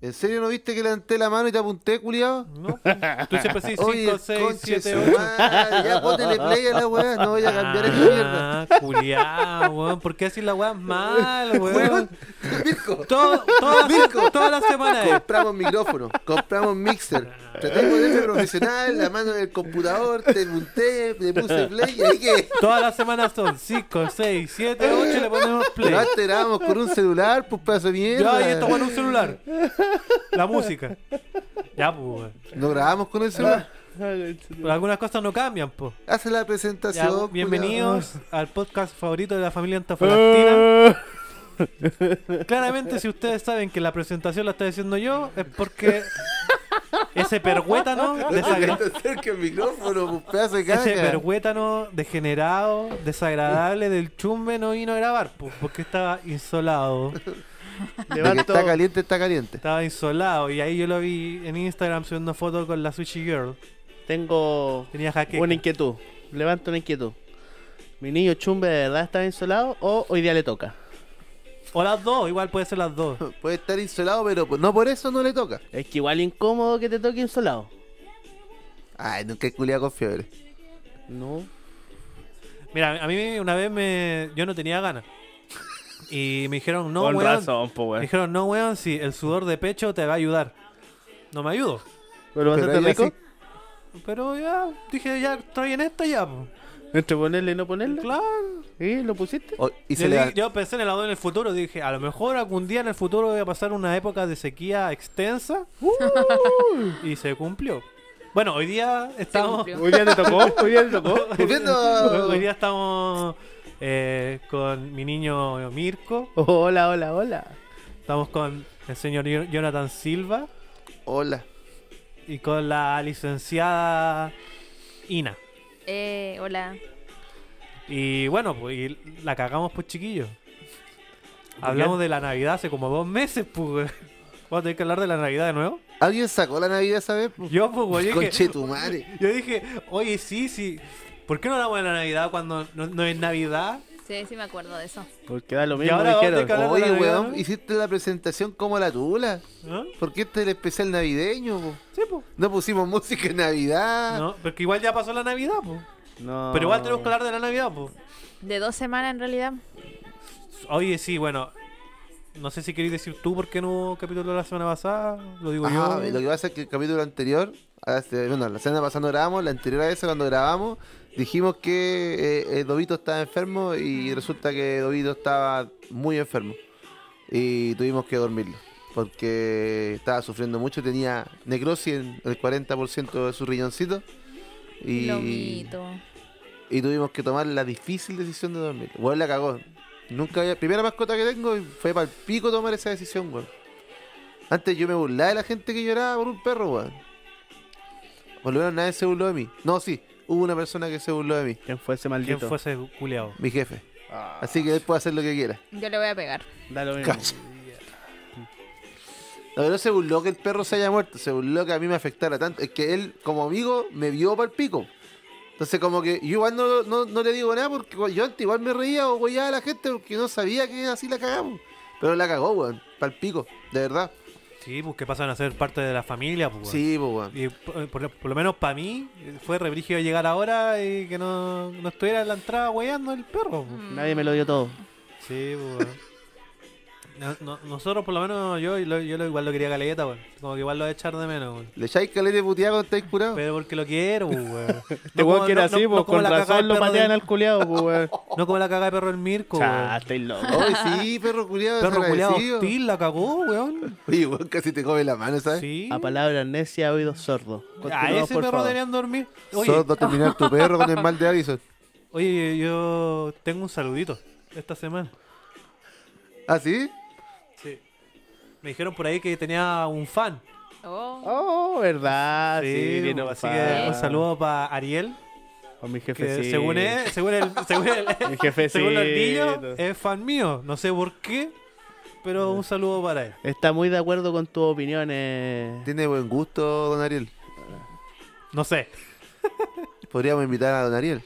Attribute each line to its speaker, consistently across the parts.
Speaker 1: ¿En serio no viste que levanté la mano y te apunté, culiado?
Speaker 2: No, pues, tú siempre decís 5, 6, 7, 8.
Speaker 1: Ya póntele play a la weá, no voy a cambiar esta mierda.
Speaker 2: Ah, culiao, weón. ¿Por qué haces la weá mal, weón?
Speaker 1: Weón, Mirko,
Speaker 2: Todo, todas, las, todas las semanas. eh.
Speaker 1: compramos micrófono, compramos mixer. Traté de ponerme profesional, la mano en el computador, te apunté, le puse play y ahí que.
Speaker 2: Todas las semanas son 5, 6, 7, 8 le ponemos play.
Speaker 1: Pero antes grabábamos con un celular, pues pedazo de mierda.
Speaker 2: Ya, y esto con un celular. La música. Ya, pues, weón.
Speaker 1: No grabamos con el celular.
Speaker 2: Ah. Pero Algunas cosas no cambian, pues.
Speaker 1: Hace la
Speaker 2: Ya,
Speaker 1: presentación.
Speaker 2: bienvenidos
Speaker 1: Ah.
Speaker 2: al podcast favorito de la familia antafolastina. Claramente, si ustedes saben que la presentación la está diciendo yo, es porque ese perhuétano, desagra-
Speaker 1: Acerca el micrófono, pues pedazo de
Speaker 2: ese
Speaker 1: caca.
Speaker 2: perhuétano degenerado, desagradable del chumbe no vino a grabar, pues, porque estaba insolado.
Speaker 1: De que
Speaker 2: Levanto-
Speaker 1: está caliente, está caliente.
Speaker 2: estaba insolado y ahí yo lo vi en Instagram subiendo fotos con la Sushi Girl.
Speaker 3: Tengo
Speaker 2: Tenía jaque.
Speaker 3: una inquietud. Levanto una inquietud. ¿Mi niño chumbe de verdad está insolado o hoy día le toca?
Speaker 2: O las dos, igual puede ser las dos.
Speaker 1: Puede estar insolado, pero pues, no por eso no le toca.
Speaker 3: Es que igual incómodo que te toque insolado.
Speaker 1: Ay, nunca he culiado con fiebre.
Speaker 3: No.
Speaker 2: Mira, a mí una vez me, yo no tenía ganas. Y me dijeron, no,
Speaker 4: Con
Speaker 2: weón.
Speaker 4: razón, pues. po,
Speaker 2: Me
Speaker 4: weón.
Speaker 2: dijeron, no, weón, si el sudor de pecho te va a ayudar. No me ayudó.
Speaker 3: ¿Pero lo
Speaker 1: Pero
Speaker 3: pasaste
Speaker 1: ahí
Speaker 3: rico?
Speaker 1: así-
Speaker 2: Pero ya, dije, ya estoy en esto ya. po.
Speaker 3: Entre ponerle y no ponerle.
Speaker 2: Claro.
Speaker 3: ¿Sí? ¿Lo pusiste?
Speaker 1: O- y
Speaker 2: Yo
Speaker 1: se le
Speaker 2: dije- yo pensé en el lado en el futuro. Dije, a lo mejor algún día en el futuro voy a pasar una época de sequía extensa. y se cumplió. Bueno, hoy día estamos.
Speaker 4: Hoy día te tocó, hoy día te tocó.
Speaker 1: Volviendo.
Speaker 2: Hoy día estamos eh, con mi niño Mirko.
Speaker 3: Hola, hola, hola.
Speaker 2: Estamos con el señor Yo- Jonathan Silva
Speaker 1: Hola.
Speaker 2: y con la licenciada Ina.
Speaker 5: Eh, hola.
Speaker 2: Y bueno, pues y la cagamos, pues chiquillos. Hablamos de la Navidad hace como dos meses, pues. güey. Vamos a tener que hablar de la Navidad de nuevo.
Speaker 1: ¿Alguien sacó la Navidad esa vez?
Speaker 2: Yo, pues, güey, dije-
Speaker 1: Conchetumare.
Speaker 2: yo dije, oye, sí, sí. ¿Por qué no hablamos de la Navidad cuando no, no es Navidad?
Speaker 5: Sí, sí me acuerdo de eso.
Speaker 3: Porque da lo
Speaker 2: Y
Speaker 3: mismo
Speaker 2: ahora vamos a tener
Speaker 3: dijeron.
Speaker 2: que hablar-
Speaker 1: Oye,
Speaker 2: la Navidad,
Speaker 1: weón,
Speaker 2: no?
Speaker 1: hiciste la presentación como la tula.
Speaker 2: ¿No?
Speaker 1: ¿Por qué este es el especial navideño? po?
Speaker 2: Sí, pues.
Speaker 1: No pusimos música en Navidad.
Speaker 2: No, porque igual ya pasó la Navidad, pues.
Speaker 3: No.
Speaker 2: Pero igual tenemos que
Speaker 1: Ah.
Speaker 2: hablar de la Navidad, pues.
Speaker 5: De dos semanas en realidad.
Speaker 2: Oye, sí, bueno. No sé si queréis decir tú por qué no hubo capítulo la semana pasada. Lo digo
Speaker 1: Ah,
Speaker 2: yo.
Speaker 1: lo que pasa es que el capítulo anterior, hace- bueno, la semana pasada no grabamos, la anterior a esa cuando grabamos, dijimos que eh, eh, Dobito estaba enfermo y resulta que Dobito estaba muy enfermo y tuvimos que dormirlo porque estaba sufriendo mucho, tenía necrosis en el 40% de su riñoncito y,
Speaker 5: Lomito.
Speaker 1: y tuvimos que tomar la difícil decisión de dormir. Weón la cagó. Nunca había. Primera mascota que tengo y fue para el pico tomar esa decisión, weón. Antes yo me burlaba de la gente que lloraba por un perro, weón. Por lo menos nadie se burló de mí. No, sí, hubo una persona que se burló de mí,
Speaker 3: ¿Quién fue ese
Speaker 2: ¿Quién
Speaker 3: maldito?
Speaker 2: fue ese culeado?
Speaker 1: mi jefe. Así que él puede hacer lo que quiera.
Speaker 5: Yo le voy a pegar.
Speaker 3: Da lo mismo.
Speaker 1: Cacha. No, pero se burló que el perro se haya muerto, se burló que a mí me afectara tanto. Es que él, como amigo, me vio para el pico. Entonces, como que yo igual no, no, no le digo nada porque igual- yo antes igual me reía o güeyaba a la gente porque no sabía que así la cagamos. Pero la cagó, weón, para el pico, de verdad.
Speaker 2: Sí, pues que pasan a ser parte de la familia, pues. weón.
Speaker 1: Sí, pues, weón.
Speaker 2: Y por, por lo- por lo menos para mí eh, fue rebrígido llegar ahora y que no, no estuviera en la entrada guayando el perro. pues.
Speaker 3: Nadie me lo dio todo.
Speaker 2: Sí, pues. weón. No- no- nosotros, por lo menos, yo, lo- yo lo- igual lo quería caleta, weón. Como que igual lo voy a echar de menos, weón.
Speaker 1: Le echáis caleta de puteado cuando estáis curado.
Speaker 2: Pero porque lo quiero, pues, weón.
Speaker 3: Oh. Este
Speaker 2: como-
Speaker 3: weón que era así, pues
Speaker 2: no como
Speaker 3: con
Speaker 2: la cagada del
Speaker 3: razón lo
Speaker 2: perro
Speaker 3: patean
Speaker 2: del-
Speaker 3: al culeado, pues weón.
Speaker 2: No como la caga de perro el Mirko,
Speaker 3: Chá,
Speaker 2: weón.
Speaker 3: estoy loco.
Speaker 1: Ay, sí, perro culiado,
Speaker 2: Perro culiado
Speaker 1: desagradecido.
Speaker 2: hostil, la cagó, weón.
Speaker 1: Oye, weón, casi te come la mano, ¿sabes?
Speaker 2: Sí.
Speaker 3: A palabras necias, oídos sordos.
Speaker 2: A
Speaker 3: Continuamos,
Speaker 2: ese
Speaker 3: Eh, por
Speaker 2: perro
Speaker 3: favor.
Speaker 2: deberían dormir. Oye,
Speaker 1: Sordo terminar tu perro con el mal de Addison.
Speaker 2: oye, yo tengo un saludito esta semana.
Speaker 1: ¿Ah, sí?
Speaker 2: Sí. Me dijeron por ahí que tenía un fan.
Speaker 5: Oh.
Speaker 3: Oh, verdad. Sí, tiene un
Speaker 2: así
Speaker 3: fan.
Speaker 2: que un saludo para Ariel,
Speaker 3: A mi jefe,
Speaker 2: que
Speaker 3: sí.
Speaker 2: según él, según el, según el,
Speaker 3: Mi jefe,
Speaker 2: según
Speaker 3: sí.
Speaker 2: los niños, es fan mío. No sé por qué, pero un saludo para él.
Speaker 3: Está muy de acuerdo con tus opiniones.
Speaker 1: Tiene buen gusto, don Ariel.
Speaker 2: No sé.
Speaker 1: Podríamos invitar a don Ariel.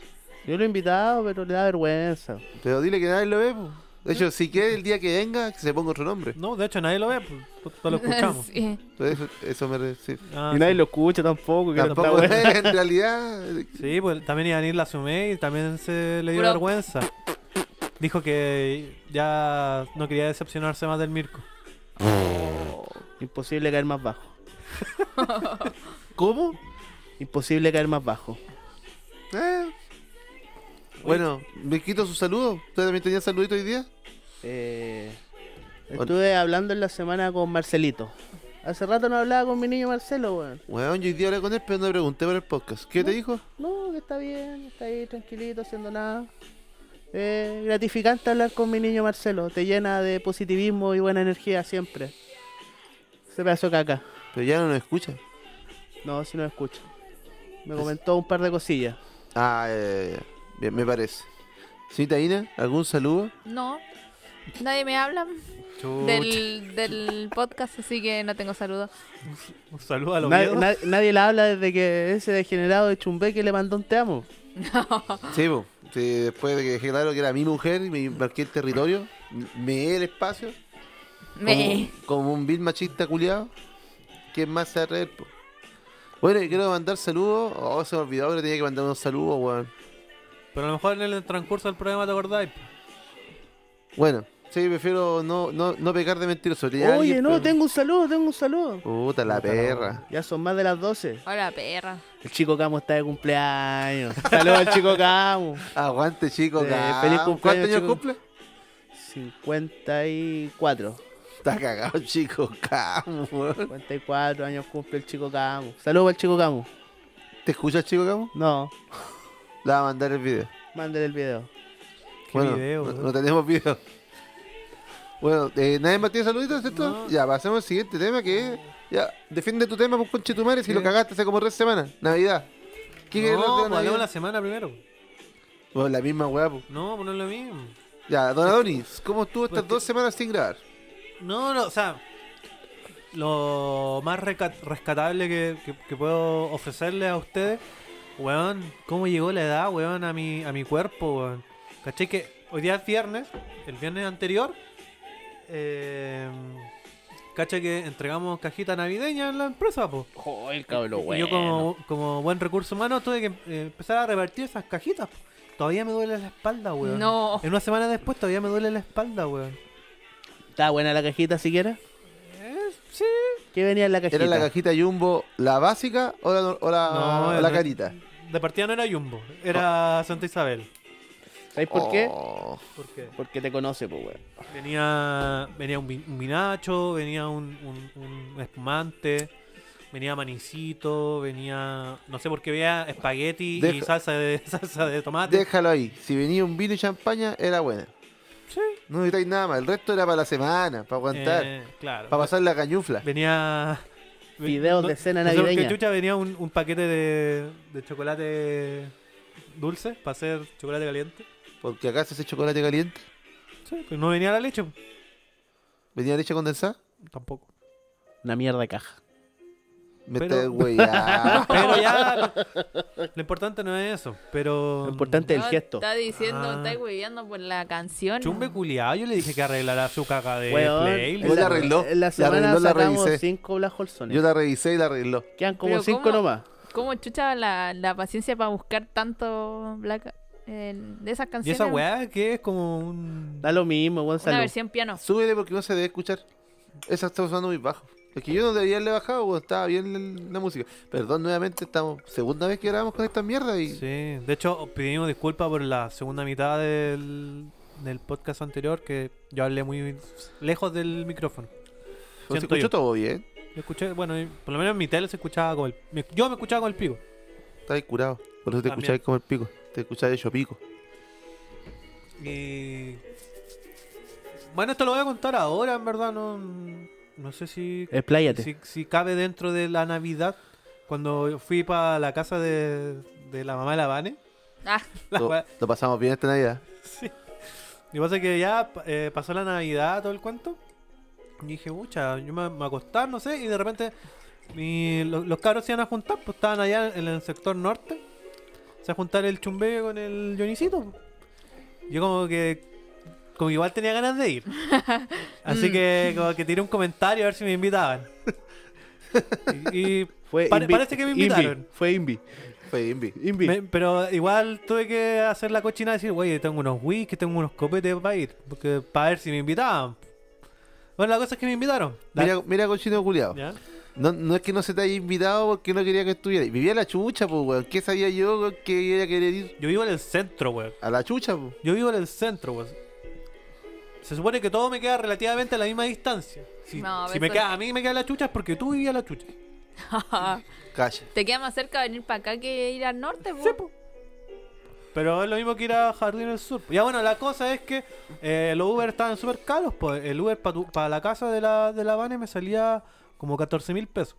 Speaker 3: Yo lo he invitado, pero le da vergüenza.
Speaker 1: Pero dile que nadie lo ve, po. De hecho, si quiere el día que venga, que se ponga otro nombre.
Speaker 2: No, de hecho nadie lo ve, pues, pues, lo escuchamos.
Speaker 5: Sí.
Speaker 1: Entonces, eso, eso me... re- sí.
Speaker 2: Ah,
Speaker 4: Y nadie lo escucha tampoco. que no está
Speaker 1: Tampoco
Speaker 4: bueno.
Speaker 1: en realidad...
Speaker 2: Sí, pues también iban a ir la Sumei y también se le dio
Speaker 5: Puro-
Speaker 2: vergüenza. Dijo que ya no quería decepcionarse más del Mirko.
Speaker 4: Imposible caer más bajo. ¿Cómo? Imposible caer más bajo.
Speaker 1: eh. Bueno, me quito su saludo. ¿Usted también tenía saludito hoy día?
Speaker 4: Eh,
Speaker 1: Bueno.
Speaker 4: estuve hablando en la semana con Marcelito. Hace rato no hablaba con mi niño Marcelo, weón.
Speaker 1: Bueno, yo hoy día hablé con él, pero no le pregunté por el podcast. ¿Qué te dijo?
Speaker 4: No, que está bien, está ahí tranquilito, haciendo nada. Eh, gratificante hablar con mi niño Marcelo. Te llena de positivismo y buena energía siempre. Ese pedazo caca.
Speaker 1: Pero ya no nos escucha.
Speaker 4: No, si no lo escucho. Me comentó un par de cosillas.
Speaker 1: Ah, eh, bien, me parece. Señorita Ina, ¿algún saludo?
Speaker 5: No. Nadie me habla
Speaker 2: Chucha,
Speaker 5: del, del podcast, así que no tengo saludos.
Speaker 2: Un saludo a los
Speaker 4: Nadie,
Speaker 2: miedos.
Speaker 4: na- nadie le habla desde que ese degenerado de Chumbeque le mandó un te amo.
Speaker 1: Sí, po. Sí, después de que dejé claro que era mi mujer y me marqué el territorio, m- me el espacio,
Speaker 5: Me...
Speaker 1: como, como un vil machista culiado. ¿Quién más se va a reír, po? Bueno, y quiero mandar saludos. Oh, se me olvidó que tenía que mandar unos saludos, weón.
Speaker 2: Pero a lo mejor en el transcurso del programa te acordáis. pues.
Speaker 1: Bueno, sí, prefiero no, no, no pecar de mentiroso. Tenía
Speaker 4: Oye,
Speaker 1: alguien,
Speaker 4: no,
Speaker 1: pero-
Speaker 4: tengo un saludo, tengo un saludo.
Speaker 1: Puta la perra.
Speaker 4: Ya son más de las 12.
Speaker 5: Hola, perra.
Speaker 4: El chico Camo está de cumpleaños. Saludos al chico Camo.
Speaker 1: Aguante, chico.
Speaker 4: Eh,
Speaker 1: ca-
Speaker 4: feliz
Speaker 1: ¿Cuántos
Speaker 4: cumpleaños,
Speaker 1: años
Speaker 4: chico.
Speaker 1: cumple?
Speaker 4: 54.
Speaker 1: Está cagado, chico. Camo, weón.
Speaker 4: 54 años cumple el chico Camo. Saludos al chico Camo.
Speaker 1: ¿Te escuchas, chico, Camo?
Speaker 4: No,
Speaker 1: Le va a mandar el video.
Speaker 4: mándale el video.
Speaker 2: Qué
Speaker 1: Bueno,
Speaker 2: video, ¿eh?
Speaker 1: no,
Speaker 2: weón.
Speaker 1: no tenemos video. Bueno, eh, nadie más tiene saluditos, ¿cierto?
Speaker 2: No.
Speaker 1: Ya, pasemos al siguiente tema que es. Ya, defiende tu tema, pues conche tu madre, si lo cagaste hace como tres semanas. Navidad. ¿Qué querés hablar de
Speaker 2: No,
Speaker 1: la
Speaker 2: pues hablemos la
Speaker 1: Navidad?
Speaker 2: semana primero.
Speaker 1: Bueno, la misma weá, pues.
Speaker 2: No, pues no es lo mismo.
Speaker 1: Ya, don Adonis, ¿cómo estuvo estas
Speaker 2: Porque-
Speaker 1: dos semanas sin grabar?
Speaker 2: No, no, o sea, lo más reca- rescatable que, que- que puedo ofrecerle a ustedes, weón, cómo llegó la edad, weón, a mi, a mi cuerpo, weón. ¿Cachai? Que hoy día es viernes, el viernes anterior, eh, ¿cachai? Que entregamos cajita navideña en la empresa, po.
Speaker 4: Joder, cabrón,
Speaker 2: Y yo como, como buen recurso humano tuve que eh, empezar a repartir esas cajitas. po. Todavía me duele la espalda, weón.
Speaker 5: No.
Speaker 2: En una semana después todavía me duele la espalda, weón.
Speaker 4: ¿Está buena la cajita siquiera?
Speaker 2: Eh, sí,
Speaker 4: ¿Qué venía en la cajita?
Speaker 1: ¿Era la cajita Jumbo la básica o la, o la,
Speaker 2: No,
Speaker 1: o la
Speaker 2: no.
Speaker 1: carita?
Speaker 2: De partida no era Jumbo,
Speaker 1: Ah.
Speaker 2: era Santa Isabel.
Speaker 4: ¿Sabes por qué?
Speaker 1: Oh.
Speaker 2: Porque
Speaker 4: Porque te conoce, pues, weón.
Speaker 2: venía, venía un, vi- un vinacho, venía un, un- un espumante, venía manicito, venía. No sé por qué había espagueti y
Speaker 1: Deja-
Speaker 2: salsa de, salsa de tomate.
Speaker 1: Déjalo ahí. Si venía un vino y champaña, era buena.
Speaker 2: Sí.
Speaker 1: No necesitáis nada más. El resto era para la semana, para aguantar,
Speaker 2: Eh, claro.
Speaker 1: para pasar la cañufla.
Speaker 2: Venía. ve-
Speaker 4: Fideos de cena
Speaker 2: sé por qué
Speaker 4: navideña.
Speaker 2: chucha venía un, un paquete de, de chocolate dulce para hacer chocolate caliente.
Speaker 1: Porque acá se hace chocolate caliente.
Speaker 2: Sí, pues no venía la leche
Speaker 1: ¿Venía leche condensada?
Speaker 2: tampoco.
Speaker 4: Una mierda de caja.
Speaker 1: Me
Speaker 2: Pero-
Speaker 1: estás weyando.
Speaker 2: Pero ya. Lo importante no es eso, pero.
Speaker 4: Lo importante es el
Speaker 5: No,
Speaker 4: gesto.
Speaker 5: Está diciendo,
Speaker 2: Ah.
Speaker 5: está hueviando por la canción.
Speaker 2: Chumbe culiado, yo le dije que arreglara su caca de
Speaker 4: Weón,
Speaker 2: playlist.
Speaker 1: Yo
Speaker 4: en
Speaker 1: la arregló,
Speaker 4: en la
Speaker 1: la
Speaker 4: semana
Speaker 1: arregló, la
Speaker 4: sacamos
Speaker 1: revisé.
Speaker 4: cinco Black Holzones.
Speaker 1: Yo la revisé y la arregló.
Speaker 4: Quedan como
Speaker 5: Pero
Speaker 4: cinco
Speaker 5: ¿cómo?
Speaker 4: nomás.
Speaker 5: ¿Cómo chucha la, la paciencia para buscar tanto Black, eh, de esas
Speaker 2: Y
Speaker 5: canciones?
Speaker 2: esa weá que es como un.
Speaker 4: Da lo mismo, buen
Speaker 5: Una
Speaker 4: saludo.
Speaker 5: versión piano.
Speaker 1: Súbele porque no se debe escuchar. Esa está sonando muy bajo. Es que yo no debería haberle bajado, weón, estaba bien el- la música. Perdón, nuevamente estamos. Segunda vez que grabamos con esta mierda y.
Speaker 2: Sí, de hecho, pedimos disculpas por la segunda mitad del, del podcast anterior que yo hablé muy lejos del micrófono.
Speaker 1: ¿Se
Speaker 2: Siento
Speaker 1: escuchó
Speaker 2: yo.
Speaker 1: todo bien?
Speaker 2: Yo escuché, bueno, y por lo menos en mi tele se escuchaba con el. me- yo me escuchaba con el pico.
Speaker 1: Estaba curado. Por eso te
Speaker 2: También.
Speaker 1: escucháis como el pico. Te escucháis de chopico.
Speaker 2: Y. Bueno, esto lo voy a contar ahora, en verdad, no. No sé si.
Speaker 4: Expláyate.
Speaker 2: Si, si cabe dentro de la Navidad, cuando yo fui para la casa de, de la mamá de la Vane,
Speaker 5: Ah,
Speaker 2: la
Speaker 1: Lo,
Speaker 2: wea-
Speaker 1: lo pasamos bien esta Navidad.
Speaker 2: sí. Y pasa que ya pa- eh, pasó la Navidad, todo el cuento. Y dije, mucha, yo me, me acostar, no sé, y de repente mi- lo- los cabros se iban a juntar, pues estaban allá en el sector norte. Se iba a juntar el chumbe con el Dionisito. Yo como que como que igual tenía ganas de ir. Así que como que tiré un comentario a ver si me invitaban. Y, y
Speaker 4: Fue
Speaker 2: pare-
Speaker 4: Invi-
Speaker 2: parece que me
Speaker 4: Invi,
Speaker 2: invitaron.
Speaker 4: Fue Invi.
Speaker 1: Fue Invi.
Speaker 4: Invi.
Speaker 2: Me- pero igual tuve que hacer la cochina y decir, oye, tengo unos whisky, tengo unos copetes para ir. Porque, para ver si me invitaban. Bueno, la cosa es que me invitaron. La-
Speaker 1: Mira, mira cochino culiado.
Speaker 2: ¿Ya?
Speaker 1: No, no es que no se te haya invitado porque no quería que estuviera. ahí. Vivía la chucha, pues, weón. ¿Qué sabía yo weón, que iba a querer ir
Speaker 2: Yo vivo en el centro, weón.
Speaker 1: a la chucha, pues?
Speaker 2: Yo vivo en el centro, weón. Se supone que todo me queda relativamente a la misma distancia. Si,
Speaker 5: No,
Speaker 2: si
Speaker 5: pero
Speaker 2: me
Speaker 5: eso-
Speaker 2: queda, a mí me queda la chucha es porque tú vivías la chucha.
Speaker 1: Calla.
Speaker 5: Ah, Te queda más cerca venir para acá que ir al norte, po.
Speaker 2: Pero es lo mismo que ir a Jardín del Sur. Ya bueno, la cosa es que eh, los Uber estaban súper caros. Pues. El Uber para la casa de la, de la Vane me salía como 14 mil pesos.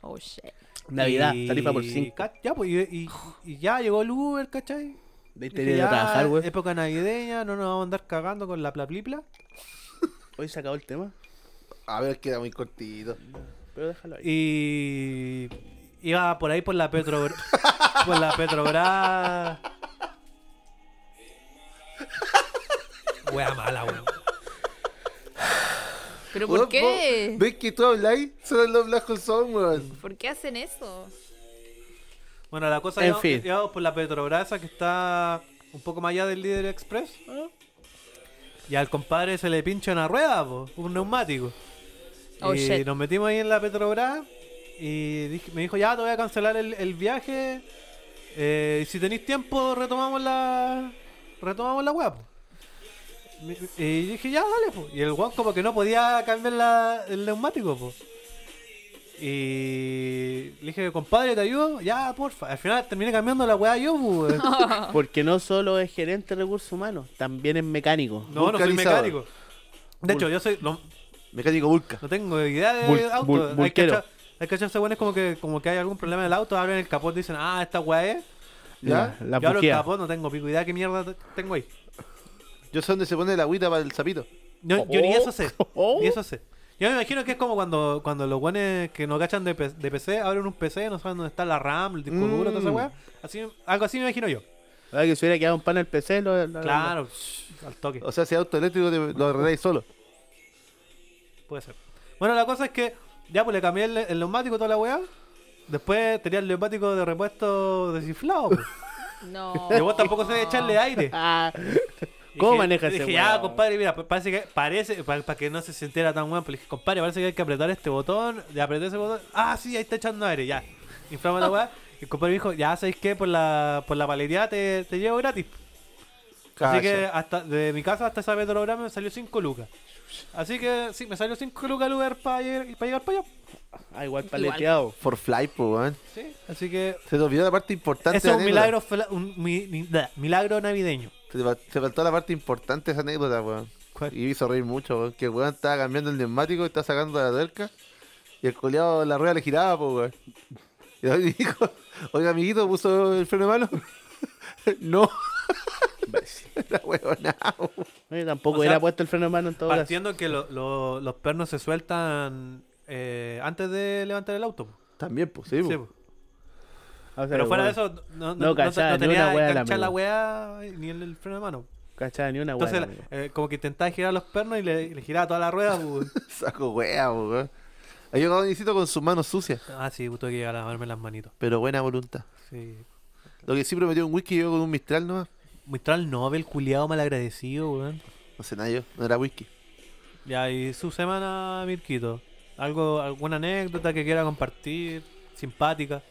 Speaker 5: Oh, shit.
Speaker 4: Navidad,
Speaker 2: Y-
Speaker 4: tarifa por 5.
Speaker 2: ca- Ya, pues, y, y- y ya llegó el Uber, ¿cachai?
Speaker 4: De
Speaker 2: Dije,
Speaker 4: tener a
Speaker 2: ya,
Speaker 4: trabajar, güey.
Speaker 2: Época navideña, no nos vamos a andar cagando con la plaplipla.
Speaker 4: Hoy se acabó el tema.
Speaker 1: A ver, queda muy cortito.
Speaker 4: Pero déjalo ahí.
Speaker 2: Y iba por ahí por la Petro por la Petrobras. Wea mala, weón.
Speaker 5: ¿Pero por
Speaker 1: Weón,
Speaker 5: qué?
Speaker 1: vos- ¿Ves que tú habláis? Solo los blancos son, weón.
Speaker 5: ¿Por qué hacen eso?
Speaker 2: Bueno, la cosa
Speaker 4: En
Speaker 2: íbamos-
Speaker 4: fin.
Speaker 2: íbamos por la Petrobras esa que está un poco más allá del Líder Express. ¿no? Y al compadre se le pincha una rueda, po, un neumático.
Speaker 5: Oh,
Speaker 3: Eh,
Speaker 2: y
Speaker 5: shit.
Speaker 2: nos metimos ahí en la Petrobras y dije- me dijo, ya te voy a cancelar el, el viaje. eh, si tenéis tiempo, retomamos la. Retomamos la web. Y dije, ya, dale, po. Y el guan como que no podía cambiar la- el neumático, po. Y le dije, compadre, ¿te ayudo? Ya, porfa. Al final terminé cambiando la weá yo, po, weón.
Speaker 4: Porque no solo es gerente de recursos humanos, también es mecánico.
Speaker 2: No, no soy
Speaker 1: Vulcanizador.
Speaker 2: mecánico. De hecho, yo soy. No,
Speaker 1: Mecánico Vulca.
Speaker 2: no tengo idea de
Speaker 4: Vul-
Speaker 2: auto.
Speaker 4: vul-
Speaker 2: hay que
Speaker 4: vulquero.
Speaker 2: echar- hay que echarse buenas como que, como que hay algún problema en el auto, abren el capot y dicen, ah, esta weá es.
Speaker 1: ¿Ya?
Speaker 4: La,
Speaker 2: yo
Speaker 4: la
Speaker 2: abro el
Speaker 4: bujía.
Speaker 2: capot, no tengo pico idea qué mierda te- tengo ahí.
Speaker 1: Yo sé dónde se pone la agüita para el sapito.
Speaker 2: No, Yo ni eso sé.
Speaker 4: Oh.
Speaker 2: Ni eso sé. Yo me imagino que es como cuando, cuando los guanes que no cachan de, P- de PC abren un PC, no saben dónde está la RAM, el disco duro, toda esa
Speaker 1: Mm.
Speaker 2: weá. Así, algo así me imagino yo.
Speaker 4: Ah, que si hubiera quedado un pan al PC, lo, lo-
Speaker 2: Claro, shh, al toque.
Speaker 1: O sea, si auto eléctrico te- lo arregláis solo.
Speaker 2: Puede ser. Bueno, la cosa es que ya pues le cambié el, el neumático toda la weá. Después tenía el neumático de repuesto desinflado. pues.
Speaker 5: No.
Speaker 2: Y vos tampoco sabés echarle aire.
Speaker 4: Ah, ¿Cómo
Speaker 2: Dije-
Speaker 4: maneja ese
Speaker 2: Dije,
Speaker 4: weón?
Speaker 2: ya, compadre, mira, pa- parece que parece, para que no se sintiera tan weón, pero le dije, compadre, parece que hay que apretar este botón, le apreté ese botón, ah, sí, ahí está echando aire, ya. Inflama la weá. Y el compadre me dijo, ya sabéis qué, por la, por la paleteada te, te llevo gratis. Así que hasta de mi casa hasta esa Petrobras me salió 5 lucas. Así que sí, me salió 5 lucas al Uber para llegar para allá.
Speaker 4: Ah, igual paleteado.
Speaker 1: For fly, po, weón.
Speaker 2: Sí, así que
Speaker 1: Se te olvidó la parte importante
Speaker 2: ese
Speaker 1: de la
Speaker 2: es un
Speaker 1: anécdota.
Speaker 2: milagro, fla- un mi- ni- da, milagro navideño.
Speaker 1: Se, te fal- se faltó la parte importante de esa anécdota, weón.
Speaker 2: ¿Cuál?
Speaker 1: Y me hizo reír mucho, weón. Que el weón estaba cambiando el neumático y estaba sacando la tuerca. Y el coleado la rueda le giraba, po, weón. Y David dijo, oiga, amiguito, ¿puso el freno de mano? no. la weona, weón.
Speaker 4: Oye, tampoco
Speaker 2: O sea,
Speaker 4: hubiera puesto el freno de mano en todo caso.
Speaker 2: Partiendo que lo- lo- los pernos se sueltan eh, antes de levantar el auto. po.
Speaker 1: También, pues, sí, po.
Speaker 2: Sí, po.
Speaker 4: O sea,
Speaker 2: Pero fuera de
Speaker 4: bueno,
Speaker 2: eso, no, no, no, no
Speaker 4: cachaba ni una
Speaker 2: tenía
Speaker 4: wea de la
Speaker 2: enganchar la
Speaker 4: mano.
Speaker 2: weá ni el, el freno de mano.
Speaker 4: Cachaba, ni una
Speaker 2: Entonces,
Speaker 4: buena. amigo.
Speaker 2: eh, como que intentaba girar los pernos y le, le giraba toda la rueda. po.
Speaker 1: Saco wea, po, weón. Ha llegado Donicito con sus manos sucias,
Speaker 2: ah, sí, tuve que llegar a lavarme las manitos.
Speaker 1: pero buena voluntad.
Speaker 2: Sí.
Speaker 1: Lo que sí prometió un whisky llegó con un mistral nomás.
Speaker 2: Mistral Nobel, culiado malagradecido, weón.
Speaker 1: No sé, nada yo, no era whisky.
Speaker 2: Ya, y su semana, Mirquito. Algo, alguna anécdota que quiera compartir, simpática.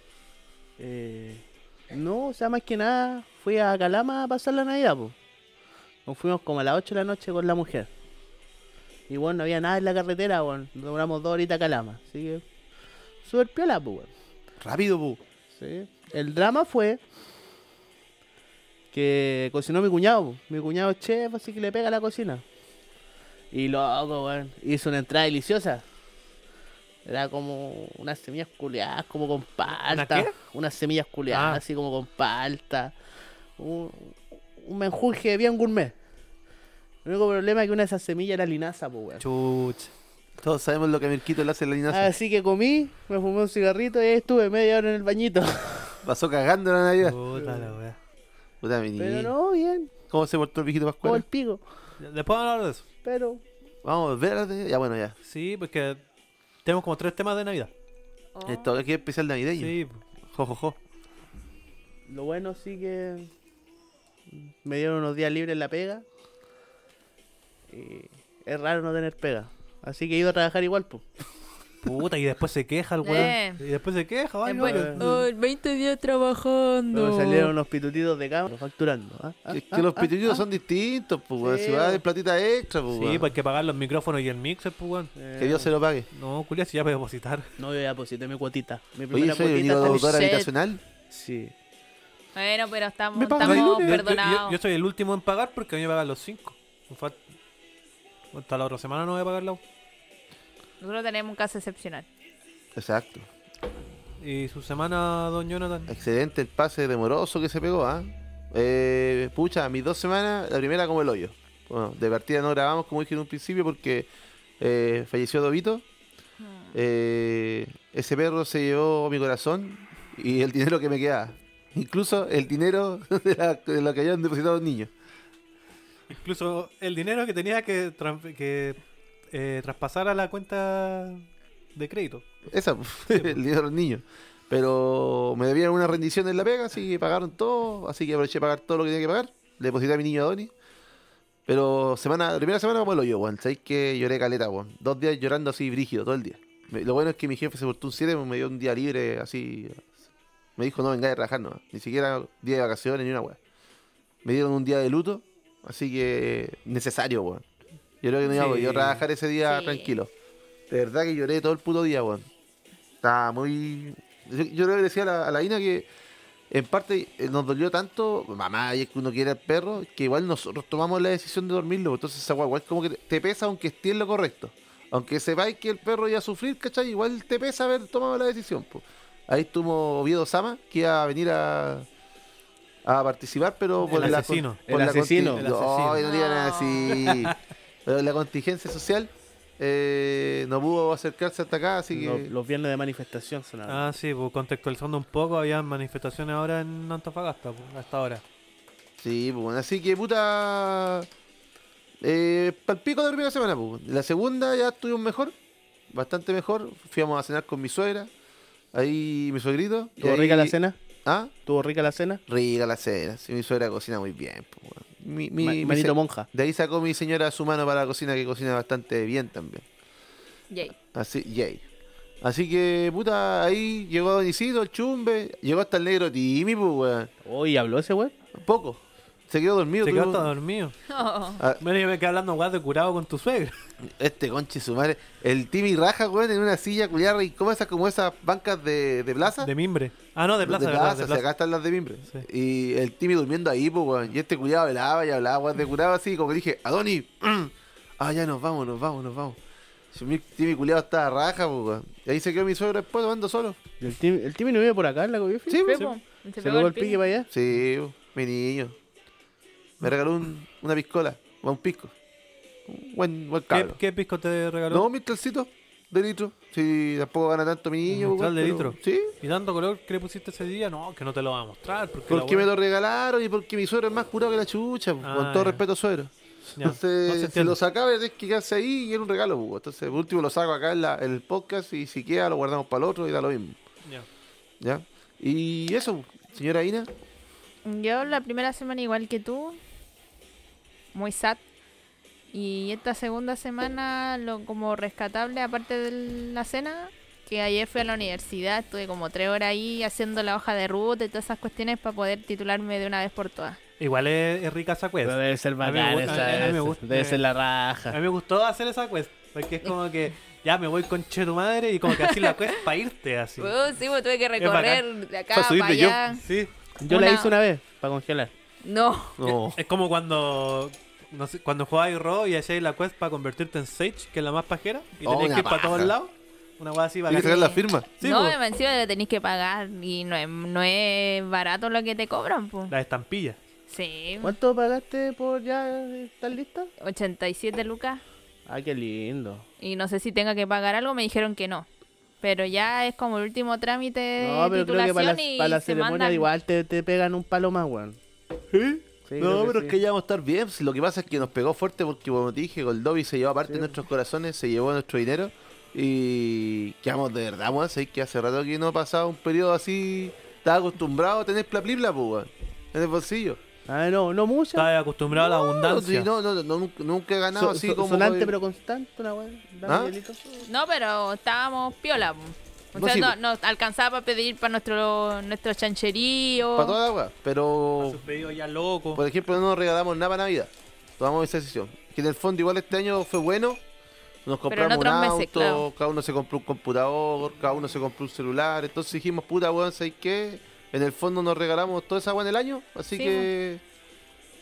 Speaker 4: Eh, no, o sea, más que nada fui a Calama a pasar la Navidad, pues. Nos fuimos como a las 8 de la noche con la mujer. Y bueno, no había nada en la carretera, bueno. Nos demoramos dos horitas a Calama. Así que, súper piola, pues, weón.
Speaker 1: Rápido, po.
Speaker 4: Sí. El drama fue que cocinó mi cuñado. po. Mi cuñado es chef, así que le pega a la cocina. Y loco, weón. Hizo una entrada deliciosa. Era como unas semillas culeadas, como con palta.
Speaker 2: qué?
Speaker 4: Unas semillas culeadas,
Speaker 2: Ah.
Speaker 4: así como con palta. Un, un menjurje bien gourmet. El único problema es que una de esas semillas era linaza, pues, weón.
Speaker 2: Chuch.
Speaker 1: Todos sabemos lo que a Mirquito le hace la linaza.
Speaker 4: Así que comí, me fumé un cigarrito y ahí estuve media hora en el bañito.
Speaker 1: Pasó cagando la Navidad.
Speaker 2: Puta la wea.
Speaker 1: Puta, mi niño.
Speaker 4: Pero no, bien,
Speaker 1: ¿Cómo se portó el viejito
Speaker 4: como el
Speaker 1: Pascual?
Speaker 4: pico.
Speaker 2: Después vamos a hablar de eso.
Speaker 3: Pero
Speaker 1: Vamos a volver a... Ya, bueno, ya.
Speaker 2: Sí, porque tenemos como tres temas de Navidad.
Speaker 5: Oh.
Speaker 1: Esto aquí es especial navideño.
Speaker 2: Sí, jo, jo, jo.
Speaker 3: Lo bueno sí que me dieron unos días libres en la pega. Y es raro no tener pega. Así que he ido a trabajar igual, pues.
Speaker 2: Puta, y después se queja el weón.
Speaker 5: Eh.
Speaker 2: Y después se queja,
Speaker 5: Eh,
Speaker 2: vaya.
Speaker 5: bueno, oh, 20 días trabajando.
Speaker 3: Me salieron unos pitutitos de cámara facturando. ¿ah? ¿ah?
Speaker 1: Es que los pitullos son distintos, pues, weón. Si
Speaker 3: Sí,
Speaker 1: va de
Speaker 3: weón.
Speaker 1: platita extra, pues,
Speaker 2: Sí,
Speaker 1: weón.
Speaker 2: pues hay que pagar los micrófonos y el mixer, pues, weón.
Speaker 1: Que Dios se lo pague.
Speaker 2: No, culia, si ya voy a depositar.
Speaker 3: Eh, No, yo ya pues, posité mi cuotita. Mi
Speaker 1: Oye,
Speaker 3: primera
Speaker 1: soy
Speaker 3: cuotita.
Speaker 1: venido
Speaker 5: está-
Speaker 1: doctor
Speaker 5: Shit.
Speaker 1: habitacional.
Speaker 3: Sí.
Speaker 5: Bueno, pero estamos,
Speaker 3: Me pagan
Speaker 5: estamos
Speaker 3: los
Speaker 2: Yo- yo- Yo,
Speaker 5: perdonados.
Speaker 2: yo soy el último en pagar porque a mí me pagan los cinco. Me fal- Hasta la otra semana no voy a pagar la U.
Speaker 5: Nosotros tenemos un caso excepcional.
Speaker 1: Exacto.
Speaker 2: Y su semana, don Jonathan.
Speaker 1: Excelente el pase demoroso que se pegó, ¿ah? Eh, pucha, mis dos semanas, la primera como el hoyo. Bueno, de partida no grabamos, como dije en un principio, porque eh, falleció Dobito. Eh, ese perro se llevó mi corazón y el dinero que me quedaba. Incluso el dinero de, la- de lo que habían depositado los niños.
Speaker 2: Incluso el dinero que tenía que, tran- que eh, traspasar a la cuenta de crédito.
Speaker 1: Esa, el dinero de los niños. Pero me debían una rendición en la pega, así que pagaron todo. Así que aproveché a pagar todo lo que tenía que pagar. Le deposité a mi niño Adonis. Pero semana, la primera semana como lo yo, weón. Sabéis que lloré caleta, weón. Dos días llorando así, brígido, todo el día. Me- lo bueno es que mi jefe se portó un 7, me dio un día libre, así. Me dijo, no vengáis a rajarnos. Ni siquiera día de vacaciones, ni una weá. Me dieron un día de luto, así que necesario, weón. Yo creo que no iba a poder
Speaker 2: Sí.
Speaker 1: yo trabajar ese día
Speaker 5: Sí.
Speaker 1: tranquilo. De verdad que lloré todo el puto día, weón. Estaba muy. Yo, yo creo que decía a la, a la Ina que en parte eh, nos dolió tanto, mamá, y es que uno quiere al perro, que igual nosotros tomamos la decisión de dormirlo. pues, Entonces esa weá igual como que te, te pesa aunque esté en lo correcto. Aunque sepáis que el perro iba a sufrir, ¿cachai? Igual te pesa haber tomado la decisión. po. Ahí estuvo Oviedo Sama, que iba a venir a, a participar, pero
Speaker 2: El
Speaker 1: por la con-
Speaker 2: asesino.
Speaker 1: por
Speaker 3: El
Speaker 1: la conti-
Speaker 3: asesino.
Speaker 2: El
Speaker 1: No,
Speaker 2: asesino.
Speaker 1: no digan así. Pero Eh, la contingencia social eh, no pudo acercarse hasta acá, así que...
Speaker 3: Los, los viernes de manifestación sonaron.
Speaker 2: Ah, sí, pues contextualizando un poco, había manifestaciones ahora en Antofagasta, pues, hasta ahora.
Speaker 1: Sí, pues, bueno, así que puta. Eh, palpico dormí la semana, pues. La segunda ya estuvimos mejor, bastante mejor. Fuimos a cenar con mi suegra, ahí mi suegrito. y
Speaker 3: ¿Tuvo
Speaker 1: ahí-
Speaker 3: rica la cena?
Speaker 1: ¿Ah?
Speaker 3: ¿Tuvo rica la cena?
Speaker 1: Rica la cena, sí, mi suegra cocina muy bien, pues, bueno. Mi, mi-
Speaker 3: Ma-
Speaker 1: mi
Speaker 3: manito
Speaker 1: se-
Speaker 3: monja.
Speaker 1: De ahí sacó mi señora su mano para la cocina, que cocina bastante bien también.
Speaker 5: Yay.
Speaker 1: Así, yay. Así que, puta, ahí llegó Don Isidro, el chumbe, llegó hasta el negro Timmy, pues, weón.
Speaker 3: Hoy habló ese güey.
Speaker 1: Poco. Se quedó dormido.
Speaker 2: Se quedó
Speaker 1: tuvimos-
Speaker 2: hasta dormido.
Speaker 5: Oh.
Speaker 1: Ah,
Speaker 2: Bueno, yo me quedé hablando weá de curado con tu suegra.
Speaker 1: Este conche su madre. El Timmy raja, weón, en una silla culiarra y como esas, como esas bancas de, de plaza.
Speaker 2: De mimbre. Ah, no, de plaza, de plaza.
Speaker 1: si acá están las de mimbre.
Speaker 2: Sí.
Speaker 1: Y el Timmy durmiendo ahí, pues, weón. Y este culiado velaba y hablaba, weón, de curado así. Como que dije, Adoni, ah, ya nos vamos, nos vamos, nos vamos. Si mi Timmy culiado estaba raja, pues, weón. Y ahí se quedó mi suegro después tomando solo.
Speaker 3: El Timmy el Timmy no vive por acá en la Cobifi.
Speaker 1: Sí, pues.
Speaker 5: Pepo,
Speaker 3: Se pegó el pique para allá.
Speaker 1: Sí, pues, mi niño. Me regaló un- una piscola, o un pisco. Un buen, buen
Speaker 2: ¿Qué,
Speaker 1: cabro.
Speaker 2: ¿Qué pisco te regaló?
Speaker 1: No, mi talcito de litro. Si tampoco gana tanto mi niño,
Speaker 2: Un
Speaker 1: pues,
Speaker 2: mezcal de
Speaker 1: pero-
Speaker 2: litro.
Speaker 1: Sí,
Speaker 2: ¿Y tanto color que le pusiste ese día? No, que no te lo va a mostrar. Porque la
Speaker 1: Porque me
Speaker 2: weá-
Speaker 1: lo regalaron y porque mi suegro es más curado que la chucha, po,
Speaker 2: Ah,
Speaker 1: con todo
Speaker 2: ya.
Speaker 1: respeto suegro.
Speaker 2: Ya, no se
Speaker 1: Entonces, si
Speaker 2: entiende.
Speaker 1: lo sacaba, tenés que quedarse ahí y era un regalo, po. Entonces, por último lo saco acá en, la- en el podcast y si queda lo guardamos para el otro y da lo mismo.
Speaker 2: Ya.
Speaker 1: ¿Ya? Y eso, señora Ina,
Speaker 5: Yo la primera semana igual que tú, muy sad. Y esta segunda semana lo como rescatable, aparte de la cena, que ayer fui a la universidad, estuve como tres horas ahí haciendo la hoja de ruta y todas esas cuestiones para poder titularme de una vez por todas.
Speaker 2: Igual es, es rica esa
Speaker 3: Pero
Speaker 2: cuesta.
Speaker 3: debe ser
Speaker 2: mí me
Speaker 3: bacán
Speaker 2: gusta, a mí
Speaker 3: esa.
Speaker 2: me
Speaker 3: esa.
Speaker 2: gusta.
Speaker 3: Debe ser la raja.
Speaker 2: A mí me gustó hacer esa quest, porque es como que ya me voy con che tu madre y como que así la quest para irte así.
Speaker 5: Oh, sí, pues, tuve que
Speaker 2: Es bacán.
Speaker 5: recorrer de acá
Speaker 1: Para subir
Speaker 5: para
Speaker 1: de yo.
Speaker 5: allá.
Speaker 2: Sí.
Speaker 3: Yo la
Speaker 5: Una-
Speaker 3: hice una vez para congelar.
Speaker 5: No,
Speaker 1: no.
Speaker 2: Es como cuando no sé, cuando jugáis Ro y hacíais la quest para convertirte en Sage, que es la más pajera, y
Speaker 1: Oh,
Speaker 2: tenéis
Speaker 1: una
Speaker 2: que ir para todos
Speaker 1: paja.
Speaker 2: lados. Una weá así
Speaker 1: Hay que
Speaker 2: bacán.
Speaker 1: sacar la firma.
Speaker 2: Sí, pues.
Speaker 5: no,
Speaker 2: po.
Speaker 5: me encima le tenéis que pagar y no es, no es barato lo que te cobran, pues.
Speaker 2: La estampilla.
Speaker 5: Sí,
Speaker 3: ¿Cuánto pagaste por ya
Speaker 4: eh,
Speaker 3: estar lista?
Speaker 5: 87 lucas.
Speaker 3: Ah, qué lindo.
Speaker 5: y no sé si tenga que pagar algo, me dijeron que no. Pero ya es como el último trámite
Speaker 3: No,
Speaker 5: de
Speaker 3: pero creo que
Speaker 5: Eh, titulación
Speaker 3: para la,
Speaker 5: y
Speaker 3: para la
Speaker 5: se
Speaker 3: ceremonia
Speaker 5: mandan...
Speaker 3: igual te, te pegan un palo más, weón.
Speaker 4: Sí,
Speaker 1: No,
Speaker 4: creo
Speaker 1: pero es que
Speaker 4: sí.
Speaker 1: ya vamos a estar bien. Si Lo que pasa es que nos pegó fuerte porque, como te dije, Goldovi se llevó aparte de nuestros corazones, se llevó nuestro dinero. Y quedamos de verdad, weón. Sabéis que hace rato que no pasaba un periodo así. Estaba acostumbrado a tener plaplibla, pues, weón. En el bolsillo.
Speaker 4: Ah, no, no mucha.
Speaker 2: Estaba acostumbrado a la abundancia.
Speaker 1: No, no, no, no, nunca, nunca he ganado
Speaker 4: So-
Speaker 1: así
Speaker 4: so-
Speaker 1: como.
Speaker 4: sonante pero constante, una weá. Dame
Speaker 1: ¿Ah?
Speaker 4: hielito.
Speaker 5: No, pero estábamos piola. po. O
Speaker 1: No,
Speaker 5: sea,
Speaker 1: sí,
Speaker 5: no,
Speaker 1: po.
Speaker 5: no alcanzaba para pedir para nuestro nuestro chancherío.
Speaker 1: Para toda la weá. Pero,
Speaker 2: Sus pedidos ya loco.
Speaker 1: por ejemplo, no nos regalamos nada para Navidad. Tomamos esa decisión. Que en el fondo, igual este año fue bueno. Nos
Speaker 5: Pero en
Speaker 1: compramos un
Speaker 5: otros
Speaker 1: auto,
Speaker 5: meses, claro.
Speaker 1: cada uno se compró un computador, cada uno se compró un celular. Entonces dijimos, puta weón, ¿sabes qué? En el fondo nos regalamos toda esa weá en el año. Así
Speaker 5: Sí, pues.
Speaker 1: que.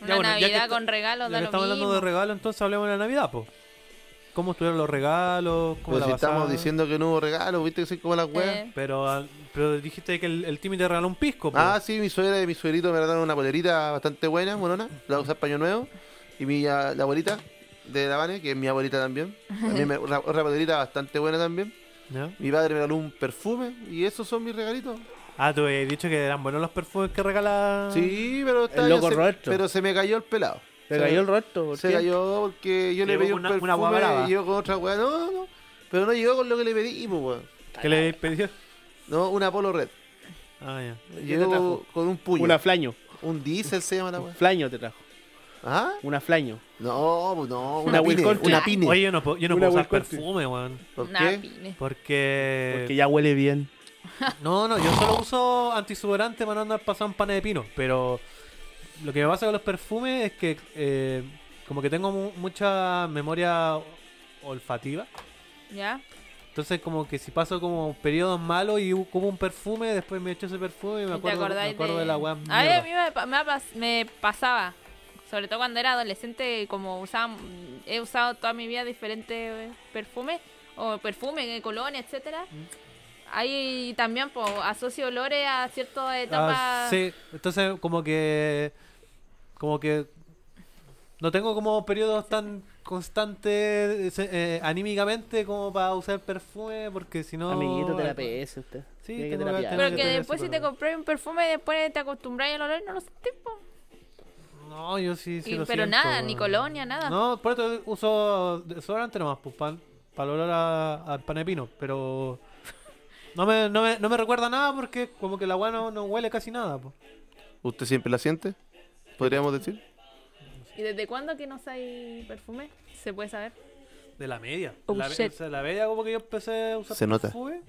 Speaker 5: Una
Speaker 2: Ya, bueno, ya que
Speaker 5: Navidad
Speaker 2: está-
Speaker 5: con regalos,
Speaker 2: Ya
Speaker 5: da
Speaker 2: que
Speaker 5: lo
Speaker 2: estamos hablando
Speaker 5: mismo.
Speaker 2: de regalos, entonces hablemos de la Navidad, po. ¿Cómo estuvieron los regalos? ¿Cómo
Speaker 1: Pues
Speaker 2: la
Speaker 1: si estamos
Speaker 2: pasaron?
Speaker 1: diciendo que no hubo regalo, viste que soy como las weas.
Speaker 5: Eh,
Speaker 2: Pero, ah, pero dijiste que el, el Timmy te regaló un pisco, po.
Speaker 1: Ah, sí, mi suegra y mi suegrito me regalaron una polerita bastante buena, monona. La voy a usar paño nuevo. Y mi a- la abuelita de La Vane, que es mi abuelita también. También me, otra otra polerita bastante buena también.
Speaker 2: ¿Ya?
Speaker 1: Mi padre me regaló un perfume y esos son mis regalitos.
Speaker 2: Ah, tú habías dicho que eran buenos los perfumes que regala.
Speaker 1: Sí, pero está
Speaker 4: Ah. El loco
Speaker 1: ya se-
Speaker 4: Roberto.
Speaker 1: Pero se me cayó el pelado.
Speaker 4: Se
Speaker 1: Se-
Speaker 4: cayó el rostro, ¿por
Speaker 1: Se
Speaker 4: qué?
Speaker 1: cayó porque yo le
Speaker 2: Llegó
Speaker 1: pedí un
Speaker 2: con una- una
Speaker 1: perfume
Speaker 2: guagua brava.
Speaker 1: y yo con otra weá. No, no. Pero no llegó con lo que le pedí, pues, weón.
Speaker 2: ¿Qué le pidió?
Speaker 1: No, una Polo Red.
Speaker 2: Ah, ya. ¿Qué te
Speaker 1: Llegó
Speaker 2: trajo?
Speaker 1: con un puño.
Speaker 4: Una flaño.
Speaker 1: Un diésel se llama la weá.
Speaker 4: Flaño te trajo.
Speaker 1: ¿Ah?
Speaker 4: Una flaño.
Speaker 1: No, pues no, una,
Speaker 4: Una
Speaker 1: pine,
Speaker 4: Wilcox.
Speaker 1: una pine.
Speaker 2: Oye, yo no puedo, yo no
Speaker 4: Una
Speaker 2: puedo usar
Speaker 4: Will Country.
Speaker 2: perfume, weón.
Speaker 1: ¿Por
Speaker 5: nah,
Speaker 1: qué?
Speaker 5: pine.
Speaker 3: Eh,
Speaker 2: Porque.
Speaker 4: Porque ya huele bien.
Speaker 2: No, no, yo solo uso antisudorante para no andar pasando panes de pino. Pero lo que me pasa con los perfumes es que eh, como que tengo mu- mucha memoria olfativa.
Speaker 5: ¿Ya?
Speaker 2: Entonces como que si paso como periodos malos y u- como un perfume, después me echo ese perfume y me
Speaker 5: ¿Y
Speaker 2: acuerdo,
Speaker 5: ¿Te
Speaker 2: me
Speaker 5: acordáis
Speaker 2: acuerdo
Speaker 5: de...
Speaker 2: de... la weá.
Speaker 5: A
Speaker 2: mierda.
Speaker 5: ver, a mí me, pa- me ha pas- me pasaba, sobre todo cuando era adolescente, como usaba, he usado toda mi vida diferentes eh, perfumes, o perfumes, colonia, etcétera.
Speaker 2: Mm.
Speaker 5: Ahí también po, asocio olores a ciertas etapas.
Speaker 2: Ah, sí, entonces como que... Como que... No tengo como periodos tan constantes eh, eh, anímicamente como para usar perfume porque si no...
Speaker 4: Amiguito de la PS usted.
Speaker 2: Sí,
Speaker 4: Tiene que
Speaker 2: tengo
Speaker 4: terapiar.
Speaker 2: tengo
Speaker 5: Pero que
Speaker 2: tener
Speaker 5: después
Speaker 2: ese
Speaker 5: si te
Speaker 2: problema.
Speaker 5: compras un perfume y después te acostumbras al olor, no lo sentís, po.
Speaker 2: No, yo sí, sí
Speaker 5: Y-
Speaker 2: lo
Speaker 5: pero
Speaker 2: siento,
Speaker 5: nada, ni
Speaker 2: weón.
Speaker 5: colonia, nada.
Speaker 2: No, por eso uso desodorante nomás, pues, pan, para olor a, a pan de pino, pero... No me, no, me, no me recuerda nada porque como que la agua no, no huele casi nada, pues.
Speaker 1: ¿Usted siempre la siente? ¿Podríamos decir?
Speaker 5: ¿Y desde cuándo que no usáis perfume? ¿Se puede saber?
Speaker 2: De la media.
Speaker 5: Oh,
Speaker 2: la, me-
Speaker 5: shit.
Speaker 2: o sea, la media como que yo empecé a usar
Speaker 1: Se nota.
Speaker 2: perfume,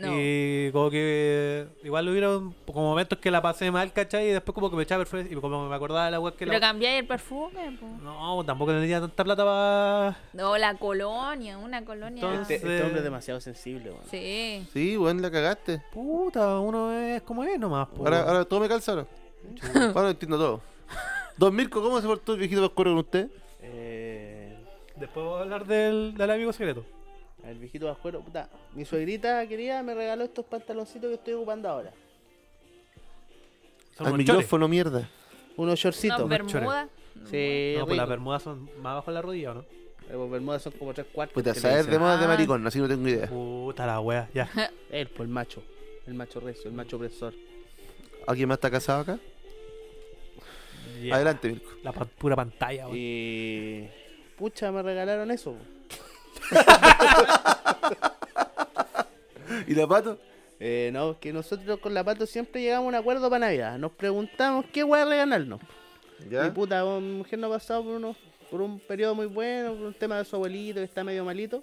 Speaker 5: No.
Speaker 2: Y como que igual hubieron como momentos que la pasé mal, ¿cachai? Y después como que me echaba perfume y como me acordaba de la agua que
Speaker 5: Pero
Speaker 2: la...
Speaker 5: cambiáis el perfume, po.
Speaker 2: No, pues, tampoco tenía tanta plata para...
Speaker 5: No, la colonia, una colonia.
Speaker 4: Este,
Speaker 2: Entonces-
Speaker 4: este hombre es demasiado sensible, weón.
Speaker 5: Sí.
Speaker 1: Sí, weón, la cagaste.
Speaker 2: Puta, uno es como es nomás, pues.
Speaker 4: Oh.
Speaker 1: Ahora, ahora todo me calza ahora. Ahora entiendo todo. Don Mirko, ¿cómo se portó el viejito oscuro con usted?
Speaker 4: Eh,
Speaker 2: Después voy a hablar del, del amigo secreto.
Speaker 4: el viejito vascuero, puta. Mi suegrita querida me regaló estos pantaloncitos que estoy ocupando ahora.
Speaker 2: Son
Speaker 1: Al
Speaker 2: unos chores.
Speaker 1: micrófono, mierda.
Speaker 4: Unos
Speaker 5: Una
Speaker 4: shortcitos.
Speaker 5: bermuda.
Speaker 4: sí,
Speaker 2: No, pues las
Speaker 4: rico.
Speaker 2: bermudas son más abajo de la rodilla, ¿o no?
Speaker 4: Eh, pues, bermudas son como tres cuartos.
Speaker 1: Puta,
Speaker 4: que le
Speaker 1: saber
Speaker 4: dicen.
Speaker 1: de moda de
Speaker 5: Ah.
Speaker 1: maricón, así no tengo idea.
Speaker 2: Puta la wea, ya.
Speaker 4: Él, pues el macho. El macho recio, el macho opresor.
Speaker 1: ¿Alguien más está casado acá?
Speaker 2: Ya.
Speaker 1: Adelante, Mirko.
Speaker 2: La pa- pura
Speaker 1: Ah,
Speaker 2: pantalla, wea.
Speaker 4: Y. Pucha, me regalaron eso. po.
Speaker 1: ¿Y la pato?
Speaker 4: Eh, no, es que nosotros con la pato siempre llegamos a un acuerdo para Navidad. Nos preguntamos qué weá regalarnos. Mi
Speaker 1: ¿Ya?
Speaker 4: puta, oh, mi mujer no ha pasado por, unos, por un periodo muy bueno, por un tema de su abuelito que está medio malito.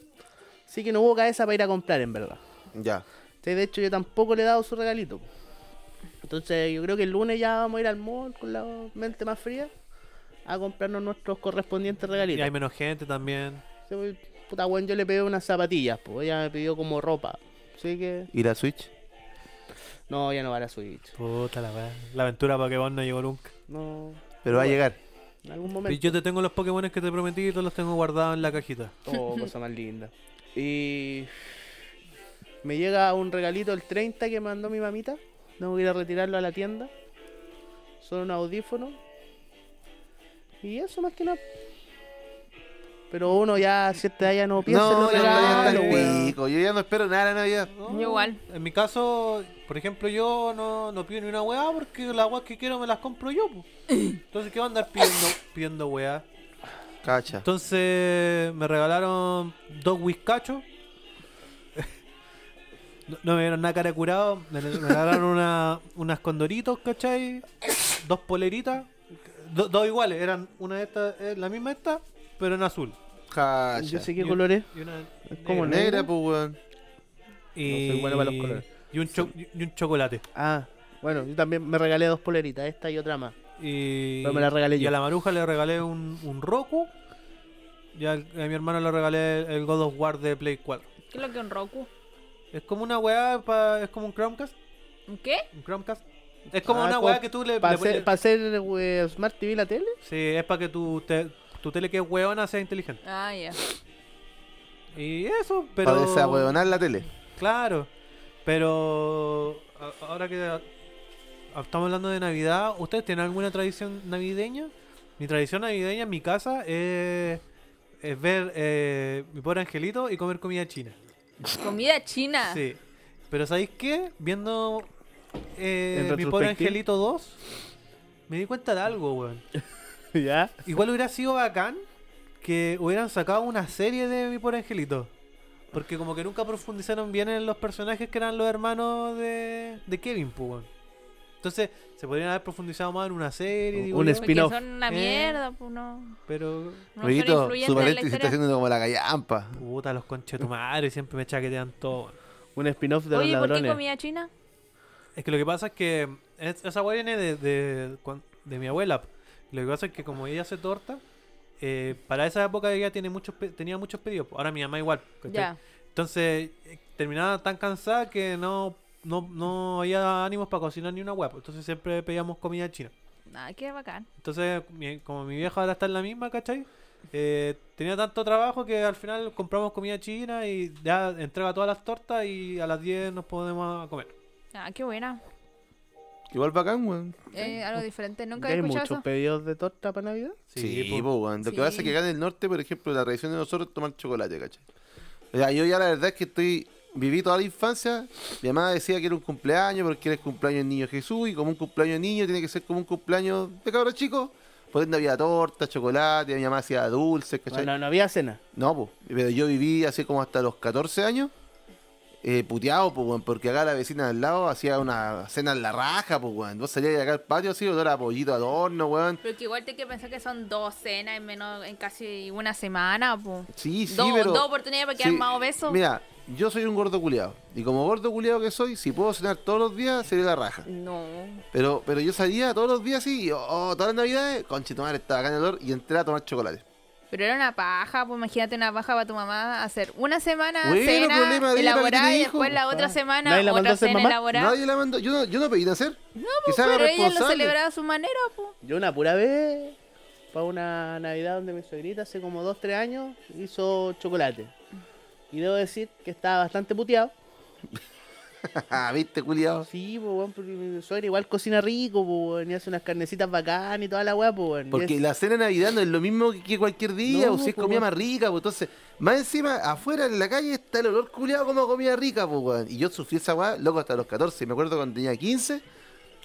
Speaker 4: Así que no hubo cabeza para ir a comprar, en verdad.
Speaker 1: Ya.
Speaker 4: Entonces, de hecho, yo tampoco le he dado su regalito. po. Entonces, yo creo que el lunes ya vamos a ir al mall con la mente más fría a comprarnos nuestros correspondientes
Speaker 2: Y
Speaker 4: regalitos.
Speaker 2: hay menos gente también.
Speaker 4: Sí, pues, Puta, weón, yo le pedí unas zapatillas, pues ella me pidió como ropa. Así que,
Speaker 1: ¿Y la Switch?
Speaker 4: no, ya no va a la Switch.
Speaker 2: Puta la wea. La aventura Pokémon no llegó nunca.
Speaker 4: No,
Speaker 1: Pero va a llegar.
Speaker 4: en algún
Speaker 2: Y
Speaker 4: momento.
Speaker 2: yo te tengo los Pokémon que te prometí y te los tengo guardados en la cajita.
Speaker 4: Oh, cosa más linda. Y me llega un regalito el 30 que mandó mi mamita. Tengo que ir a retirarlo a la tienda. Son unos audífonos. Y eso más que nada. Pero uno ya a cierta edad ya no piensa en
Speaker 1: No,
Speaker 4: los
Speaker 1: ya, ya está
Speaker 4: regalos,
Speaker 1: el
Speaker 4: weón.
Speaker 1: pico. Yo ya no espero nada de Navidad.
Speaker 5: Yo igual.
Speaker 2: En mi caso, por Por ejemplo, yo no, no pido ni una weá porque las weas que quiero me las compro yo. po. Entonces, ¿qué voy a andar pidiendo, pidiendo weá?
Speaker 1: Cacha.
Speaker 2: Entonces me regalaron dos whiskachos. No, no me dieron nada cara de curado. Me, me regalaron una, unas condoritos, ¿cachai? Dos poleritas. do- dos iguales. Eran una de estas, eh, la misma esta, pero en azul.
Speaker 1: Cacha.
Speaker 4: Yo sé qué
Speaker 2: Y-
Speaker 4: color es.
Speaker 2: Y una
Speaker 4: como
Speaker 2: negra.
Speaker 1: Negra, pues, weón.
Speaker 2: Y,
Speaker 4: No soy bueno para los colores.
Speaker 2: Y un, cho- y un chocolate.
Speaker 4: Ah, bueno, yo también me regalé dos poleritas, esta y otra más.
Speaker 2: Y,
Speaker 4: Pero me la regalé
Speaker 2: y
Speaker 4: yo.
Speaker 2: a la maruja le regalé un, un Roku. Y al- a mi hermano le regalé el God of War de Play 4.
Speaker 5: ¿Qué es lo que un Roku?
Speaker 2: Es como una weá, pa- es como un Chromecast.
Speaker 5: ¿Un ¿Qué?
Speaker 2: Un Chromecast. Es como
Speaker 4: Ah,
Speaker 2: una
Speaker 4: como
Speaker 2: weá que tú le,
Speaker 4: ¿Para
Speaker 2: le pones-
Speaker 4: hacer, pa' hacer, eh, Smart TV la tele?
Speaker 2: Sí, es para que tu, te- tu tele que es weona sea inteligente.
Speaker 5: Ah, ya.
Speaker 2: Y eso, pero.
Speaker 1: Para desahuevonar la tele.
Speaker 2: Claro. Pero. a- Ahora que a- estamos hablando de Navidad, ¿ustedes tienen alguna tradición navideña? Mi tradición navideña en mi casa es. es ver eh, mi pobre angelito y comer comida china.
Speaker 5: Comida china.
Speaker 2: Sí. Pero ¿sabéis qué? Viendo eh,
Speaker 4: En
Speaker 2: mi pobre
Speaker 4: retrospectiva.
Speaker 2: angelito 2, me di cuenta de algo, weón.
Speaker 4: ¿Ya?
Speaker 2: Igual hubiera sido bacán que hubieran sacado una serie de Mi Pobre Angelito. Porque como que nunca profundizaron bien en los personajes que eran los hermanos de, de Kevin, pues. weón. Entonces, se podrían haber profundizado más en una serie, digo
Speaker 4: Un
Speaker 2: yo,
Speaker 4: spin-
Speaker 5: Porque
Speaker 4: Spin-off.
Speaker 5: son una
Speaker 2: Eh.
Speaker 5: mierda, pues no.
Speaker 2: pero...
Speaker 5: No son
Speaker 1: Amiguito,
Speaker 5: influyentes
Speaker 1: su
Speaker 5: en la
Speaker 1: paréntesis se está
Speaker 5: historia.
Speaker 1: haciendo como la gallampa.
Speaker 2: Puta, los conches de tu madre siempre me chaquetean todo. weón.
Speaker 4: Un spin-off de
Speaker 5: Oye,
Speaker 4: los
Speaker 5: ¿por qué
Speaker 4: ladrones.
Speaker 5: comida china?
Speaker 2: Es que lo que pasa es que es- esa weá viene de, de, cuan- de mi abuela. Lo que pasa es que como ella hace torta, eh, para esa época ella tiene muchos, pe- tenía muchos pedidos. Ahora mi mamá igual. ¿cachai?
Speaker 5: Ya.
Speaker 2: Entonces, eh, terminaba tan cansada que no, no, no había ánimos para cocinar ni una hueá. pues, Entonces siempre pedíamos comida china.
Speaker 5: Ah, qué bacán.
Speaker 2: Entonces, mi- como mi vieja ahora está en la misma, ¿cachai? Eh, tenía tanto trabajo que al final compramos comida china y ya entrega todas las tortas y a las 10 nos podemos a comer.
Speaker 5: Ah, qué buena.
Speaker 1: Igual bacán, weón.
Speaker 5: Eh, algo diferente. Nunca
Speaker 4: ¿Ya
Speaker 5: he
Speaker 4: ¿Hay
Speaker 5: escuchado
Speaker 4: muchos
Speaker 5: eso.
Speaker 4: pedidos de torta para Navidad?
Speaker 1: Sí,
Speaker 2: po.
Speaker 1: pues, weón. Lo
Speaker 5: Sí.
Speaker 1: que pasa es que acá en el norte, por ejemplo, la tradición de nosotros es tomar chocolate, ¿cachai? O sea, yo ya la verdad es que estoy. Viví toda la infancia. Mi mamá decía que era un cumpleaños porque era el cumpleaños del niño Jesús. Y como un cumpleaños de niño, tiene que ser como un cumpleaños de cabros chicos. Por ende había torta, chocolate, mi mamá hacía dulces, ¿cachai?
Speaker 4: Bueno, no había cena.
Speaker 1: No, pues. Pero yo viví así como hasta los 14 años. eh, puteado, pues, weón, porque acá la vecina del lado hacía una cena en la raja, pues, weón. Vos salías de acá al patio así, olor a pollito al horno, weón.
Speaker 5: Pero que igual te hay que pensar que son dos cenas en menos, en casi una semana, pues.
Speaker 1: Sí, sí,
Speaker 5: dos,
Speaker 1: pero...
Speaker 5: dos oportunidades para quedar
Speaker 1: Sí,
Speaker 5: más obeso.
Speaker 1: Mira, yo soy un gordo culiado. Y como gordo culiado que soy, si puedo cenar todos los días, sería la raja.
Speaker 5: No.
Speaker 1: Pero, pero yo salía todos los días así, y, oh, todas las navidades, conchetumar, estaba acá en el olor y entré a tomar chocolate.
Speaker 5: Pero era una paja, pues imagínate una paja para tu mamá hacer una semana
Speaker 1: Bueno, problema
Speaker 5: cena
Speaker 1: de ella, ¿para qué
Speaker 5: elaborada
Speaker 1: te
Speaker 5: y
Speaker 1: dijo?
Speaker 5: después la otra semana
Speaker 4: pues, ¿Nadie la mandó a
Speaker 5: otra
Speaker 4: hacer
Speaker 5: cena
Speaker 4: mamá?
Speaker 5: elaborada.
Speaker 1: Nadie la mandó, yo no, yo no pedí nacer. No,
Speaker 5: pues, Pero ella lo celebraba a su manera, pues.
Speaker 4: Yo una pura vez, para una Navidad donde mi suegrita hace como 2, 3 años, hizo chocolate. Y debo decir que estaba bastante puteado.
Speaker 1: Ah, viste, culiado.
Speaker 4: Sí, pues, weón, porque mi suegra igual cocina rico, pues, weón, y hace unas carnecitas bacanas y toda la weá, pues, weón. Y
Speaker 1: Porque
Speaker 4: es-
Speaker 1: la cena de Navidad no es lo mismo que cualquier día,
Speaker 4: No,
Speaker 1: o si es
Speaker 4: pues,
Speaker 1: comida
Speaker 4: weón.
Speaker 1: más rica, pues entonces, más encima, afuera en la calle está el olor culiado como a comida rica, pues weón. Y yo sufrí esa weá, loco, hasta los 14, me acuerdo cuando tenía 15,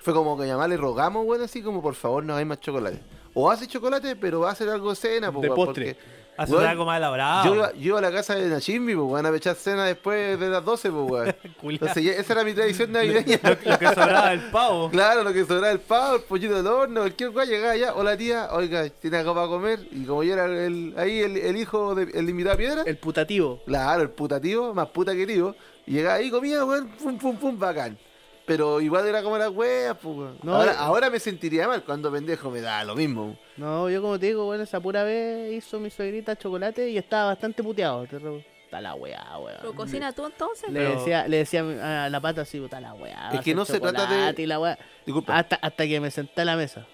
Speaker 1: fue como que a mi mamá le rogamos, weón, así como por favor no hagáis más chocolate. O hace chocolate, pero va a hacer algo de cena, pues
Speaker 4: De
Speaker 1: weón,
Speaker 4: postre. Ah.
Speaker 1: porque,
Speaker 2: Hacer
Speaker 1: weón,
Speaker 2: algo más elaborado.
Speaker 1: Yo iba, yo iba a la casa de Nachimbi, pues weón, a echar cena después de las 12, pues weón.
Speaker 2: Culiao.
Speaker 1: Entonces, ya- esa era mi tradición navideña.
Speaker 2: Lo que sobraba del pavo.
Speaker 1: Claro, lo que sobraba el pavo, el pollito del horno, cualquier weá, llegaba allá, hola tía, oiga, ¿tiene algo para comer? Y como yo era el, ahí el, el hijo del de, el invitado a piedra,
Speaker 4: El putativo.
Speaker 1: claro, el putativo, más puta que tío, y llegaba ahí, comía, weón, pum, pum, pum, bacán. Pero igual era como las weas, pues, weón.
Speaker 4: No,
Speaker 1: ahora,
Speaker 4: eh.
Speaker 1: ahora me sentiría mal cuando pendejo me da lo mismo.
Speaker 4: No, yo como te digo, weón, esa pura vez hizo mi suegrita chocolate y estaba bastante puteado. te re- Está la weá,
Speaker 5: ¿Lo
Speaker 4: weón.
Speaker 5: cocina tú entonces?
Speaker 4: Le
Speaker 2: Pero-
Speaker 4: decía, le decía a mi- a la pata así, puta la weá. va
Speaker 1: Es
Speaker 4: a
Speaker 1: que
Speaker 4: ser
Speaker 1: no se trata de-
Speaker 4: chocolate y la weá.
Speaker 1: Disculpa.
Speaker 4: Hasta, hasta que me senté a la mesa.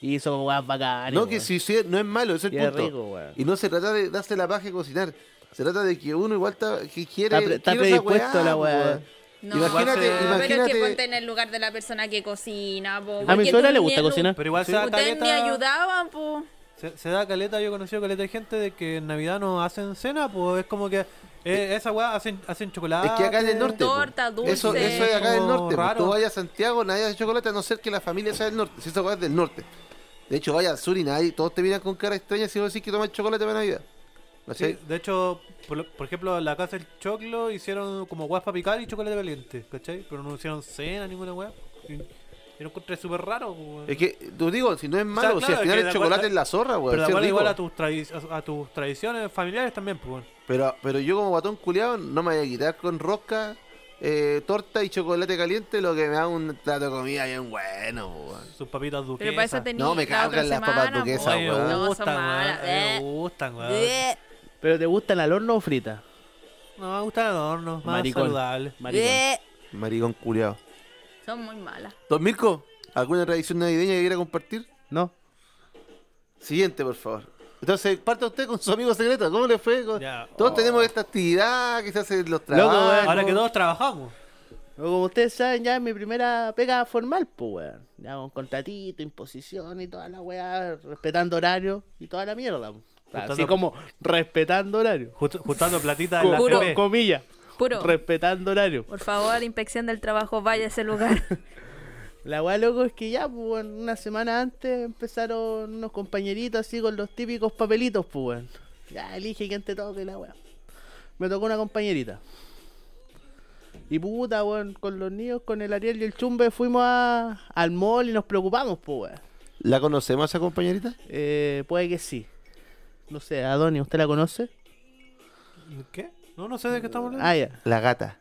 Speaker 4: Y hizo weas bacanas.
Speaker 1: no, que
Speaker 4: weón.
Speaker 1: si, si- no es malo, ese es
Speaker 4: Y
Speaker 1: el
Speaker 4: es
Speaker 1: punto.
Speaker 4: rico, weón.
Speaker 1: Y no se trata de darse la paja de cocinar, se trata de que uno igual está, que quiere.
Speaker 4: Está pre- está
Speaker 1: quiere esa
Speaker 4: predispuesto
Speaker 1: weá,
Speaker 4: la
Speaker 1: pues,
Speaker 4: weá.
Speaker 1: weón.
Speaker 5: No,
Speaker 1: Imagínate,
Speaker 5: pero es que
Speaker 1: imagínate-
Speaker 5: ponte en el lugar de la persona que cocina, po.
Speaker 4: A mi
Speaker 5: porque
Speaker 4: suegra
Speaker 5: tú
Speaker 4: le
Speaker 5: ni
Speaker 4: gusta
Speaker 5: el-
Speaker 4: cocinar.
Speaker 2: Pero igual
Speaker 1: Sí.
Speaker 2: se da
Speaker 5: Ustedes ni
Speaker 2: caleta-
Speaker 5: ayudaban, po.
Speaker 2: Se, se da caleta, yo he conocido caleta de gente de que en Navidad no hacen cena, pues es como que Eh, esa weá hacen, hacen chocolate.
Speaker 1: Es que acá en el norte. po.
Speaker 5: Torta, dulce.
Speaker 1: Eso, eso es acá en el
Speaker 2: Como
Speaker 1: norte. po.
Speaker 2: raro.
Speaker 1: Tú vayas a Santiago, nadie hace chocolate a no ser que la familia sea del norte. Si esa weá es del norte. De hecho, vaya al sur y nadie, todos te miran con cara extraña si vos decís que tomas chocolate para Navidad.
Speaker 2: Sí,
Speaker 1: ¿Cachai?
Speaker 2: de hecho, por, lo- por ejemplo, en la casa del choclo hicieron como guas para picar y chocolate caliente, ¿cachai? Pero no hicieron cena, ninguna weá. Y, y lo encontré súper raro, pues, weón.
Speaker 1: Es que, tú digo, si no es malo,
Speaker 2: claro,
Speaker 1: si al
Speaker 2: es
Speaker 1: final
Speaker 2: que
Speaker 1: el
Speaker 2: de
Speaker 1: chocolate
Speaker 2: acuerdo-
Speaker 1: es la zorra, weón.
Speaker 2: Pero de
Speaker 1: si es
Speaker 2: acuerdo igual
Speaker 1: rico.
Speaker 2: a tus, tradi- a, a tus tradiciones familiares también, pues, weón.
Speaker 1: Pero, pero yo como guatón culiado no me voy a quitar con rosca, eh, torta y chocolate caliente lo que me da un plato de comida bien bueno, po, weón.
Speaker 2: Sus papitas duquesas.
Speaker 5: Pero para eso tenía
Speaker 1: No, me
Speaker 5: la otra
Speaker 1: cargan las
Speaker 5: semana,
Speaker 1: papas
Speaker 5: po.
Speaker 1: duquesas,
Speaker 2: Oye,
Speaker 1: weón.
Speaker 2: me
Speaker 5: No,
Speaker 2: gustan,
Speaker 5: son
Speaker 2: weón,
Speaker 5: malas.
Speaker 2: me
Speaker 5: Eh.
Speaker 2: gustan, weón.
Speaker 5: Eh.
Speaker 4: Pero te gustan al horno o frita.
Speaker 2: No, me gustan adornos, más
Speaker 4: Maricón.
Speaker 2: saludables.
Speaker 4: Maricón.
Speaker 5: Eh.
Speaker 1: Maricón culiado.
Speaker 5: Son muy malas.
Speaker 1: Don Mirko, ¿alguna tradición navideña que quiera compartir?
Speaker 4: No.
Speaker 1: Siguiente, por favor. Entonces, parta usted con su amigo secreto. ¿Cómo le fue? Con-
Speaker 2: Ya. Oh.
Speaker 1: Todos tenemos esta actividad que se hace en los
Speaker 4: Loco, weón.
Speaker 1: trabajos.
Speaker 2: Ahora que todos trabajamos.
Speaker 4: O Como ustedes saben, ya es mi primera pega formal, pues, weón. Ya con contratito, imposición y toda la weá, respetando horario y toda la mierda. po. O sea, así
Speaker 2: Juntando-
Speaker 4: como respetando horario.
Speaker 2: Just- juntando platita en
Speaker 4: Con,
Speaker 2: la
Speaker 5: Puro.
Speaker 2: TV.
Speaker 4: comillas.
Speaker 5: Puro.
Speaker 4: Respetando horario.
Speaker 5: Por favor, inspección del trabajo, vaya a ese lugar.
Speaker 4: La weá, loco, es que ya, pues, weón, una semana antes empezaron unos compañeritos así con los típicos papelitos, pues, weón. Ya elige quién te toque la weá. Me tocó una compañerita. Y puta, weón, con los niños, con el Ariel y el Chumbe fuimos a- al mall y nos preocupamos, pues, weón.
Speaker 1: ¿La conocemos a esa compañerita?
Speaker 4: Eh, puede que sí. No sé, Adonis, ¿usted la conoce?
Speaker 2: ¿Qué? No, no sé de qué estamos hablando.
Speaker 4: Ah, ya.
Speaker 1: La gata.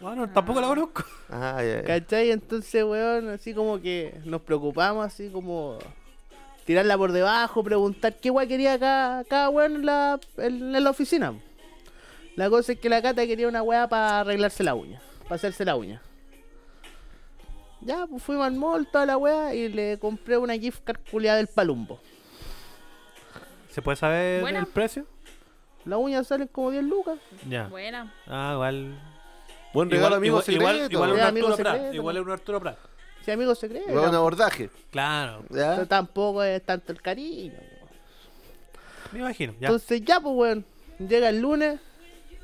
Speaker 2: Bueno, tampoco la conozco.
Speaker 1: Ah, ya, ya.
Speaker 4: ¿Cachai? Entonces, weón, así como que nos preocupamos, así como tirarla por debajo, preguntar qué weá quería cada, cada weón en la, en, en la oficina. La cosa es que la cata quería una weá para arreglarse la uña, para hacerse la uña. Ya, pues fuimos al mall, toda la weá, y le compré una gift card culiada del palumbo.
Speaker 2: ¿Se puede saber
Speaker 5: Buena.
Speaker 2: el precio?
Speaker 4: Las uñas salen como 10 lucas.
Speaker 2: Ya.
Speaker 5: Buena.
Speaker 2: Ah, igual.
Speaker 1: Buen regalo, amigo
Speaker 2: igual,
Speaker 1: secreto.
Speaker 2: igual, igual
Speaker 1: Igual,
Speaker 2: un
Speaker 4: Ya, amigo
Speaker 2: Arturo Prat.
Speaker 4: secreto.
Speaker 2: Igual es un Arturo Prat.
Speaker 4: Si amigos se creen.
Speaker 1: un abordaje.
Speaker 2: Claro,
Speaker 1: ¿ya?
Speaker 4: Pero tampoco es tanto el cariño. weón.
Speaker 2: me imagino. Ya.
Speaker 4: Entonces ya, pues, weón. Llega el lunes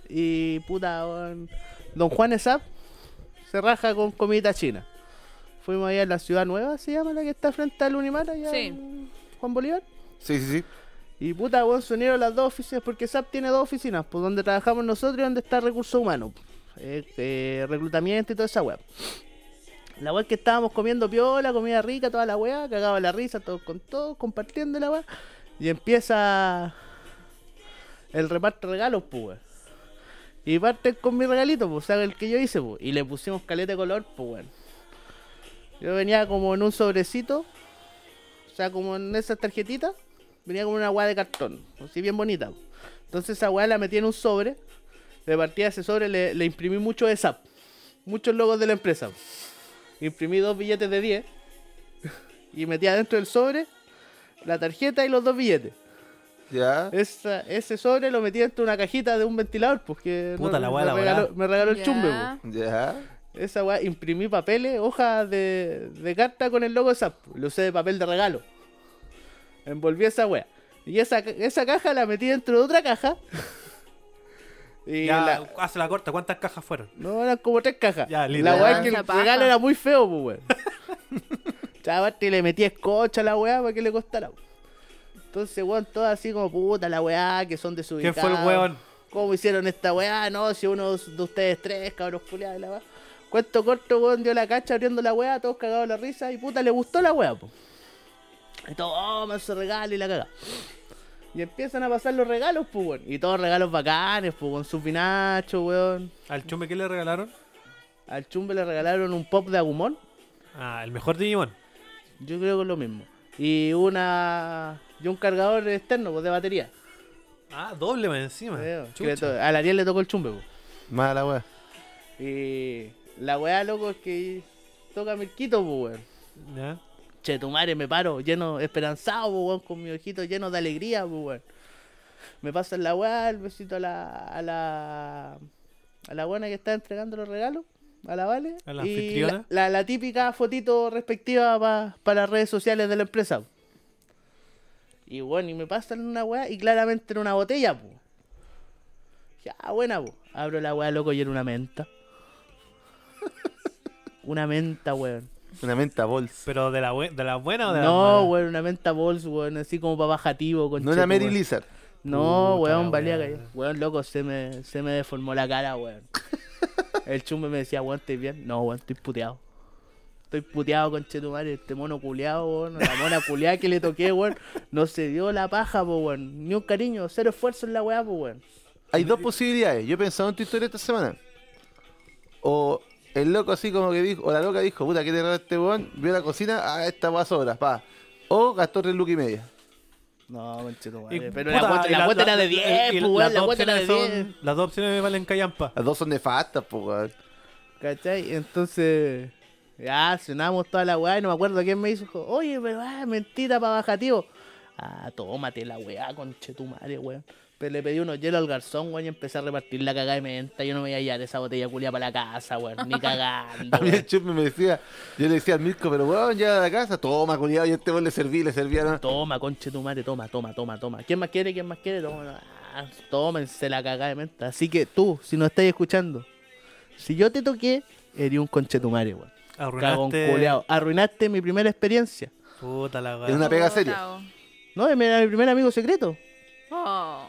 Speaker 4: y puta, weón. Don Juan Esap se raja con comida china. Fuimos ahí a la ciudad nueva, se llama la que está frente al Unimar, allá
Speaker 5: Sí.
Speaker 4: en Juan Bolívar.
Speaker 1: Sí, sí, sí.
Speaker 4: Y puta, weón, se unieron las dos oficinas, porque SAP tiene dos oficinas, pues donde trabajamos nosotros y donde está recursos humanos. eh, eh, reclutamiento y toda esa weá. La weá es que estábamos comiendo piola, comida rica, toda la weá, cagaba la risa, todos con todos, compartiendo la weá. Y empieza el reparto de regalos, pues weón. Y parte con mi regalito, pues, o sea, el que yo hice, pues. Y le pusimos caleta de color, pues weón. Yo venía como en un sobrecito, o sea, como en esas tarjetitas venía como una guada de cartón, así bien bonita. Entonces esa guada la metí en un sobre, de partida de ese sobre le, le imprimí mucho de SAP, muchos logos de la empresa. Imprimí dos billetes de 10 y metí adentro del sobre la tarjeta y los dos billetes.
Speaker 1: Ya.
Speaker 2: Eh.
Speaker 4: Esa- ese sobre lo metí dentro de una cajita de un ventilador, porque
Speaker 2: Puta, la guada
Speaker 4: me,
Speaker 2: elaborada.
Speaker 4: regaló, me regaló el
Speaker 5: Ya.
Speaker 4: chumbe. po.
Speaker 1: Ya.
Speaker 4: Esa weá, imprimí papeles, hojas de, de carta con el logo de SAP. Lo usé de papel de regalo. Envolví esa weá. Y esa, ca- esa caja la metí dentro de otra caja. Y
Speaker 2: Ya,
Speaker 4: la-
Speaker 2: hace la corta. ¿Cuántas cajas fueron?
Speaker 4: no, eran como tres cajas.
Speaker 2: Ya, listo.
Speaker 4: la weá es
Speaker 5: Ya,
Speaker 4: que
Speaker 5: esa
Speaker 4: el
Speaker 5: paja.
Speaker 4: regalo era muy feo, pues weón. Chaval, te le metí escocha a la weá para que le costara. Entonces, weón, todo así como puta la weá, que son de su
Speaker 2: ¿Quién fue el huevón?
Speaker 4: ¿Cómo hicieron esta weá? No, si uno de ustedes tres, cabros culiados, la weá. Cuento corto, weón, dio la cacha abriendo la weá, todos cagados de la risa, y puta, le gustó la weá, po. Y todo, oh, me hace regalo y la caga. Y empiezan a pasar los regalos, pues, weón. Y todos regalos bacanes, pues, con su pinacho, weón.
Speaker 2: ¿Al chume que le regalaron?
Speaker 4: Al chumbe le regalaron un pop de agumón.
Speaker 2: Ah, el mejor Digimon.
Speaker 4: Yo creo que es lo mismo. Y una. Y un cargador externo, pues, de batería.
Speaker 2: Ah, doble más encima.
Speaker 4: Creo. Que
Speaker 2: Chucha.
Speaker 4: le to- Al Ariel le tocó el chumbe, pues.
Speaker 1: Mala, weá.
Speaker 4: Y la weá, loco, es que toca Mirquito, po, weón.
Speaker 2: Ya.
Speaker 4: Che, tu madre, me paro lleno, esperanzado, po, weón, con mi ojito lleno de alegría, po, weón. Me pasan la weá, el besito a la, a la, a la buena que está entregando los regalos, a la Vale.
Speaker 2: A la
Speaker 4: y
Speaker 2: anfitriona.
Speaker 4: la, la, la típica fotito respectiva pa- para las redes sociales de la empresa. Y bueno, y me pasan una weá, y claramente en una botella, po. Dije, Ya, buena, po. Abro la weá, loco, y era una menta. una menta, weón.
Speaker 1: Una menta bols.
Speaker 2: Pero de la, bue- de la buena o de la
Speaker 4: No, weón, una menta bols, weón, así como para bajativo. Con
Speaker 1: No una Mary Lizard.
Speaker 4: No,
Speaker 2: Puta la
Speaker 4: weón, valía
Speaker 2: weá.
Speaker 4: que Weón, loco, se me, se me deformó la cara, weón. El chumbe me decía, weón, ¿estás bien? No, weón, estoy puteado. Estoy puteado, conchetumare, este mono culeado, weón. La mona culeada que le toqué, weón. No se dio la paja, po, weón. Ni un cariño, cero esfuerzo en la weá, po, weón.
Speaker 1: Hay dos posibilidades. Yo he pensado en tu historia esta semana. O el loco así como que dijo, o la loca dijo, puta, qué terror este weón, vio la cocina, ah, esta va sobra, pa. O gastó tres lucas y media.
Speaker 4: No,
Speaker 2: Y,
Speaker 4: conchetumare. Pero
Speaker 2: puta,
Speaker 4: la cuota,
Speaker 2: y
Speaker 4: la
Speaker 2: las
Speaker 4: cuota
Speaker 2: dos-
Speaker 4: era de
Speaker 2: y-
Speaker 4: 10,
Speaker 2: y las
Speaker 4: po, weón. La
Speaker 2: dos
Speaker 4: cuota era de
Speaker 2: opciones
Speaker 4: 10.
Speaker 2: son- Las dos opciones me valen callampa.
Speaker 1: Las dos son nefastas, po, weón.
Speaker 4: ¿Cachai? Entonces, ya cenamos toda la weá y no me acuerdo quién me hizo. dijo, Oye, pero ah, mentira para bajativo. Ah, tómate la weá, conchetumare, weón. Pero le pedí unos hielos al garzón, weón, y empecé a repartir la cagada de menta. Yo no me iba a llevar esa botella culia para la casa, weón. Ni cagando,
Speaker 1: A mí
Speaker 4: weón.
Speaker 1: el chupi me decía, yo le decía al Mirko, pero weón, ya a la casa, toma, culiado, y a este weón le serví, le servía. ¿no?
Speaker 4: Toma, conchetumare, toma, toma, toma, toma. ¿Quién más quiere? ¿Quién más quiere? Toma, ah, tómense la cagada de menta. Así que tú, si no estáis escuchando, si yo te toqué, eres un conchetumare, weón. Cagón
Speaker 2: Arruinaste.
Speaker 4: culeado. Arruinaste mi primera experiencia.
Speaker 2: Puta la
Speaker 1: Es
Speaker 2: weá.
Speaker 1: una pega
Speaker 5: Puta,
Speaker 1: seria.
Speaker 5: oh.
Speaker 4: No, era mi primer amigo secreto.
Speaker 5: Oh,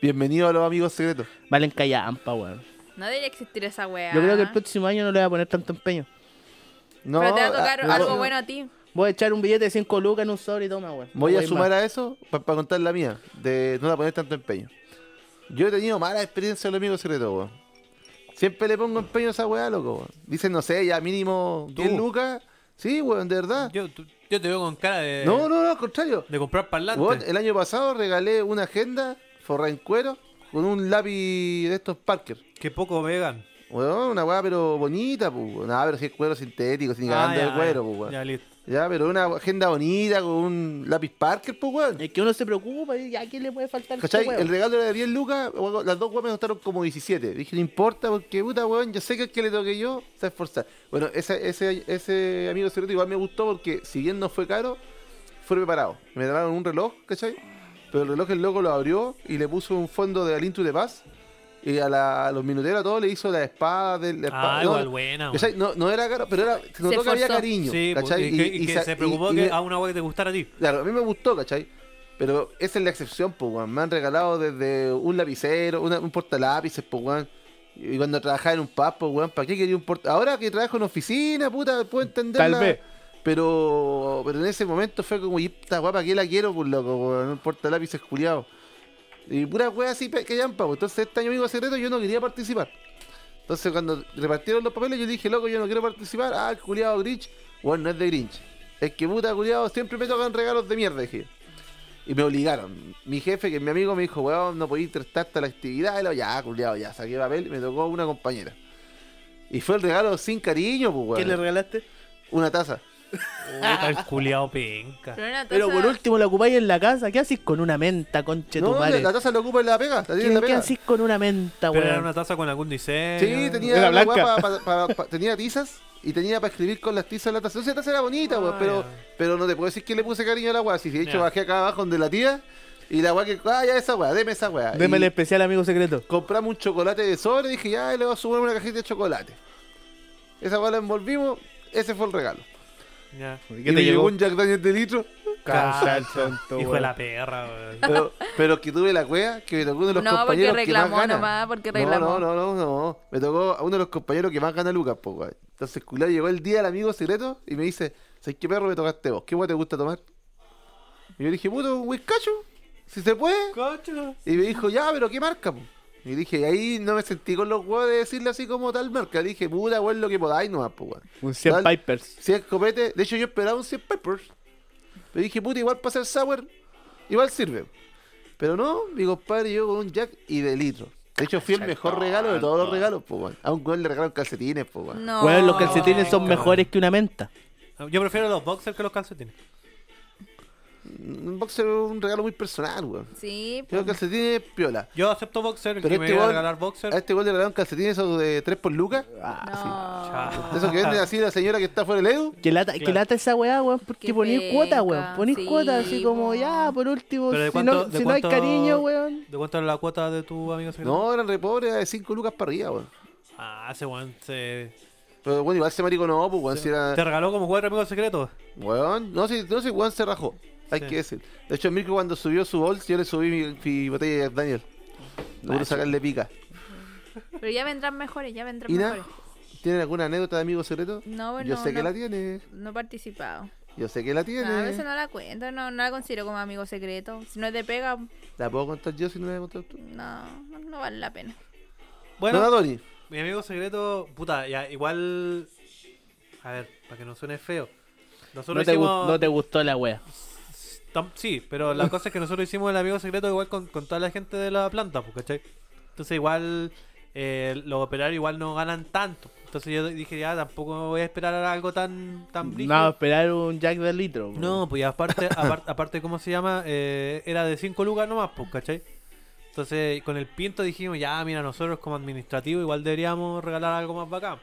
Speaker 1: Bienvenido a los amigos secretos.
Speaker 4: Valen callampa, weón.
Speaker 5: No debería existir esa wea.
Speaker 4: Yo creo que el próximo año no le voy a poner tanto empeño.
Speaker 1: No,
Speaker 5: Pero te va a tocar
Speaker 1: ah,
Speaker 5: algo
Speaker 1: voy-
Speaker 5: bueno a ti.
Speaker 4: Voy a echar un billete de 5 lucas en un sobre y toma, weón.
Speaker 1: Voy
Speaker 4: No
Speaker 1: a sumar a eso para contar la mía, de no la poner tanto empeño. Yo he tenido mala experiencia de los amigos secretos, weón. Siempre le pongo empeño a esa weá, loco, weón. Dicen, no sé, ya mínimo 10 lucas. Sí, weón, de verdad.
Speaker 2: Yo, eh, tú- yo te veo con cara de,
Speaker 1: no, no, no, al contrario.
Speaker 2: de comprar parlante.
Speaker 1: Weón, el año pasado regalé una agenda forra en cuero con un lápiz de estos Parker.
Speaker 2: Que poco vegan.
Speaker 1: Weón, una weá pero bonita, pues. weón. Nada, pero si es cuero sintético, sin
Speaker 2: Ah,
Speaker 1: ganando
Speaker 2: ya,
Speaker 1: de cuero,
Speaker 2: ya,
Speaker 1: pues, weón.
Speaker 2: Ya,
Speaker 1: Ya.
Speaker 2: listo.
Speaker 1: pero una agenda bonita con un lápiz Parker, pues, weón.
Speaker 4: más. Es que uno se preocupa y ¿a quién le puede faltar
Speaker 1: ¿Cachai?
Speaker 4: este weón?
Speaker 1: El regalo era de 10 lucas, weón, las dos weas me costaron como 17. Dije, no importa, porque puta weón, yo sé que el que le toque yo se va a esforzar. Bueno, ese, ese, ese amigo secreto igual me gustó porque si bien no fue caro, fue preparado. Me regalaron un reloj, ¿cachai? Pero el reloj el loco lo abrió y le puso un fondo de Alintu de Paz. Y a, la- a los minuteros a todos le hizo la espada del... la espada-
Speaker 2: Ah,
Speaker 1: no,
Speaker 2: igual buena. weón.
Speaker 1: ¿cachai? No, no era caro, pero era, se notó que había
Speaker 5: esforzó.
Speaker 1: cariño.
Speaker 2: Sí, pues,
Speaker 1: ¿cachai?
Speaker 2: y, que- y que se,
Speaker 1: sa-
Speaker 2: preocupó
Speaker 1: y-
Speaker 2: que
Speaker 1: y-
Speaker 2: a una wea que te gustara a ti.
Speaker 1: Claro, a mí me gustó, ¿cachai? Pero esa es la excepción, pues, weón. Me han regalado desde un lapicero, una- un portalápices, pues, weón. Y cuando trabajaba en un pub, pues, weón, ¿para qué quería un porta... Ahora que trabajo en oficina, puta, puedo entenderla.
Speaker 4: Tal vez.
Speaker 1: Pero, pero en ese momento fue como, y esta guapa, ¿qué la quiero, pues, loco, weón? Un portalápices culiado. Y pura wea así pe- que llampa, pues. Entonces, este año amigo secreto yo no quería participar. Entonces, cuando repartieron los papeles, yo dije, loco, yo no quiero participar. Ah, el culiado Grinch. Bueno, no es de Grinch. Es que puta, culiado, siempre me tocan regalos de mierda, dije. Y me obligaron. Mi jefe, que es mi amigo, me dijo, weón, no podéis estar hasta la actividad. Y lo, ya, culiado, ya. Saqué papel y me tocó una compañera. Y fue el regalo sin cariño, pues,
Speaker 4: ¿Qué
Speaker 1: weón.
Speaker 4: le regalaste?
Speaker 1: Una taza.
Speaker 2: Puta, el culiao penca.
Speaker 5: Pero, una
Speaker 4: Pero
Speaker 5: taza-
Speaker 4: por último la ocupáis en la casa. ¿Qué hacís con una
Speaker 1: No,
Speaker 4: menta,
Speaker 1: la,
Speaker 4: conchetumare?
Speaker 1: la taza la ocupa en la pega. La tiene en
Speaker 4: ¿Qué,
Speaker 1: la
Speaker 4: qué
Speaker 1: pega.
Speaker 4: hacís con una menta,
Speaker 2: Pero era una
Speaker 4: weón?
Speaker 2: taza con algún diseño.
Speaker 1: Sí, tenía
Speaker 4: Era
Speaker 1: una
Speaker 4: blanca.
Speaker 1: weá pa- pa- pa- pa- tenía tizas y tenía para escribir con las tizas la taza. Entonces la taza era bonita,
Speaker 2: Ah,
Speaker 1: weón, pero,
Speaker 2: ya.
Speaker 1: pero no te puedo decir que le puse cariño a la weá. Si de hecho
Speaker 2: Ya.
Speaker 1: bajé acá abajo donde la tía y la weá que, ah, ya esa weá, deme esa weá.
Speaker 4: Deme
Speaker 1: Y
Speaker 4: el especial, amigo secreto.
Speaker 1: compramos un chocolate de sobre y dije, ya le voy a sumar una cajita de chocolate. Esa weá la envolvimos, ese fue el regalo.
Speaker 2: Ya.
Speaker 1: y me llegó un Jack Daniel de litro.
Speaker 2: Hijo de la perra, weón.
Speaker 1: Pero, pero que tuve la cueva que me tocó uno de los
Speaker 5: No, porque
Speaker 1: compañeros que más
Speaker 5: reclamó
Speaker 1: gana.
Speaker 5: nomás, porque
Speaker 1: No,
Speaker 5: reclamó.
Speaker 1: No, no, no, no. Me tocó a uno de los compañeros que más gana Lucas, po, weón. Entonces, culiao, llegó el día del amigo secreto y me dice, ¿sabes qué perro me tocaste vos? ¿Qué weá te gusta tomar? Y yo le dije, puto, un whiskacho, si se puede.
Speaker 2: Cocho.
Speaker 1: Y me dijo, ya, pero ¿qué marca, po? Y dije, y ahí no me sentí con los huevos de decirle así como tal marca. Le dije, puta, weón, lo que podáis nomás, po, weón.
Speaker 4: Un 100
Speaker 1: Tal-
Speaker 4: Pipers.
Speaker 1: 100 copetes. De hecho, yo esperaba un 100 peppers. Pero dije, puta, igual para hacer sour, igual sirve. Pero no, mi compadre llegó con un jack y de litro. De hecho, fue el mejor regalo de todos los regalos, pues, weón. A un weón le regalaron calcetines, pues, weón.
Speaker 5: No.
Speaker 4: Weón, los calcetines son
Speaker 2: Cabrón.
Speaker 4: mejores que una menta.
Speaker 2: Yo prefiero los boxers que los calcetines.
Speaker 1: Un boxer es un regalo muy personal, weón.
Speaker 5: Sí,
Speaker 1: Creo que
Speaker 5: pues,
Speaker 1: el calcetín es piola.
Speaker 2: Yo acepto boxer, el
Speaker 1: Pero
Speaker 2: que me
Speaker 1: este
Speaker 2: iba a
Speaker 1: weón-
Speaker 2: regalar boxer.
Speaker 1: A este gol le regalaron calcetines esos de 3 por lucas. Ah,
Speaker 5: no.
Speaker 2: Chao.
Speaker 1: De Esos que vende así la señora que está fuera del EU.
Speaker 4: Que lata,
Speaker 2: Claro.
Speaker 4: que lata esa weá, weón, porque
Speaker 5: Qué
Speaker 4: ponís cuota,
Speaker 5: penca,
Speaker 4: weón. Ponís
Speaker 5: sí,
Speaker 4: cuota, así como,
Speaker 5: po.
Speaker 4: ya, por último,
Speaker 2: Pero ¿de
Speaker 4: si,
Speaker 2: cuánto-
Speaker 4: no,
Speaker 2: de
Speaker 4: si no hay
Speaker 2: cuánto-
Speaker 4: cariño, weón.
Speaker 2: ¿De cuánto era la cuota de tu amigo secreto?
Speaker 1: No, eran re pobres, de 5 lucas para arriba, weón.
Speaker 2: Ah, ese weón se...
Speaker 1: Pero bueno, igual se marico no, pues, weón, si era...
Speaker 2: Te regaló como cuatro amigos secretos.
Speaker 1: Weón, no sé, no sé, weón se rajó. Hay
Speaker 2: Sí.
Speaker 1: que decir. De hecho, el Mirko cuando subió su bols, yo le subí mi, mi botella de Daniel. Logro sacarle pica.
Speaker 5: Pero ya vendrán mejores, ya vendrán
Speaker 1: Ina,
Speaker 5: mejores.
Speaker 1: ¿tienen alguna anécdota de amigo secreto?
Speaker 5: No, bueno,
Speaker 1: yo sé
Speaker 5: no,
Speaker 1: que la tiene.
Speaker 5: no he participado.
Speaker 1: Yo sé que la tiene.
Speaker 5: No, a veces no la cuento, no, no la considero como amigo secreto. Si no es de pega,
Speaker 1: ¿La puedo contar yo si no la he contado tú?
Speaker 5: no, no vale la pena.
Speaker 2: Bueno,
Speaker 1: no, Doni.
Speaker 2: mi amigo secreto... Puta, ya, igual... A ver, para que no suene feo. Nosotros
Speaker 4: No te,
Speaker 2: hicimos...
Speaker 4: gu- no te gustó la weá.
Speaker 2: Tam- Sí, pero la cosa es que nosotros hicimos el amigo secreto igual con, con toda la gente de la planta, pues, ¿cachai? Entonces igual eh, los operarios igual no ganan tanto. Entonces yo dije, ya, tampoco me voy a esperar a algo tan, tan
Speaker 4: No,
Speaker 2: brígido.
Speaker 4: esperar un jack del litro. weón.
Speaker 2: No, pues y aparte, apar- aparte, ¿cómo se llama? Eh, era de 5 lucas nomás, pues, ¿cachai? Entonces con el pinto dijimos, ya, mira, nosotros como administrativo igual deberíamos regalar algo más bacán.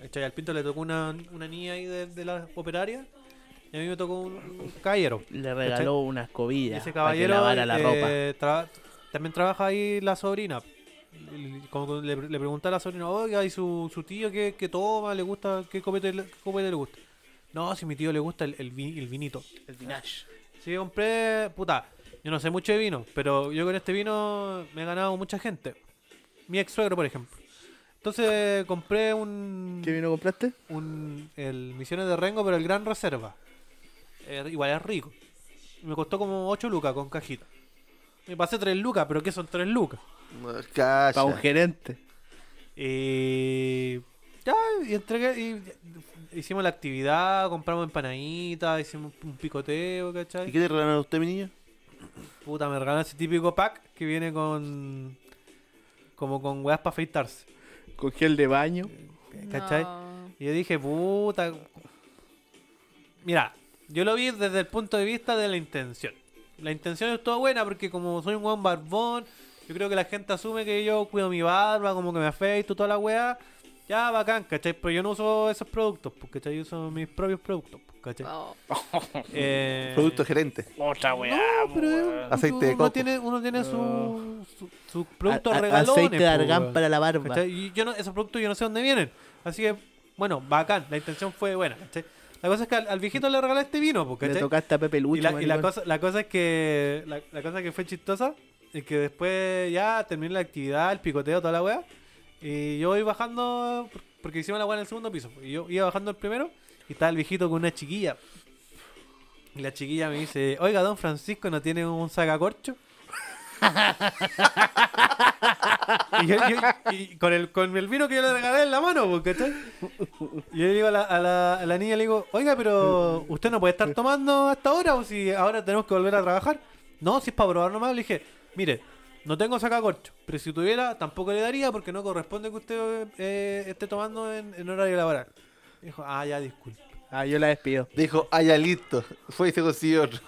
Speaker 2: ¿Cachai? Al pinto le tocó una, una niña ahí de, de la operaria y a mí me tocó un, un caballero.
Speaker 4: Le regaló una escobilla.
Speaker 2: Ese
Speaker 4: Para
Speaker 2: caballero
Speaker 4: que lavara la ropa.
Speaker 2: eh, tra- también trabaja ahí la sobrina. Y- y Como que le, le pregunté a la sobrina, oiga, ¿y su, su tío qué, qué toma? ¿Le gusta? ¿Qué copete, le- qué copete le gusta? No, si mi tío le gusta el, el, vi- el vinito.
Speaker 4: El vinage.
Speaker 2: Sí, compré, puta, yo no sé mucho de vino, pero yo con este vino me he ganado mucha gente. Mi ex suegro, por ejemplo. Entonces compré un
Speaker 4: ¿Qué vino compraste?
Speaker 2: un, el Misiones de Rengo, pero el Gran Reserva. Eh, igual es rico. Y Me costó como 8 lucas con cajita. Me pasé 3 lucas, pero ¿qué son 3 lucas?
Speaker 1: Calla.
Speaker 4: Para un gerente.
Speaker 2: Y. Ya, y entregué. Y, hicimos la actividad, compramos empanaditas, hicimos un picoteo,
Speaker 1: ¿Y
Speaker 2: ¿cachai?
Speaker 1: qué te regalaron a usted, mi niño?
Speaker 2: Puta, me regalaron ese típico pack que viene con. Como con weas para afeitarse.
Speaker 4: Con gel de baño.
Speaker 2: Eh, ¿Cachai?
Speaker 5: No.
Speaker 2: Y yo dije, puta. Mira, yo lo vi desde el punto de vista de la intención. La intención estuvo buena porque como soy un buen barbón, yo creo que la gente asume que yo cuido mi barba, como que me afeito, toda la weá. Ya, bacán, ¿cachai? Pero yo no uso esos productos, pues, ¿cachai? Yo uso mis propios productos, pues, ¿cachai?
Speaker 5: Oh,
Speaker 2: Eh,
Speaker 1: Producto gerente.
Speaker 4: Otra weá.
Speaker 2: no, pero uno-
Speaker 1: Aceite de
Speaker 2: uno
Speaker 1: coco.
Speaker 2: tiene, uno tiene su, su, su producto
Speaker 4: A- a-
Speaker 2: regalones,
Speaker 4: Aceite de
Speaker 2: pues,
Speaker 4: argán
Speaker 2: weón.
Speaker 4: para la barba.
Speaker 2: ¿Cachai? Y yo no, esos productos yo no sé dónde vienen. Así que, bueno, bacán, la intención fue buena, ¿cachai? La cosa es que al, al viejito le regalé este vino, porque
Speaker 4: Le tocaste a Pepe Lucho.
Speaker 2: y la, y la
Speaker 4: maricón.
Speaker 2: cosa, la cosa es que la, la cosa que fue chistosa es que después ya terminé la actividad, el picoteo, toda la weá. Y yo iba bajando, por- porque hicimos la weá en el segundo piso. Y yo iba bajando el primero y estaba el viejito con una chiquilla. Y la chiquilla me dice, oiga, don Francisco, ¿no tiene un sacacorcho? y yo, yo- y con, el, con el vino que yo le regalé en la mano, pues, ¿cachai? Y yo le digo a la, a, la, a la niña, le digo, oiga, pero usted no puede estar tomando hasta ahora, o si ahora tenemos que volver a trabajar. No, si es para probar nomás, le dije, mire, no tengo sacacorcho, pero si tuviera tampoco le daría porque no corresponde que usted eh, esté tomando en, en horario laboral. Dijo, ah, ya, disculpe.
Speaker 4: Ah, yo la despido.
Speaker 1: Dijo, ah, ya listo. Fue y se consiguió otro.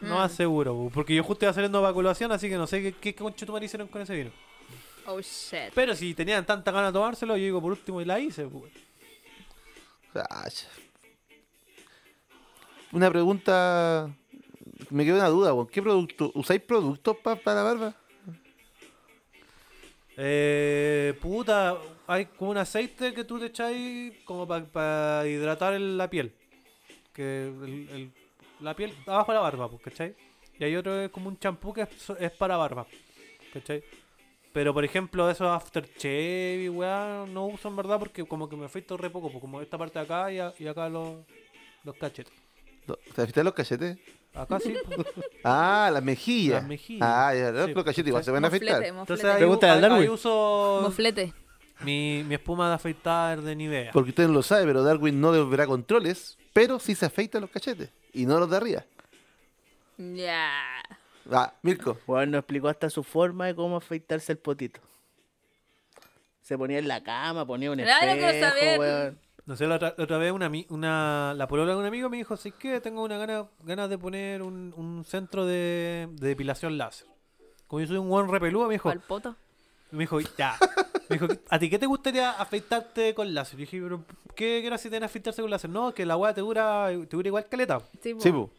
Speaker 2: No aseguro, bu, porque yo justo iba saliendo de evacuación, así que no sé qué, qué concha tu madre hicieron con ese vino.
Speaker 5: oh shit.
Speaker 2: Pero si tenían tanta ganas de tomárselo, yo digo, por último, y la hice. bu.
Speaker 1: Ah, ya. Una pregunta. Me quedó una duda, weón. ¿Qué producto? ¿Usáis productos pa- para la barba?
Speaker 2: Eh, puta, hay como un aceite que tú te echáis como para hidratar el- la piel. Que el- el- la piel abajo de la barba, pues, ¿cachai? Y hay otro que es como un champú que es, so- es para barba, ¿cachai? Pero por ejemplo, esos aftershave y weá, no uso en verdad porque como que me afecto re poco, pues como esta parte de acá y, a- y acá los, los cachetes.
Speaker 1: No, ¿Te afectan los cachetes?
Speaker 2: Acá sí. pues.
Speaker 1: Ah, las mejillas.
Speaker 2: Las mejillas.
Speaker 1: Ah, ya, los
Speaker 2: Sí,
Speaker 1: los cachetes igual
Speaker 2: ¿cachai?
Speaker 1: se van a
Speaker 5: Moflete,
Speaker 1: afectar.
Speaker 2: Entonces
Speaker 5: moflete.
Speaker 2: ahí, u-
Speaker 4: Pregúntale al
Speaker 2: ahí- ahí
Speaker 4: Darwin.
Speaker 2: uso
Speaker 5: Moflete.
Speaker 2: mi, mi espuma de afeitar de Nivea.
Speaker 1: Porque usted no lo sabe, pero Darwin no devolverá controles, pero sí se afeita los cachetes. Y no los de arriba.
Speaker 5: Ya.
Speaker 1: Ah, Mirko.
Speaker 4: Bueno, nos explicó hasta su forma de cómo afeitarse el potito. Se ponía en la cama, ponía un
Speaker 5: Claro,
Speaker 4: espejo,
Speaker 5: quiero saber.
Speaker 4: weón.
Speaker 2: No sé, la otra, la otra vez una, ami- una, la polola de un amigo me dijo, sí que tengo una gana, ganas de poner un, un centro de, de depilación láser. Como yo soy un buen repeludo, me dijo,
Speaker 5: Pa'l poto.
Speaker 2: me dijo, ya. Me dijo, ¿a ti qué te gustaría afeitarte con láser? Yo dije, pero ¿qué gracia tiene afeitarse con láser? No, que la weá te dura, te dura igual caleta.
Speaker 5: Sí, po.
Speaker 1: Sí, po.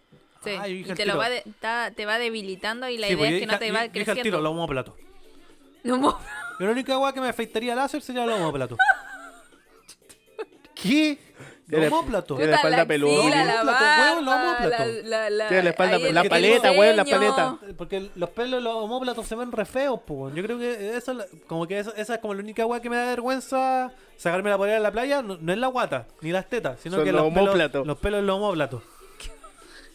Speaker 5: Sí,
Speaker 2: Ah, yo dije
Speaker 5: y
Speaker 2: al
Speaker 5: te, lo
Speaker 2: tiro.
Speaker 5: va de- ta- te va debilitando y la
Speaker 2: Sí,
Speaker 5: idea
Speaker 2: pues,
Speaker 5: es
Speaker 2: yo
Speaker 5: que
Speaker 2: dije-
Speaker 5: no te
Speaker 2: yo-
Speaker 5: va
Speaker 2: yo dije al
Speaker 5: creciendo.
Speaker 2: tiro, lo vamos a plato.
Speaker 5: No, mo-
Speaker 2: Yo la única weá que me afeitaría láser sería el homóplato.
Speaker 1: ¿Qué?
Speaker 2: El homóplato.
Speaker 5: puta,
Speaker 4: la espalda
Speaker 5: axila,
Speaker 4: peluda.
Speaker 5: la
Speaker 2: Homóplato,
Speaker 5: barba,
Speaker 2: hueón, lo homóplato.
Speaker 5: la- la- la-
Speaker 4: Tiene la espalda-
Speaker 5: ahí el
Speaker 4: la paleta, hueón, la
Speaker 5: diseño.
Speaker 4: paleta.
Speaker 2: Porque los pelos de los homóplatos se ven re feos, po. weón. Yo creo que eso, es la- como que eso- esa es como la única weá que me da vergüenza sacarme la polera en la playa. No, no es la guata, ni las tetas, sino
Speaker 4: Son
Speaker 2: que
Speaker 4: los
Speaker 2: Pelos,
Speaker 4: homóplatos.
Speaker 2: los pelos de los homóplatos.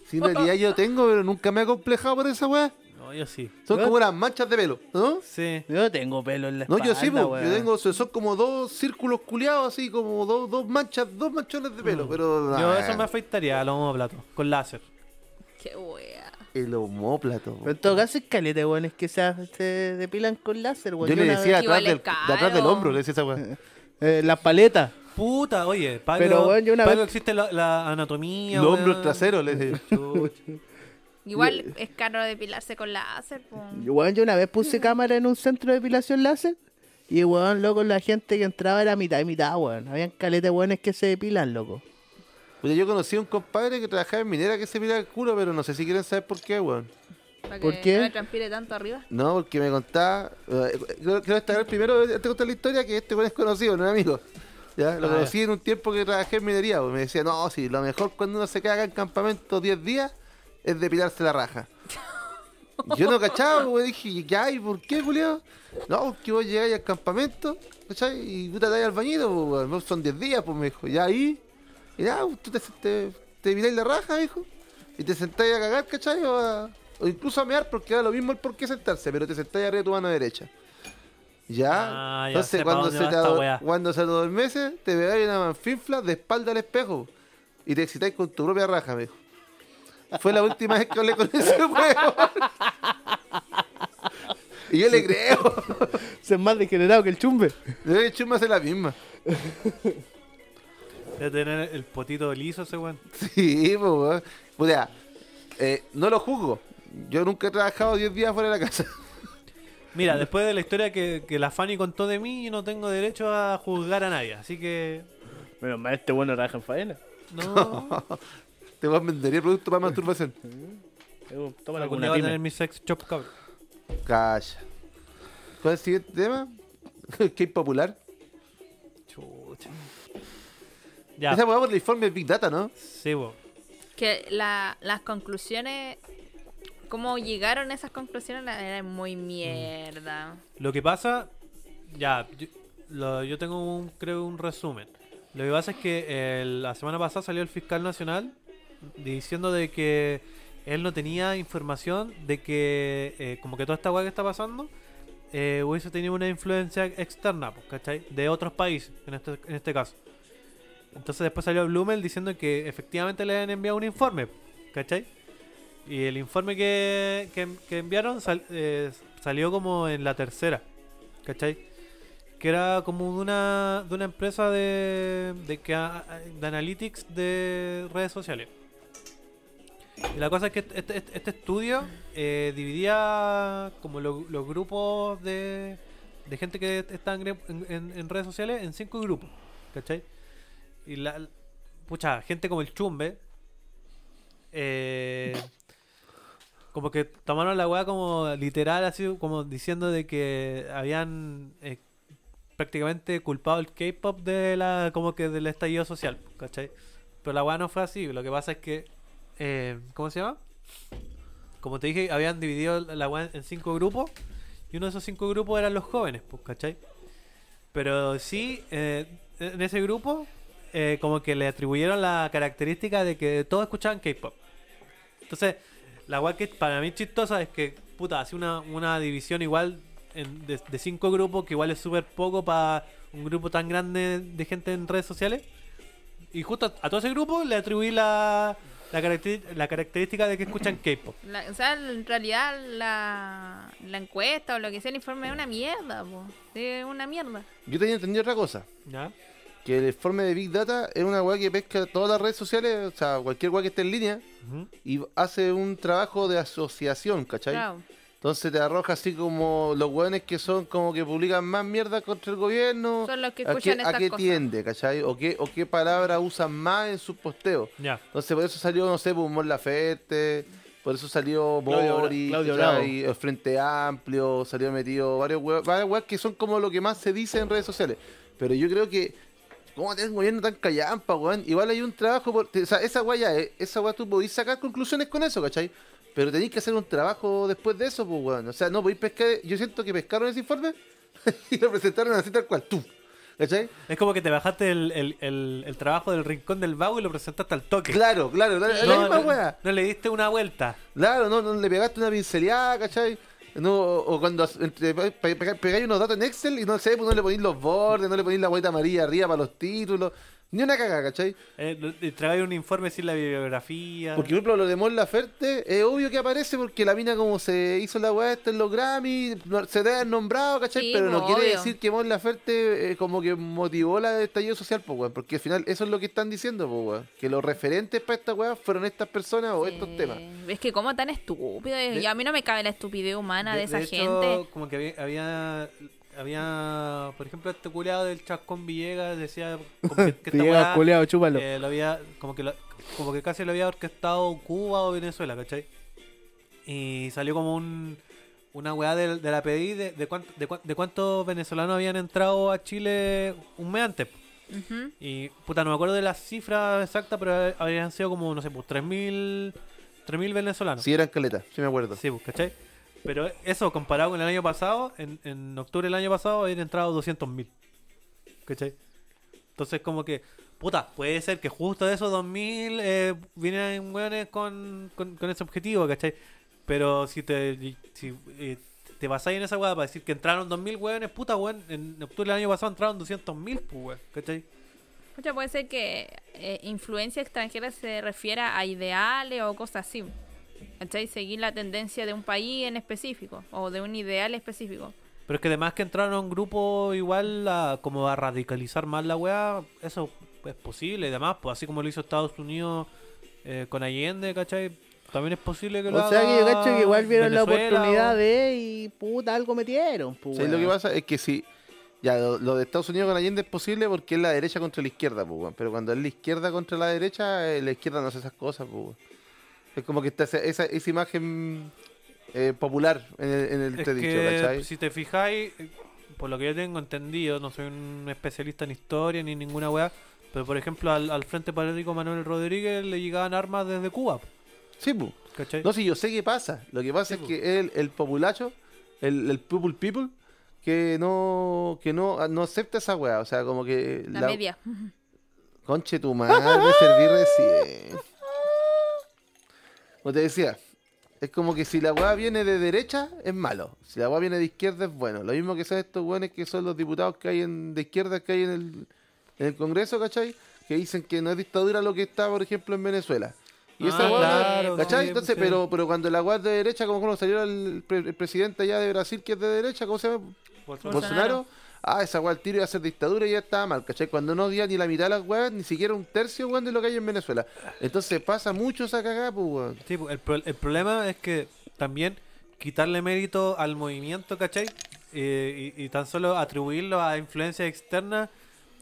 Speaker 1: Si en realidad yo tengo, pero nunca me he complejado por esa weá.
Speaker 2: No, yo sí.
Speaker 1: Son
Speaker 4: ¿No?
Speaker 1: como unas manchas de pelo, ¿no?
Speaker 2: Sí.
Speaker 4: Yo no tengo pelo en la
Speaker 1: No,
Speaker 4: espalda.
Speaker 1: yo sí, po. yo
Speaker 4: weón.
Speaker 1: tengo, son como dos círculos culiados, así como dos, dos manchas, dos manchones de
Speaker 4: Mm.
Speaker 1: pelo, pero...
Speaker 2: Yo
Speaker 1: ah,
Speaker 2: eso me afeitaría a los homóplatos, con láser.
Speaker 5: Qué wea.
Speaker 1: El homóplato. po.
Speaker 4: Pero este en todo caso es caleta, weón. Es que se, se depilan con láser, weón.
Speaker 1: Yo le
Speaker 4: una
Speaker 1: decía atrás
Speaker 5: vez- Igual
Speaker 1: del,
Speaker 5: es
Speaker 1: de atrás del
Speaker 5: caro.
Speaker 1: hombro, le decía esa weá.
Speaker 4: vez- eh, las paletas.
Speaker 2: Puta, oye, para
Speaker 4: Pero,
Speaker 2: algo-
Speaker 4: weón, yo una
Speaker 2: para
Speaker 4: vez-
Speaker 2: algo existe la, la anatomía.
Speaker 1: Los hombros
Speaker 2: weón.
Speaker 1: traseros, le decía yo.
Speaker 2: Chucha.
Speaker 5: Igual es caro depilarse con láser, po.
Speaker 4: Yo, weón, yo una vez puse cámara en un centro de depilación láser. Y, weón, loco, la gente que entraba era mitad y mitad, weón. Habían caletas, weones que se depilan, loco.
Speaker 1: Oye, yo conocí a un compadre que trabajaba en minera que se miraba el culo, pero no sé si quieren saber por qué, weón.
Speaker 5: Para que
Speaker 4: ¿Por qué?
Speaker 5: no le transpire tanto arriba.
Speaker 1: No, porque me contaba. eh, creo que destacar primero, te contar la historia que este weón es conocido, no es amigo. ¿Ya? Lo
Speaker 2: Ah,
Speaker 1: conocí en un tiempo que trabajé en minería, pues, me decía, no, si lo mejor cuando uno se caga en campamento 10 días es depilarse la raja. Yo no cachaba, pues, dije, ya, ¿y por qué, Julio? No, que vos llegáis al campamento, ¿cachai? Y puta, te dais al bañito, pues, weón, no, son 10 días, pues me dijo, ya ahí, y ya, pues, tú te, te, te depiláis la raja, hijo, y te sentáis a cagar, ¿cachai? O, a- o incluso a mear, porque da lo mismo el por qué sentarse, pero te sentáis arriba de tu mano derecha. Ya,
Speaker 2: Ah, ya sé
Speaker 1: entonces
Speaker 2: pa'
Speaker 1: cuando
Speaker 2: dónde
Speaker 1: se,
Speaker 2: va
Speaker 1: te
Speaker 2: esta
Speaker 1: ado-
Speaker 2: weá.
Speaker 1: cuando se adormece, te pegáis una manfinfla de espalda al espejo y te excitáis con tu propia raja, me dijo. Fue la última vez que hablé con ese huevo. Y yo le creo.
Speaker 4: Se es más degenerado que el chumbe.
Speaker 1: De hecho, me hace la misma.
Speaker 2: Debe tener el potito liso ese weón.
Speaker 1: Sí, pues, weón. Puta, eh, no lo juzgo. Yo nunca he trabajado 10 días fuera de la casa.
Speaker 2: Mira, después de la historia que, que la Fanny contó de mí, yo no tengo derecho a juzgar a nadie. Así que.
Speaker 4: Menos mal, este bueno raja en faena.
Speaker 2: No.
Speaker 1: Te voy a vender producto para masturbación.
Speaker 4: Eh, Toma la
Speaker 2: Algún día voy
Speaker 4: cuna
Speaker 2: a
Speaker 4: pyme.
Speaker 2: tener mi sex shop, cabrón.
Speaker 1: Calla. ¿Cuál es el siguiente tema? ¿Qué popular?
Speaker 2: Chucha. Ya.
Speaker 1: Esa weá por el informe de Big Data, ¿no?
Speaker 2: Sí, bo.
Speaker 5: Que la- las conclusiones, cómo llegaron a esas conclusiones, la- eran muy mierda.
Speaker 2: Lo que pasa. Ya. Yo, lo- yo tengo un, creo, un resumen. Lo que pasa es que el- la semana pasada salió el fiscal nacional diciendo de que él no tenía información de que, eh, como que toda esta weá que está pasando, eh, hubiese tenido una influencia externa, pues, ¿cachai? De otros países, en este, en este caso. Entonces después salió Blumel diciendo que efectivamente le habían enviado un informe, ¿cachai? Y el informe que, que, que enviaron sal- eh, salió como en la tercera, ¿cachai? Que era como de una, de una empresa de, de, que, a- de analytics de redes sociales. Y la cosa es que este, este- este estudio eh, dividía como lo- los grupos de, de gente que está en, gre- en- en- en redes sociales en cinco grupos, ¿cachai? Y la... Pucha, gente como el chumbe. eh, como que tomaron la weá como literal, así como diciendo de que habían eh, prácticamente culpado el K-pop de la como que del estallido social, ¿cachai? Pero la weá no fue así, lo que pasa es que eh, ¿cómo se llama? Como te dije, habían dividido la weá en cinco grupos y uno de esos cinco grupos eran los jóvenes, pues, ¿cachai? Pero sí, eh, en ese grupo eh, como que le atribuyeron la característica de que todos escuchaban K-pop. Entonces, la weá que para mí es chistosa es que, puta, hace una, una división igual en- de, de cinco grupos, que igual es súper poco para un grupo tan grande de gente en redes sociales. Y justo a, a todo ese grupo le atribuí la, la, caracteri- la característica de que escuchan K-pop.
Speaker 5: La- o sea, en realidad la, la encuesta o lo que sea el informe es una mierda, po. Es una mierda.
Speaker 1: Yo tenía entendido otra cosa.
Speaker 2: ¿Ya?
Speaker 1: que el informe de Big Data es una weá que pesca todas las redes sociales, o sea, cualquier weá que esté en línea,
Speaker 2: Ujú.
Speaker 1: y hace un trabajo de asociación, ¿cachai?
Speaker 5: Claro.
Speaker 1: Entonces te arroja así como los weones que son como que publican más mierda contra el gobierno.
Speaker 5: Son los que
Speaker 1: ¿A qué,
Speaker 5: escuchan estas
Speaker 1: a qué
Speaker 5: cosas.
Speaker 1: tiende, cachai? ¿O qué, ¿O qué palabra usan más en sus posteos?
Speaker 2: Ya.
Speaker 1: Entonces por eso salió, no sé, Humor Laferte, por eso salió
Speaker 4: Claudio Bra-
Speaker 1: Boris,
Speaker 4: Claudio
Speaker 1: ¿cachai? el eh, Frente Amplio, salió metido varios hue- varias weas que son como lo que más se dice en redes sociales. Pero yo creo que, ¿cómo tenés un gobierno tan callampa, weón? Igual hay un trabajo, por, o sea, esa wea ya, eh, esa wea tú podés sacar conclusiones con eso, ¿cachai? Pero tenéis que hacer un trabajo después de eso, pues, weón. O sea, no podéis pescar, yo siento que pescaron ese informe y lo presentaron así tal cual, tú. ¿Cachai?
Speaker 2: Es como que te bajaste el, el, el, el trabajo del rincón del vago y lo presentaste al toque.
Speaker 1: Claro, claro, claro. es la
Speaker 2: No,
Speaker 1: misma
Speaker 2: no,
Speaker 1: wea.
Speaker 2: no le diste una vuelta.
Speaker 1: Claro, no, no le pegaste una pincelada, ¿cachai? No, o o cuando as- entre- pe- pe- pe- pegáis unos datos en Excel y no sé, pues no le ponéis los bordes, no le ponéis la vuelta amarilla arriba para los títulos, ni una caga, ¿cachai?
Speaker 2: Eh, lo- te trae un informe sin la bibliografía.
Speaker 1: Porque, por ejemplo, lo de Mon Laferte es obvio que aparece porque la mina, como se hizo la weá esta en los Grammy, no- se te han nombrado, ¿cachai?
Speaker 5: Sí,
Speaker 1: Pero no
Speaker 5: pues,
Speaker 1: quiere
Speaker 5: obvio.
Speaker 1: decir que Mon Laferte eh, como que motivó la estallido social, pues, weón. Porque al final eso es lo que están diciendo, pues, weón. Que los referentes para esta weá fueron estas personas o estos
Speaker 5: Sí.
Speaker 1: temas.
Speaker 5: Eh, Es que como tan estúpido. es-
Speaker 2: De-
Speaker 5: y a mí no me cabe la estupidez humana de, esa
Speaker 2: hecho,
Speaker 5: gente.
Speaker 2: Como que había, había, había, por ejemplo, este culeado del Chascón Villegas decía como que, que esta
Speaker 4: Villegas,
Speaker 2: weá,
Speaker 4: culeado, chúpalo.
Speaker 2: eh, lo había, como que lo- como que casi lo había orquestado Cuba o Venezuela, ¿cachai? Y salió como un una weá de, de la PDI de, de, cuánto- de, cuán- de cuántos venezolanos habían entrado a Chile un mes antes.
Speaker 5: Ujú.
Speaker 2: Y puta, no me acuerdo de las cifras exactas, pero habrían sido como, no sé, pues 3.000 3.000 venezolanos.
Speaker 1: Sí, eran caletas, sí me acuerdo.
Speaker 2: Sí, pues, ¿cachai? Pero eso, comparado con el año pasado, en, en octubre del año pasado habían entrado 200.000. ¿Cachai? Entonces, como que, puta, puede ser que justo de esos 2.000 eh, vienen hueones con, con, con ese objetivo, ¿cachai? Pero si te, si, eh, te basáis en esa hueá para decir que entraron 2.000 hueones, puta, hueón, en octubre del año pasado entraron 200.000, pues, hueón, ¿cachai?
Speaker 5: Pucha, puede ser que eh, influencia extranjera se refiera a ideales o cosas así. ¿Cachai? Seguir la tendencia de un país en específico o de un ideal específico.
Speaker 2: Pero es que además que entraron a un grupo igual a, como a radicalizar más la weá, eso es posible. Además, pues así como lo hizo Estados Unidos eh, con Allende, ¿cachai? También es posible que lo
Speaker 4: O sea que yo
Speaker 2: haga
Speaker 4: cacho que igual vieron
Speaker 2: Venezuela
Speaker 4: la oportunidad
Speaker 2: o-
Speaker 4: de y puta, algo metieron. Pues,
Speaker 1: ¿Sabes lo que pasa? Es que si. Ya, lo, lo de Estados Unidos con Allende es posible porque es la derecha contra la izquierda, pues, weón. Pero cuando es la izquierda contra la derecha, eh, la izquierda no hace esas cosas, pues, weón. Es como que está esa, esa, esa imagen eh, popular en el, en el
Speaker 2: Es
Speaker 1: te dicho,
Speaker 2: que, pues,
Speaker 1: ¿cachai?
Speaker 2: si te fijáis, eh, por lo que yo tengo entendido, no soy un especialista en historia ni ninguna weá, pero por ejemplo al, al Frente Patriótico Manuel Rodríguez le llegaban armas desde Cuba,
Speaker 1: Sí, pues.
Speaker 2: ¿cachai?
Speaker 1: No, si yo sé qué pasa. Lo que pasa
Speaker 2: Sí, pues.
Speaker 1: es
Speaker 2: po.
Speaker 1: que el, el populacho, el, el people people, que no que no, no acepta esa weá. O sea, como que.
Speaker 5: La, media.
Speaker 1: Conche tu madre, serví recién. Como te decía, es como que si la weá viene de derecha, es malo. Si la weá viene de izquierda, es bueno. Lo mismo que son estos weones que son los diputados que hay en, de izquierda que hay en el, en el Congreso, ¿cachai? Que dicen que no es dictadura lo que está, por ejemplo, en Venezuela. Y esa
Speaker 2: Ah,
Speaker 1: weá,
Speaker 2: claro,
Speaker 1: ¿cachai?
Speaker 2: sí,
Speaker 1: Entonces,
Speaker 2: sí.
Speaker 1: pero, pero cuando la weá es de derecha, como cuando salió el, pre- el presidente allá de Brasil, que es de derecha, ¿cómo se llama?
Speaker 2: Bolsonaro.
Speaker 1: Bolsonaro. Ah, esa weá, el tiro iba a ser dictadura y ya estaba mal, ¿cachai? Cuando no dio ni la mitad de las weas, ni siquiera un tercio, weón, de lo que hay en Venezuela. Entonces pasa mucho esa cagada, pues, weón.
Speaker 2: Sí, pues, el, pro- el problema es que también quitarle mérito al movimiento, ¿cachai? Eh, y, y tan solo atribuirlo a influencias externas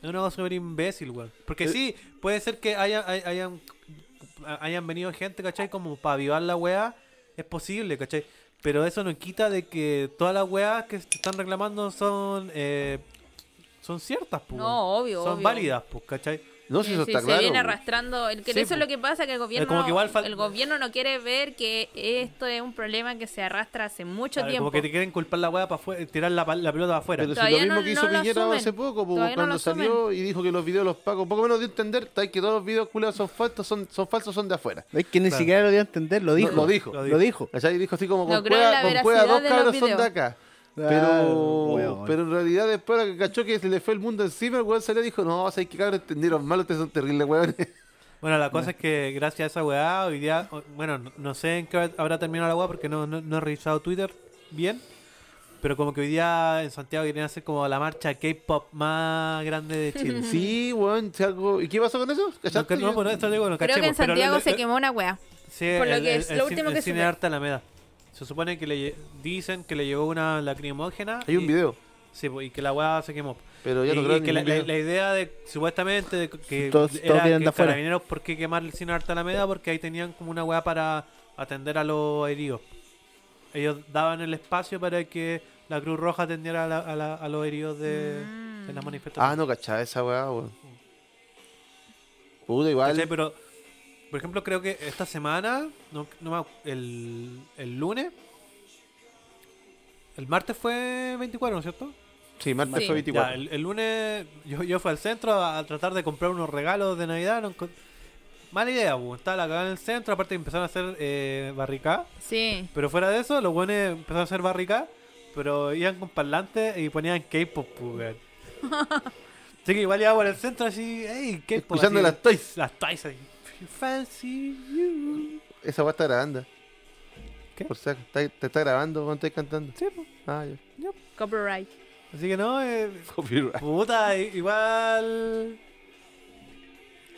Speaker 2: es una cosa súper imbécil, weón. Porque sí, puede ser que haya, hay- hayan, hayan venido gente, ¿cachai? Como para avivar la weá, es posible, ¿cachai? Pero eso no quita de que todas las weas que se están reclamando son eh, son ciertas, pues.
Speaker 5: No,
Speaker 2: weón.
Speaker 5: obvio,
Speaker 2: Son
Speaker 5: obvio.
Speaker 2: válidas, pues, ¿cachai?
Speaker 1: No sé si
Speaker 5: Sí,
Speaker 1: eso
Speaker 5: sí,
Speaker 1: está
Speaker 5: se
Speaker 1: claro.
Speaker 5: viene
Speaker 1: weón.
Speaker 5: arrastrando. El que
Speaker 2: Sí,
Speaker 5: eso es
Speaker 2: po.
Speaker 5: lo que pasa, que el gobierno,
Speaker 2: como que igual fal-
Speaker 5: el gobierno no quiere ver que esto es un problema que se arrastra hace mucho
Speaker 2: Claro,
Speaker 5: tiempo.
Speaker 2: Como que te quieren culpar la weá para tirar la, pa- la pelota para afuera.
Speaker 1: Pero si lo
Speaker 5: Todavía
Speaker 1: mismo
Speaker 5: no-
Speaker 1: que hizo
Speaker 5: no lo
Speaker 1: Piñera
Speaker 5: asumen.
Speaker 1: hace poco, pues,
Speaker 5: Todavía no
Speaker 1: cuando
Speaker 5: lo
Speaker 1: salió y dijo que los videos de los pacos, poco menos de entender, está ahí que todos los videos culiados son falsos, son, son falsos, son de afuera.
Speaker 4: Es que ni
Speaker 2: Claro.
Speaker 4: siquiera lo dio a entender, lo dijo.
Speaker 1: lo dijo.
Speaker 4: Lo dijo.
Speaker 1: ¿Cachai? Dijo así como
Speaker 5: No
Speaker 1: con
Speaker 5: creo en
Speaker 1: cueva,
Speaker 5: la
Speaker 1: con cueva,
Speaker 5: veracidad
Speaker 1: dos
Speaker 5: de los
Speaker 1: cabros son de
Speaker 5: videos.
Speaker 1: acá.
Speaker 4: Claro,
Speaker 1: Pero,
Speaker 2: eh.
Speaker 4: weón.
Speaker 1: pero en realidad después que cachó que se le fue el mundo encima, el weón salió y dijo, no, sé que cabros entendieron mal, ustedes son terribles, weón.
Speaker 2: Bueno, la cosa es que gracias a esa weá, hoy día, o- bueno, no, no sé en qué habrá terminado la weá porque no, no, no he revisado Twitter bien. Pero como que hoy día en Santiago querían hacer como la marcha K-pop más grande de Chile.
Speaker 1: Sí, weón. si algo- ¿Y qué pasó con eso?
Speaker 2: No,
Speaker 1: ¿Cachaste?
Speaker 2: que- no, por eso digo, no
Speaker 5: Creo que en
Speaker 2: cachemos, pero
Speaker 5: Santiago
Speaker 2: lo-
Speaker 5: se
Speaker 2: lo-
Speaker 5: quemó una wea.
Speaker 2: Sí,
Speaker 6: Por lo
Speaker 2: el-
Speaker 6: que
Speaker 2: el-
Speaker 6: es-
Speaker 2: el
Speaker 6: lo
Speaker 2: cin-
Speaker 6: último
Speaker 2: el
Speaker 6: que
Speaker 2: cine
Speaker 6: supe.
Speaker 2: Arte Alameda. Se supone que le lle- dicen que le llegó una lacrimógena.
Speaker 1: Hay un
Speaker 2: y-
Speaker 1: video,
Speaker 2: Sí, po, y que la weá se quemó.
Speaker 1: pero
Speaker 2: Y,
Speaker 1: ya no
Speaker 2: y
Speaker 1: creo
Speaker 2: que la,
Speaker 1: ningún
Speaker 2: la-
Speaker 1: video.
Speaker 2: la idea de, supuestamente, de que
Speaker 4: Todos- todos
Speaker 2: era
Speaker 4: quedan
Speaker 2: que
Speaker 4: de afuera.
Speaker 2: carabineros, ¿por qué quemar el cine Arte Alameda? Porque ahí tenían como una weá para atender a los heridos. Ellos daban el espacio para que la Cruz Roja atendiera a, la- a la- a los heridos de, de las manifestaciones.
Speaker 1: Ah, no, cachaba esa weá, weón. Puta, igual.
Speaker 2: ¿Cachai? Pero, por ejemplo, creo que esta semana, no, no me acu- el, el lunes, el martes fue 24, ¿no es cierto?
Speaker 1: Sí, martes
Speaker 6: Sí.
Speaker 1: fue
Speaker 2: Ya,
Speaker 1: 24.
Speaker 2: el, el lunes yo, yo fui al centro a, a tratar de comprar unos regalos de Navidad. no encon- Mala idea, bu, estaba la cagada en el centro, aparte empezaron a hacer eh, barricadas.
Speaker 5: Sí.
Speaker 2: Pero fuera de eso, los buenos empezaron a hacer barricadas, pero iban con parlantes y ponían K-pop, pu, weón. Así que igual iba por el centro así, ¡ey! K-pop.
Speaker 1: Escuchando
Speaker 2: así,
Speaker 1: las Toys.
Speaker 2: las Toys ahí. Fancy you.
Speaker 1: Esa weá está grabando.
Speaker 2: ¿Qué?
Speaker 1: Por saco. Está- te está grabando cuando estás cantando.
Speaker 2: Sí, po.
Speaker 1: Ah, ya.
Speaker 5: Copyright.
Speaker 2: Así que no, eh,
Speaker 1: Copyright.
Speaker 2: Puta, i- igual.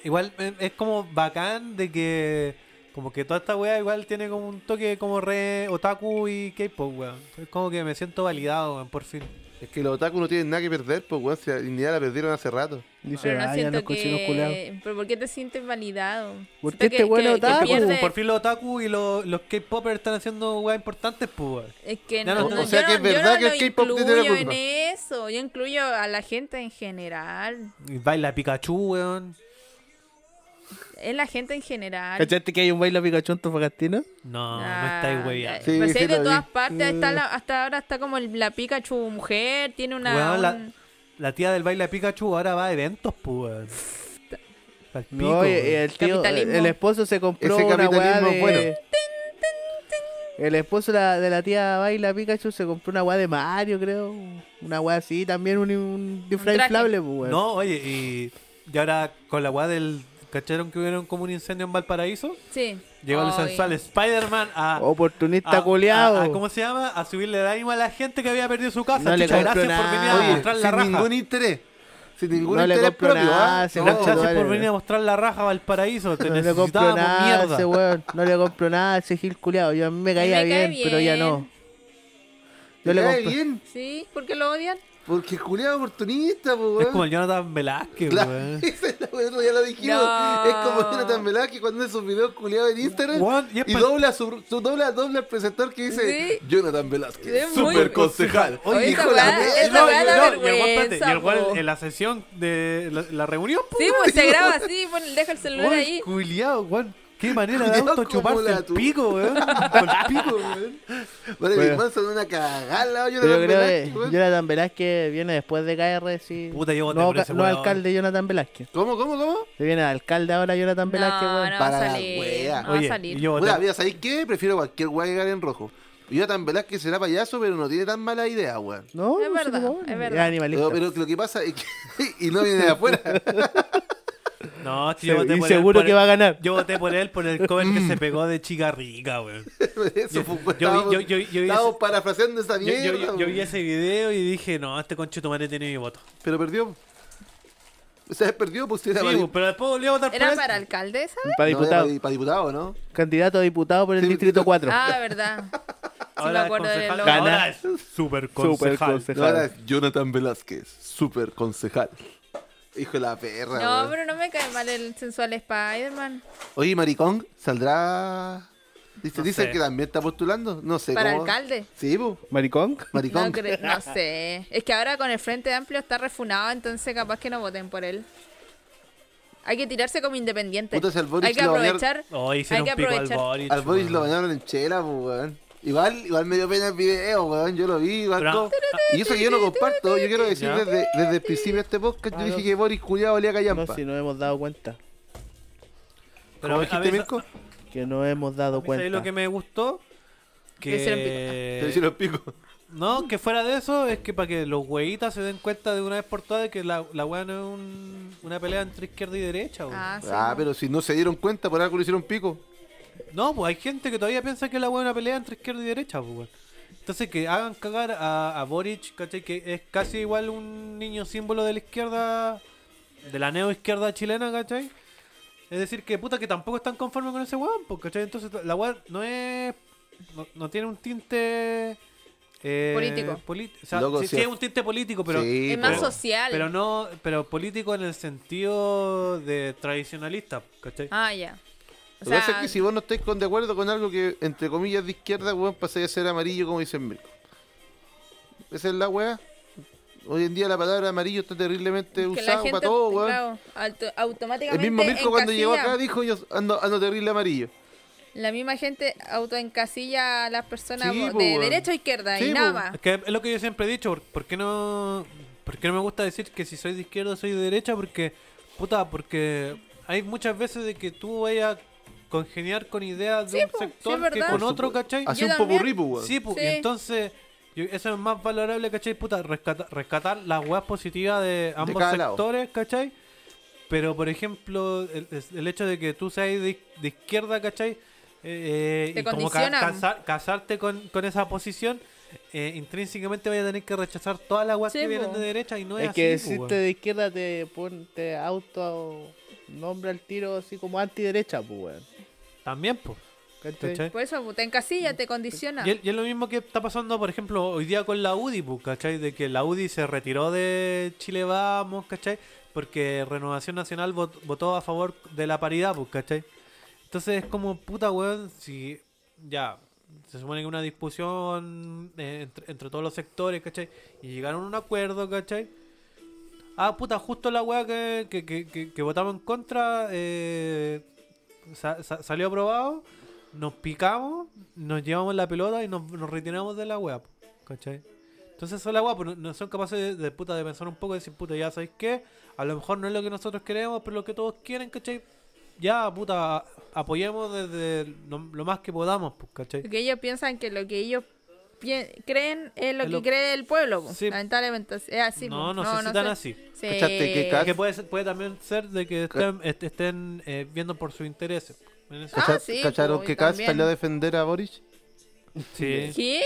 Speaker 2: Igual eh, es como bacán de que. Como que toda esta weá igual tiene como un toque como re otaku y K-pop, weón. Es como que me siento validado, weón, por fin.
Speaker 1: Es que los otaku no tienen nada que perder, pues, weón. Si la dignidad la perdieron hace rato.
Speaker 4: Dice,
Speaker 5: Pero no
Speaker 4: "Ah, ya
Speaker 5: siento
Speaker 4: los cochinos culeados".
Speaker 5: que... ¿Pero por qué te sientes validado?
Speaker 4: ¿Por
Speaker 5: Siento
Speaker 4: qué este bueno
Speaker 5: que,
Speaker 4: otaku?
Speaker 5: pierde-
Speaker 2: Por fin los otaku y los, los K-popers están haciendo weá importantes, pues, weón.
Speaker 5: Es que
Speaker 2: Ya
Speaker 5: no,
Speaker 2: no-
Speaker 5: no,
Speaker 2: o
Speaker 1: sea
Speaker 5: yo
Speaker 1: que
Speaker 5: no,
Speaker 1: es verdad
Speaker 5: yo no
Speaker 1: que el
Speaker 5: lo
Speaker 1: K-pop no tiene la
Speaker 5: incluyo en
Speaker 1: culpa.
Speaker 5: eso. Yo incluyo a la gente en general.
Speaker 2: Y baila Pikachu, weón.
Speaker 5: Es la gente en general.
Speaker 4: ¿Cachaste que hay un baile Pikachu en Tofagastino?
Speaker 2: No, no
Speaker 5: Ah,
Speaker 2: estáis
Speaker 5: ya,
Speaker 2: weyando.
Speaker 1: Sí,
Speaker 5: pues
Speaker 1: sí
Speaker 5: hay de
Speaker 1: lo vi. Mm.
Speaker 5: todas partes. Está la- hasta ahora está como el- la Pikachu mujer. Tiene una.
Speaker 2: Weón, la-
Speaker 5: un-
Speaker 2: La tía del baila Pikachu ahora va a eventos, pues, weón. Pa'l pico,
Speaker 4: No, y- y
Speaker 2: weón.
Speaker 4: el tío, eh,
Speaker 5: Capitalismo.
Speaker 4: el esposo se compró
Speaker 1: Ese
Speaker 4: una weá
Speaker 1: capitalismo
Speaker 4: de...
Speaker 1: es bueno.
Speaker 4: El esposo la- de la tía Baila Pikachu se compró una weá de Mario, creo. Una weá así, también un, un disfraz
Speaker 5: traje.
Speaker 4: inflable, pues, weón.
Speaker 2: No, oye, y, y ahora con la weá del. ¿Cacharon que hubieron como un incendio en Valparaíso?
Speaker 5: Sí.
Speaker 2: Llegó el
Speaker 5: Ay.
Speaker 2: sensual Spider-Man a.
Speaker 4: Oh, Oportunista
Speaker 2: a-
Speaker 4: culeado.
Speaker 2: a- a- ¿Cómo se llama? A subirle el ánimo a la gente que había perdido su casa.
Speaker 4: No le
Speaker 2: Chucha,
Speaker 4: compro
Speaker 2: gracias por venir a
Speaker 4: nada.
Speaker 2: mostrar
Speaker 1: sin
Speaker 2: la raja.
Speaker 1: ningún interés. Sin ningún
Speaker 4: No le
Speaker 1: interés
Speaker 4: compro
Speaker 1: propio,
Speaker 4: nada,
Speaker 1: ¿ah?
Speaker 4: se
Speaker 1: No,
Speaker 4: va a
Speaker 2: Gracias
Speaker 4: Vale,
Speaker 2: por venir
Speaker 4: vale.
Speaker 2: a mostrar la raja a Valparaíso. Te
Speaker 4: No le compro
Speaker 2: necesitábamos
Speaker 4: nada a
Speaker 2: mierda.
Speaker 4: ese weón. No le compro nada a ese Gil culeado. Yo a mí me caía
Speaker 5: cae
Speaker 4: bien, pero ya no.
Speaker 5: bien.
Speaker 4: Yo le
Speaker 1: cae
Speaker 4: compro.
Speaker 1: bien,
Speaker 5: Sí. ¿Por qué lo odian?
Speaker 1: porque el culiado oportunista, pues,
Speaker 2: Es
Speaker 1: weón.
Speaker 2: como el Jonathan Velázquez,
Speaker 1: Claro,
Speaker 2: weón.
Speaker 1: esa es la weón, ya lo dijimos.
Speaker 5: No.
Speaker 1: Es como Jonathan Velázquez cuando hace sus videos culiados en Instagram
Speaker 2: Weón, y es
Speaker 1: y
Speaker 2: pa-
Speaker 1: dobla su, su- dobla, dobla al presentador que dice
Speaker 5: Sí.
Speaker 1: Jonathan Velázquez,
Speaker 5: Es muy-
Speaker 1: super concejal.
Speaker 5: Oye, esa
Speaker 1: hijo de
Speaker 5: weá-
Speaker 1: la-
Speaker 5: esa weá da
Speaker 2: y el weón, espérate,
Speaker 5: vergüenza,
Speaker 2: y el weón
Speaker 5: po.
Speaker 2: en la sesión de la, la reunión, po,
Speaker 5: Sí, pues se graba así. pon- deja el celular
Speaker 2: weón,
Speaker 5: ahí.
Speaker 2: culiao, weón. Qué manera de
Speaker 1: Culiao
Speaker 2: auto
Speaker 1: como
Speaker 2: chuparse
Speaker 1: la
Speaker 2: el
Speaker 1: tu-
Speaker 2: pico, weón. Con el pico, weón.
Speaker 1: Vale, mi
Speaker 4: Bueno.
Speaker 1: hermano son una cagada, Jonathan
Speaker 4: Pero yo creo
Speaker 1: Velázquez,
Speaker 4: que
Speaker 1: weón.
Speaker 4: Jonathan Velázquez viene después de KR, sí.
Speaker 2: Puta, yo voté
Speaker 4: no,
Speaker 2: por ese
Speaker 4: no
Speaker 2: weón.
Speaker 4: alcalde Jonathan Velázquez.
Speaker 1: ¿Cómo, cómo, cómo?
Speaker 4: Se viene alcalde ahora Jonathan Velázquez,
Speaker 5: no,
Speaker 4: weón.
Speaker 5: no va
Speaker 1: Para
Speaker 5: a
Speaker 1: la
Speaker 5: salir.
Speaker 1: wea.
Speaker 5: No va a
Speaker 2: Oye,
Speaker 5: salir.
Speaker 2: yo voté
Speaker 1: Puta, mira, ¿sabéis qué? Prefiero cualquier weá que gane en rojo. Jonathan Velázquez será payaso, pero no tiene tan mala idea, weón.
Speaker 4: No,
Speaker 5: Es
Speaker 4: no sé
Speaker 5: verdad,
Speaker 4: cómo.
Speaker 5: es verdad.
Speaker 4: Ya, animalista.
Speaker 1: Pero, pero lo que pasa es que. y no viene de afuera.
Speaker 2: No, sí,
Speaker 4: Se-
Speaker 2: yo voté
Speaker 4: y
Speaker 2: por él
Speaker 4: seguro
Speaker 2: por
Speaker 4: que
Speaker 2: el-
Speaker 4: va a ganar.
Speaker 2: Yo voté por él por el cover que se pegó de chica rica, weón.
Speaker 1: Eso fue.
Speaker 2: yo-
Speaker 1: estábamos-
Speaker 2: yo- yo- yo-
Speaker 1: estábamos parafraseando esa
Speaker 2: Yo, yo-
Speaker 1: mierda.
Speaker 2: yo- yo vi
Speaker 1: weón.
Speaker 2: ese video y dije, no, este concho madre tiene mi voto.
Speaker 1: Pero perdió. O sea, perdió, pues
Speaker 2: Sí,
Speaker 1: era para,
Speaker 2: pero después volví a votar por
Speaker 5: ¿Era
Speaker 2: él.
Speaker 5: para alcalde, ¿sabes?
Speaker 4: Para
Speaker 1: este? no, era
Speaker 4: diputado.
Speaker 1: para, para diputado, ¿no?
Speaker 4: Candidato a diputado por el
Speaker 1: Sí,
Speaker 4: distrito 4.
Speaker 5: Ah, verdad. Sí, me
Speaker 2: Ahora es
Speaker 5: acuerdo de
Speaker 2: concejal.
Speaker 5: lo-
Speaker 4: Gana.
Speaker 2: Ahora es super concejal.
Speaker 4: concejal.
Speaker 1: No, ahora es Jonathan Velázquez, super concejal. Hijo de la perra.
Speaker 5: No,
Speaker 1: weón.
Speaker 5: pero no me cae mal el sensual Spider-Man.
Speaker 1: Oye, Maricón, ¿saldrá? Dice,
Speaker 2: No
Speaker 1: dice
Speaker 2: sé.
Speaker 1: que también está postulando. No sé.
Speaker 5: Para
Speaker 1: cómo-
Speaker 5: alcalde.
Speaker 1: Sí, pues.
Speaker 4: ¿Maricón?
Speaker 1: Maricón.
Speaker 5: No, creo- no sé. Es que ahora con el Frente Amplio está refunado, entonces capaz que no voten por él. Hay que tirarse como independiente.
Speaker 1: Puta, si al Boric
Speaker 5: Hay que
Speaker 1: lo bañaron-
Speaker 5: aprovechar.
Speaker 2: Oh,
Speaker 5: Hay
Speaker 2: hicieron
Speaker 5: que
Speaker 2: un pico al
Speaker 5: aprovechar.
Speaker 2: Boric.
Speaker 1: Al Boris
Speaker 2: weón.
Speaker 1: lo bañaron en chela, pues, weón. Igual, igual me dio pena el video, weón. Yo lo vi, igual.
Speaker 2: Pero- ah,
Speaker 1: todo. Y eso que yo no comparto, yo quiero decir
Speaker 2: ¿Ya?
Speaker 1: desde, desde el principio de este podcast, yo
Speaker 4: Ah,
Speaker 1: dije
Speaker 4: no.
Speaker 1: que Boris culiado olía a
Speaker 4: No,
Speaker 1: callampa.
Speaker 4: si no hemos dado cuenta.
Speaker 2: Pero
Speaker 1: ¿Cómo
Speaker 2: a
Speaker 1: dijiste,
Speaker 2: veces- eh.
Speaker 1: Mirko?
Speaker 4: Que no hemos dado
Speaker 2: a mí, ¿sabes
Speaker 4: cuenta.
Speaker 2: lo que me gustó?
Speaker 5: Te hicieron pico.
Speaker 1: Te
Speaker 2: Que...
Speaker 1: hicieron pico.
Speaker 2: No, que fuera de eso es que para que los hueitas se den cuenta de una vez por todas de que la, la weá no es un- una pelea entre izquierda y derecha. weón.
Speaker 5: Ah, sí.
Speaker 1: Ah, pero si no se dieron cuenta, por algo le hicieron pico.
Speaker 2: No, pues hay gente que todavía piensa que la weá es una pelea entre izquierda y derecha, pues, weón. Entonces que hagan cagar a, a Boric, ¿cachai? Que es casi igual un niño símbolo de la izquierda, de la neoizquierda chilena, ¿cachai? Es decir, que puta que tampoco están conformes con ese weón, pues, ¿cachai? Entonces la weá no es... No, no tiene un tinte... eh,
Speaker 5: Político.
Speaker 2: polit- o sea,
Speaker 1: Loco,
Speaker 2: sí,
Speaker 1: sí.
Speaker 2: sí es un tinte político, pero...
Speaker 1: Sí,
Speaker 5: es más
Speaker 1: po.
Speaker 5: social.
Speaker 2: Pero no, pero político en el sentido de tradicionalista, ¿cachai?
Speaker 5: Ah, ya. O
Speaker 1: Lo que pasa
Speaker 5: sea,
Speaker 1: es que si vos no estáis con de acuerdo con algo que, entre comillas, de izquierda, weón, pasáis a ser amarillo, como dicen Mirko. Esa es la weá. Hoy en día la palabra amarillo está terriblemente
Speaker 5: que la
Speaker 1: usada
Speaker 5: gente
Speaker 1: para todo, weón.
Speaker 5: claro, auto-
Speaker 1: El
Speaker 5: automáticamente
Speaker 1: mismo Mirko cuando llegó
Speaker 5: encasilla-
Speaker 1: acá dijo, yo ando, ando terrible amarillo.
Speaker 5: La misma gente autoencasilla a las personas
Speaker 1: Sí,
Speaker 5: de
Speaker 1: po, weón.
Speaker 5: derecha a izquierda
Speaker 1: Sí,
Speaker 5: y
Speaker 1: po.
Speaker 5: nada más.
Speaker 2: Es que es lo que yo siempre he dicho, ¿por, por qué no por qué no me gusta decir que si soy de izquierda soy de derecha? Porque, puta, porque hay muchas veces de que tú vayas a congeniar con ideas de
Speaker 5: Sí,
Speaker 2: un
Speaker 5: po, sí, es
Speaker 2: sector que
Speaker 5: verdad.
Speaker 2: con
Speaker 5: Por
Speaker 2: otro, ¿cachai?
Speaker 1: Así
Speaker 5: Yo
Speaker 1: un
Speaker 5: también.
Speaker 1: popurrí, po, weón.
Speaker 2: Sí, pues,
Speaker 5: Sí.
Speaker 2: entonces yo- eso es más valorable, ¿cachai? Puta, rescata- rescatar las weas positivas de ambos
Speaker 1: cada lado.
Speaker 2: sectores, ¿cachai? Pero, por ejemplo, el, es- el hecho de que tú seas de, de izquierda, ¿cachai? Eh, eh,
Speaker 5: Te
Speaker 2: y como ca-
Speaker 5: condicionan.
Speaker 2: casar- casarte con, con esa posición, eh, intrínsecamente vayas a tener que rechazar todas las weas
Speaker 5: Sí,
Speaker 2: que
Speaker 5: po.
Speaker 2: vienen de derecha y no es,
Speaker 4: es que
Speaker 2: así. po,
Speaker 4: decirte
Speaker 2: weón.
Speaker 4: de izquierda te, pon, te auto nombra el tiro así como antiderecha, pues, weón.
Speaker 2: También, pues.
Speaker 4: ¿Cachai?
Speaker 2: ¿cachai?
Speaker 5: Por eso, po, te encasilla, te condiciona.
Speaker 2: Y, es- y es lo mismo que está pasando, por ejemplo, hoy día con la UDI, pues, ¿cachai? De que la UDI se retiró de Chile Vamos, ¿cachai? Porque Renovación Nacional vot- votó a favor de la paridad, pues, ¿cachai? Entonces es como, puta, weón, si ya, se supone que una discusión eh, entre, entre todos los sectores, ¿cachai? Y llegaron a un acuerdo, ¿cachai? Ah, puta, justo la weá que, que, que, que- que votamos en contra eh, sa- sa- salió aprobado, nos picamos, nos llevamos la pelota y nos, nos retiramos de la weá, po, ¿cachai? Entonces son la weá, pues no, no son capaces de, de puta de pensar un poco y decir, puta, ya sabéis qué, a lo mejor no es lo que nosotros queremos, pero lo que todos quieren, ¿cachai? Ya, puta, apoyemos desde lo, lo más que podamos, pues, ¿cachai?
Speaker 5: Porque ellos piensan que lo que ellos pien- creen es lo
Speaker 2: Es
Speaker 5: que
Speaker 2: lo-
Speaker 5: cree el pueblo, po.
Speaker 2: Sí.
Speaker 5: lamentablemente. Es así. po.
Speaker 2: no, no, sé si tan
Speaker 5: sé.
Speaker 2: así.
Speaker 5: Sí.
Speaker 1: Cachaste que ca-
Speaker 2: Que puede, ser- puede también ser de que estén, est- estén eh, viendo por sus intereses. pues, En eso-
Speaker 5: Ah,
Speaker 1: Cacha-
Speaker 5: sí,
Speaker 1: ¿Cacharon
Speaker 5: po, y
Speaker 1: que Cas
Speaker 5: también.
Speaker 1: salió a defender a Boric?
Speaker 2: Sí.
Speaker 5: ¿Qué?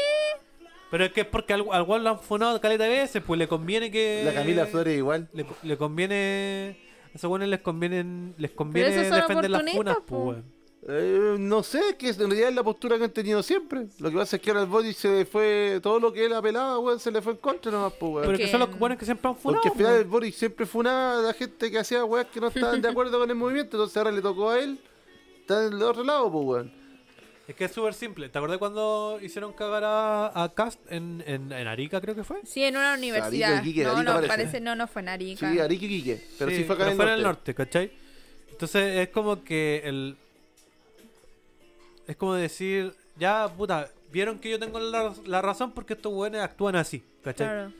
Speaker 2: Pero es que es porque al, al weón lo han funado caleta de veces, pues le conviene que...
Speaker 1: La Camila Flores igual.
Speaker 2: Le, le conviene... A esos weones les conviene, les conviene
Speaker 5: esos son
Speaker 2: defender las
Speaker 5: oportunistas,
Speaker 2: funas, pues,
Speaker 5: po.
Speaker 2: weón.
Speaker 1: Eh, no sé, que en realidad es la postura que han tenido siempre. Lo que pasa es que ahora el Boric se le fue, todo lo que él apelaba, weón, se le fue en contra nomás, pues, weón.
Speaker 2: Pero que son los
Speaker 5: Porque-
Speaker 2: weones que siempre han funado. pues.
Speaker 1: Porque al final
Speaker 2: po.
Speaker 1: el Boric siempre funaba a la gente que hacía weas que no estaban de acuerdo con el movimiento, entonces ahora le tocó a él estar del otro lado, pues weón.
Speaker 2: Es que es súper simple. ¿Te acordás cuando hicieron cagar a, a Cast en, en, en Arica, creo que fue?
Speaker 5: Sí, en una universidad.
Speaker 1: Iquique,
Speaker 5: no,
Speaker 1: Arica
Speaker 5: no,
Speaker 1: parece.
Speaker 5: parece, no, no fue en Arica.
Speaker 1: Sí, Arique Quique, pero sí, fue acá en
Speaker 2: pero
Speaker 1: el
Speaker 2: en el
Speaker 1: norte.
Speaker 2: norte, ¿cachai? Entonces es como que el... Es como decir, ya, puta, vieron que yo tengo la, la razón porque estos weones actúan así, ¿cachai?
Speaker 5: Claro.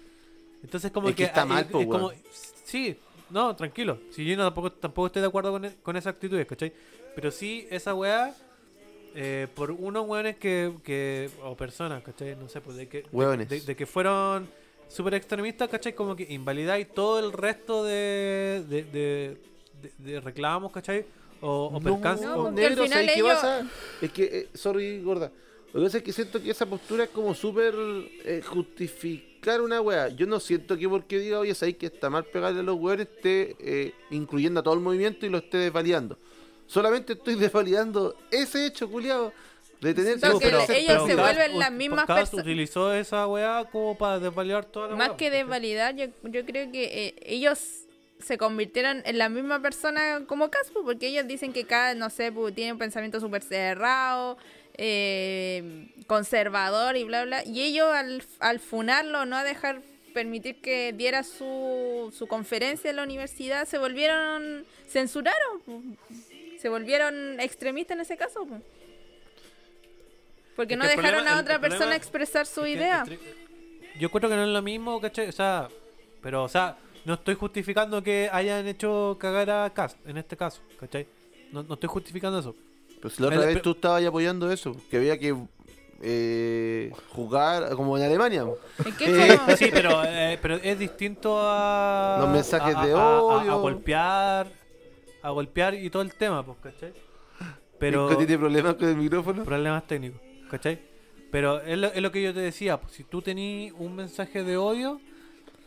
Speaker 2: Entonces como
Speaker 1: Es que está
Speaker 2: ah,
Speaker 1: mal,
Speaker 2: es-
Speaker 1: po,
Speaker 2: es como-
Speaker 1: weón.
Speaker 2: sí, no, tranquilo. Si yo no, tampoco, tampoco estoy de acuerdo con, e- con esa actitud, ¿cachai? Pero sí, esa weá, eh, por unos weones que, que- o personas, ¿cachai? No sé, pues de que, de-
Speaker 1: Hueones.
Speaker 2: de, de que fueron súper extremistas, ¿cachai? Como que invalidáis todo el resto de, de, de- de- de reclamos, ¿cachai? O, o percances.
Speaker 5: No,
Speaker 2: o-
Speaker 5: porque al
Speaker 1: negro,
Speaker 5: final
Speaker 1: ¿sabes qué
Speaker 5: ellos-
Speaker 1: pasa? Es que, eh, sorry, gorda. Lo que pasa es que siento que esa postura es como súper eh, justificar una wea. Yo no siento que porque diga, oye, sabéis que está mal pegarle a los weones, esté eh, incluyendo a todo el movimiento y lo esté desvalidando. Solamente estoy desvalidando ese hecho, culiado, de tener
Speaker 5: Siento que
Speaker 1: hacer
Speaker 5: le-
Speaker 1: ese
Speaker 5: ellos se
Speaker 1: pedo.
Speaker 2: Kast
Speaker 5: vuelven
Speaker 2: ut-
Speaker 5: las mismas
Speaker 2: Kast
Speaker 5: perso-
Speaker 2: utilizó esa weá como para desvalidar toda la
Speaker 5: Más
Speaker 2: weá,
Speaker 5: que
Speaker 2: ¿cachai?
Speaker 5: desvalidar, yo, yo creo que eh, ellos se convirtieron en la misma persona como Caspo, porque ellos dicen que cada, no sé, pu, tiene un pensamiento súper cerrado, eh, conservador y bla, bla. Y ellos al, al funarlo, no a dejar permitir que diera su, su conferencia en la universidad, se volvieron, censuraron, pu. se volvieron extremistas en ese caso. pu. Porque
Speaker 2: Es
Speaker 5: no
Speaker 2: que el
Speaker 5: dejaron
Speaker 2: problema-
Speaker 5: a
Speaker 2: el-
Speaker 5: otra
Speaker 2: el problema
Speaker 5: persona expresar su
Speaker 2: Es que
Speaker 5: idea.
Speaker 2: entre- Yo creo que no es lo mismo, ¿cachai? O sea, pero, o sea, no estoy justificando que hayan hecho cagar a Cast en este caso, ¿cachai? No, no estoy justificando eso.
Speaker 1: Pues la otra
Speaker 2: Pero-
Speaker 1: vez tú estabas ahí apoyando eso, que había que eh, jugar como en Alemania.
Speaker 5: Es que es como-
Speaker 2: Sí, pero, eh, pero es distinto a.
Speaker 1: Los mensajes
Speaker 2: a-
Speaker 1: de
Speaker 2: a- a-
Speaker 1: odio.
Speaker 2: A, golpear. A golpear y todo el tema, pues, ¿cachai?
Speaker 1: Pero...
Speaker 2: Pero.
Speaker 1: tiene problemas con el micrófono?
Speaker 2: Problemas técnicos, ¿cachai? Pero es lo, es lo que yo te decía, pues, si tú tenías un mensaje de odio,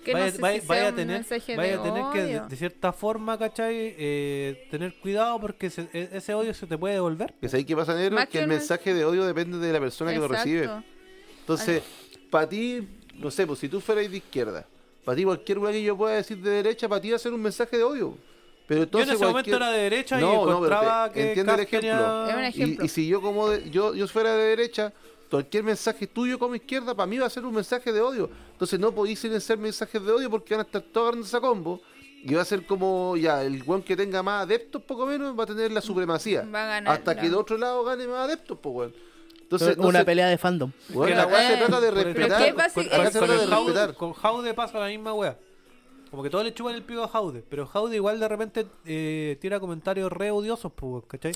Speaker 5: Que
Speaker 2: vaya,
Speaker 5: no sé
Speaker 2: vaya-
Speaker 5: si
Speaker 2: vaya
Speaker 5: sea
Speaker 2: a
Speaker 5: un
Speaker 2: tener,
Speaker 5: mensaje
Speaker 2: vaya
Speaker 5: de
Speaker 2: a tener que, de,
Speaker 5: odio.
Speaker 2: de cierta forma, ¿cachai? Eh, tener cuidado porque se- e- ese odio se te puede devolver.
Speaker 1: Que sabéis qué pasa, negro,
Speaker 5: Más
Speaker 1: que
Speaker 5: que
Speaker 1: el
Speaker 5: una-
Speaker 1: mensaje de odio depende de la persona que lo recibe.
Speaker 5: Exacto.
Speaker 1: Entonces, para ti, no sé, pues si tú fueras de izquierda, para ti cualquier weá que yo pueda decir de derecha, para ti va a ser un mensaje de odio. Pero entonces,
Speaker 2: yo en ese momento
Speaker 1: cualquier-
Speaker 2: era de derecha
Speaker 1: No,
Speaker 2: y
Speaker 1: no, pero
Speaker 2: encontraba
Speaker 1: te-
Speaker 2: que
Speaker 1: entiende el
Speaker 2: Kafka
Speaker 1: ejemplo.
Speaker 2: era-
Speaker 5: Es un ejemplo.
Speaker 1: Y, y si yo como de- yo, yo fuera de derecha, cualquier mensaje tuyo como izquierda para mí va a ser un mensaje de odio. Entonces no podéis silenciar mensajes de odio porque van a estar todos agarrando esa combo. Y va a ser como, ya, el weón que tenga más adeptos, poco menos, va a tener la supremacía.
Speaker 5: Va a ganar,
Speaker 1: Hasta que
Speaker 5: claro.
Speaker 1: el otro lado gane más adeptos, pues, weón. Entonces, no
Speaker 4: una
Speaker 1: se-
Speaker 4: pelea de fandom.
Speaker 1: Weón,
Speaker 2: Que la
Speaker 1: acá
Speaker 5: weá-
Speaker 1: se trata de
Speaker 2: Pero
Speaker 1: respetar.
Speaker 5: ¿qué pasa?
Speaker 1: Acá
Speaker 5: Es-
Speaker 1: se
Speaker 2: con,
Speaker 1: trata de
Speaker 2: el Jaude-
Speaker 1: respetar.
Speaker 2: con Jaude pasa la misma wea. Como que todos le chupan el pico a Jaude, pero Jaude igual de repente eh, tira comentarios re odiosos, pues, weón, ¿cachai?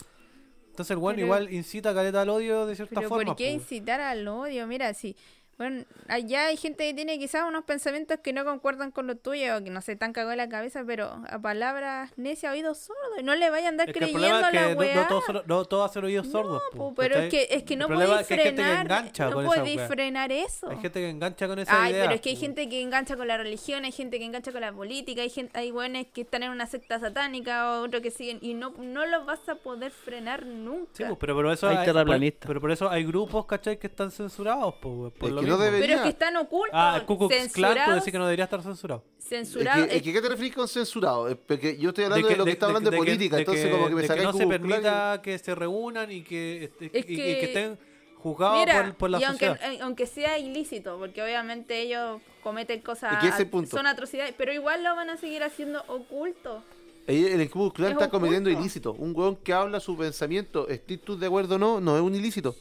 Speaker 2: Entonces el weón
Speaker 5: Pero-
Speaker 2: igual incita a caleta al odio de cierta
Speaker 5: Pero
Speaker 2: forma.
Speaker 5: ¿por qué
Speaker 2: pues, weón.
Speaker 5: incitar al odio? Mira, si... Bueno, allá hay gente que tiene quizás unos pensamientos que no concuerdan con los tuyos, o que no se tan cagó en la cabeza, pero a palabras necia, oídos sordos, y no le vayan a andar
Speaker 2: Es que el
Speaker 5: creyendo
Speaker 2: problema
Speaker 5: a
Speaker 2: es
Speaker 5: la
Speaker 2: que no,
Speaker 5: weá.
Speaker 2: no todos son- no todos hacen oídos sordos.
Speaker 5: No,
Speaker 2: po,
Speaker 5: po, pero es
Speaker 2: ¿cachai?
Speaker 5: que, es que no
Speaker 2: El problema
Speaker 5: podéis
Speaker 2: es que hay gente que
Speaker 5: frenar,
Speaker 2: engancha
Speaker 5: no
Speaker 2: con esa
Speaker 5: podéis
Speaker 2: weá.
Speaker 5: frenar eso.
Speaker 2: Hay gente que engancha con esa
Speaker 5: Ay,
Speaker 2: idea.
Speaker 5: pero es que hay
Speaker 2: po.
Speaker 5: gente que engancha con la religión, hay gente que engancha con la política, hay gente, hay hueones que están en una secta satánica o otros que siguen y no, no los vas a poder frenar nunca.
Speaker 2: Sí, pues, po, pero por eso
Speaker 4: Hay terraplanistas.
Speaker 2: por- Pero por eso hay grupos, ¿cachai? Que están censurados, po, weón, por
Speaker 1: Es
Speaker 2: lo
Speaker 1: que no debe-
Speaker 2: mismo.
Speaker 5: pero es
Speaker 1: Debería.
Speaker 5: que están ocultos,
Speaker 2: Ah, el Ku Klux Klan, tú
Speaker 5: censurados,
Speaker 2: decís que no debería estar censurado.
Speaker 5: censurados, Eh,
Speaker 1: Es que- es que, ¿Qué te referís con censurado? Es porque yo estoy hablando de, lo que está hablando de,
Speaker 2: que-
Speaker 1: política,
Speaker 2: de
Speaker 1: entonces
Speaker 2: que-
Speaker 1: como que me
Speaker 2: de
Speaker 1: sacáis
Speaker 2: no se
Speaker 1: Google Clan y-
Speaker 2: permita que se reúnan y que, este,
Speaker 5: Es
Speaker 2: y- y
Speaker 5: que-
Speaker 2: que estén juzgados
Speaker 5: Mira,
Speaker 2: por, por la
Speaker 5: y aunque,
Speaker 2: sociedad.
Speaker 5: eh, aunque sea ilícito, porque obviamente ellos cometen cosas,
Speaker 1: Es que ese punto.
Speaker 5: son atrocidades, pero igual lo van a seguir haciendo oculto.
Speaker 1: Ey, El Ku Klux Klan
Speaker 5: Es
Speaker 1: está cometiendo
Speaker 5: oculto.
Speaker 1: ilícito. Un huevón que habla su pensamiento, estés tú de acuerdo o no, no es un ilícito.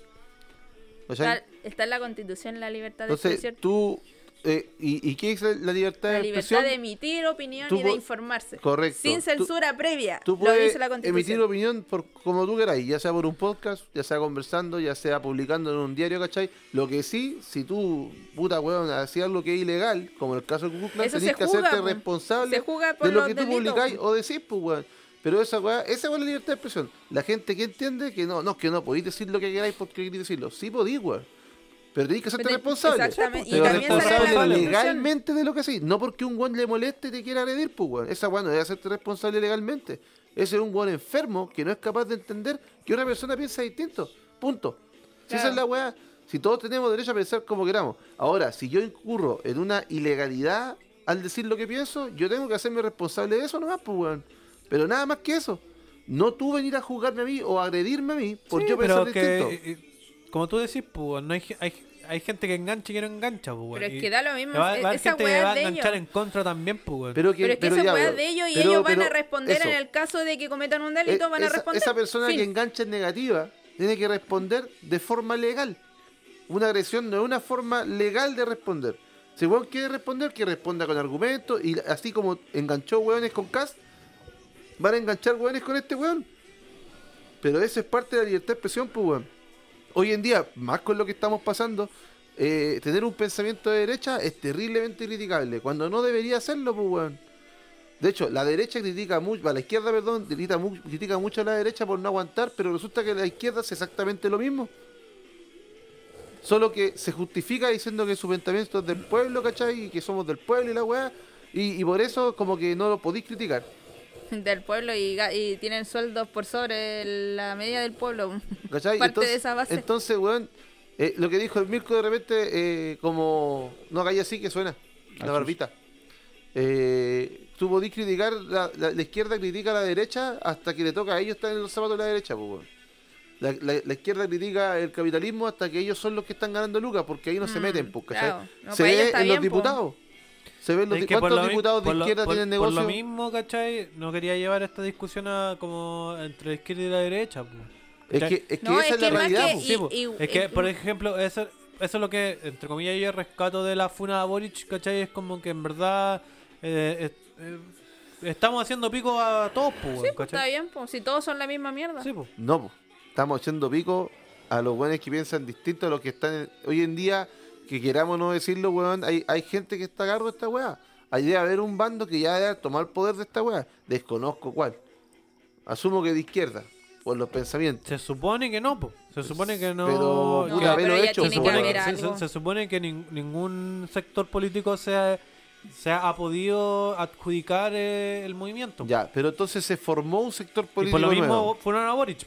Speaker 1: O sea,
Speaker 5: Está, está en la constitución la libertad de
Speaker 1: entonces
Speaker 5: expresión,
Speaker 1: tú... eh, ¿y, y qué es la- la libertad
Speaker 5: la
Speaker 1: de
Speaker 5: libertad
Speaker 1: expresión?
Speaker 5: de emitir opinión
Speaker 1: tú
Speaker 5: y de
Speaker 1: po-
Speaker 5: informarse.
Speaker 1: Correcto.
Speaker 5: Sin
Speaker 1: Tú-
Speaker 5: censura previa.
Speaker 1: Tú
Speaker 5: lo
Speaker 1: puedes
Speaker 5: dice la constitución.
Speaker 1: emitir opinión por como tú queráis, ya sea por un podcast, ya sea conversando, ya sea publicando en un diario, ¿cachai? Lo que sí, si tú, puta weón, hacías lo que es ilegal, como en el caso del Ku Klux Klan,
Speaker 5: Eso
Speaker 1: tenés
Speaker 5: se
Speaker 1: que
Speaker 5: juzga,
Speaker 1: hacerte
Speaker 5: po.
Speaker 1: responsable
Speaker 5: Se juzga por
Speaker 1: de lo
Speaker 5: los
Speaker 1: que tú
Speaker 5: delitos,
Speaker 1: publicáis
Speaker 5: po.
Speaker 1: o decís, pues weón. Pero esa weá, esa weá es la libertad de expresión. La gente que entiende que no, no, que no podéis decir lo que queráis porque queréis decirlo. Sí podéis, weón. Pero tenéis que hacerte
Speaker 5: Pero te-
Speaker 1: responsable.
Speaker 5: exactamente,
Speaker 2: y
Speaker 1: Pero
Speaker 2: también sale la
Speaker 1: responsable
Speaker 5: Constitución.
Speaker 1: legalmente de lo que hacís. No porque un weón le moleste y te quiera agredir, pues weón. Esa weá no debe hacerte responsable legalmente. Ese es un weón enfermo que no es capaz de entender que una persona piensa distinto. Punto. Si esa
Speaker 5: Claro.
Speaker 1: es la weá. Si todos tenemos derecho a pensar como queramos. Ahora, si yo incurro en una ilegalidad al decir lo que pienso, yo tengo que hacerme responsable de eso nomás, pues weón. Pero nada más que eso. No tú venir a juzgarme a mí o agredirme a mí por Pues
Speaker 2: Sí,
Speaker 1: yo
Speaker 2: pero
Speaker 1: pensar
Speaker 2: que,
Speaker 1: distinto.
Speaker 2: eh, como tú decís, pues, weón, no hay, ge- hay, hay gente que engancha y que no engancha, pues, weón,
Speaker 5: Pero es
Speaker 2: y
Speaker 5: que da lo mismo,
Speaker 2: Va, va a
Speaker 5: e-
Speaker 2: haber
Speaker 5: esa
Speaker 2: gente
Speaker 5: weá
Speaker 2: que
Speaker 5: es
Speaker 2: va a
Speaker 5: de
Speaker 2: enganchar
Speaker 5: ellos.
Speaker 2: en contra también, pues, weón.
Speaker 1: Pero que,
Speaker 5: Pero es que
Speaker 1: ya,
Speaker 5: esa weá
Speaker 1: pero-
Speaker 5: es de ellos y
Speaker 1: pero-
Speaker 5: ellos van a
Speaker 1: pero
Speaker 5: responder
Speaker 1: eso.
Speaker 5: en el caso de que cometan un
Speaker 1: Eh,
Speaker 5: delito, van a
Speaker 1: esa-
Speaker 5: responder.
Speaker 1: Esa persona
Speaker 5: Fin.
Speaker 1: que engancha en negativa tiene que responder de forma legal. Una agresión no es una forma legal de responder. Si weón quiere responder, que responda con argumentos. Y así como enganchó weones con Cast, van a enganchar weones con este weón. Pero eso es parte de la libertad de expresión, pues weón. Hoy en día, más con lo que estamos pasando, eh, tener un pensamiento de derecha es terriblemente criticable. Cuando no debería hacerlo, pues weón. De hecho, la derecha critica mucho, a la izquierda, perdón, critica, mu- critica mucho a la derecha por no aguantar, pero resulta que la izquierda hace exactamente lo mismo. Solo que se justifica diciendo que su pensamiento es del pueblo, ¿cachai? Y que somos del pueblo y la weá. Y, y por eso como que no lo podéis criticar.
Speaker 5: Del pueblo y, ga- y tienen sueldos por sobre la media del pueblo.
Speaker 1: ¿Cachai?
Speaker 5: Parte de esa base.
Speaker 1: Entonces, weón, eh, lo que dijo el Mirko de repente, eh, como no hagáis así que suena, la barbita. Eh, tú podís criticar, la, la- la izquierda critica a la derecha hasta que le toca a ellos estar en los zapatos de la derecha, pues, weón. La, la- la izquierda critica el capitalismo hasta que ellos son los que están ganando lucas, porque ahí no se
Speaker 5: Mm,
Speaker 1: meten, pues, ¿cachai?
Speaker 5: claro. No,
Speaker 1: se
Speaker 5: para ellos
Speaker 1: ve en
Speaker 5: está
Speaker 1: los
Speaker 5: bien, po.
Speaker 1: diputados. Se ven los
Speaker 2: Es
Speaker 1: di-
Speaker 2: que por
Speaker 1: cuántos
Speaker 2: lo mi-
Speaker 1: diputados de
Speaker 2: por lo-
Speaker 1: izquierda
Speaker 2: por-
Speaker 1: tienen
Speaker 2: Por lo
Speaker 1: negocio.
Speaker 2: mismo, ¿cachai? No quería llevar esta discusión a como entre la izquierda y la derecha, pues.
Speaker 1: Es
Speaker 2: ¿cachai?
Speaker 1: que, es que
Speaker 5: No,
Speaker 1: esa
Speaker 5: es
Speaker 1: es, la
Speaker 5: que más
Speaker 1: realidad,
Speaker 5: que-
Speaker 1: po.
Speaker 2: Sí, po.
Speaker 5: y-
Speaker 2: es
Speaker 5: y-
Speaker 2: que,
Speaker 5: y-
Speaker 2: por ejemplo, eso, eso es lo que, entre comillas, yo rescato de la funa de Boric, ¿cachai? Es como que en verdad eh, es- eh, estamos haciendo pico a todos, pues,
Speaker 5: Sí, pues, está
Speaker 2: ¿cachai?
Speaker 5: bien, pues, si todos son la misma mierda.
Speaker 2: Sí, pues.
Speaker 1: No, po. estamos echando pico a los buenos que piensan distinto a los que están en- hoy en día, que queramos no decirlo, weón, hay, hay gente que está a cargo de esta weá. Ahí debe haber un bando que ya debe tomar poder de esta weá. Desconozco cuál. Asumo que de izquierda. por los pensamientos.
Speaker 2: Se supone que no, po. se supone que no.
Speaker 1: Pero
Speaker 2: que-
Speaker 5: No,
Speaker 1: una vez
Speaker 5: pero
Speaker 1: lo
Speaker 5: ya
Speaker 1: hecho,
Speaker 5: tiene
Speaker 2: se,
Speaker 5: que
Speaker 1: supone.
Speaker 2: supone,
Speaker 5: haber
Speaker 2: se- se-
Speaker 5: algo.
Speaker 2: se supone que nin- ningún sector político se ha, se ha podido adjudicar eh, el movimiento.
Speaker 1: Ya, pero entonces se formó un sector
Speaker 2: y
Speaker 1: político
Speaker 2: por lo mismo
Speaker 1: nuevo.
Speaker 2: fueron a Boric.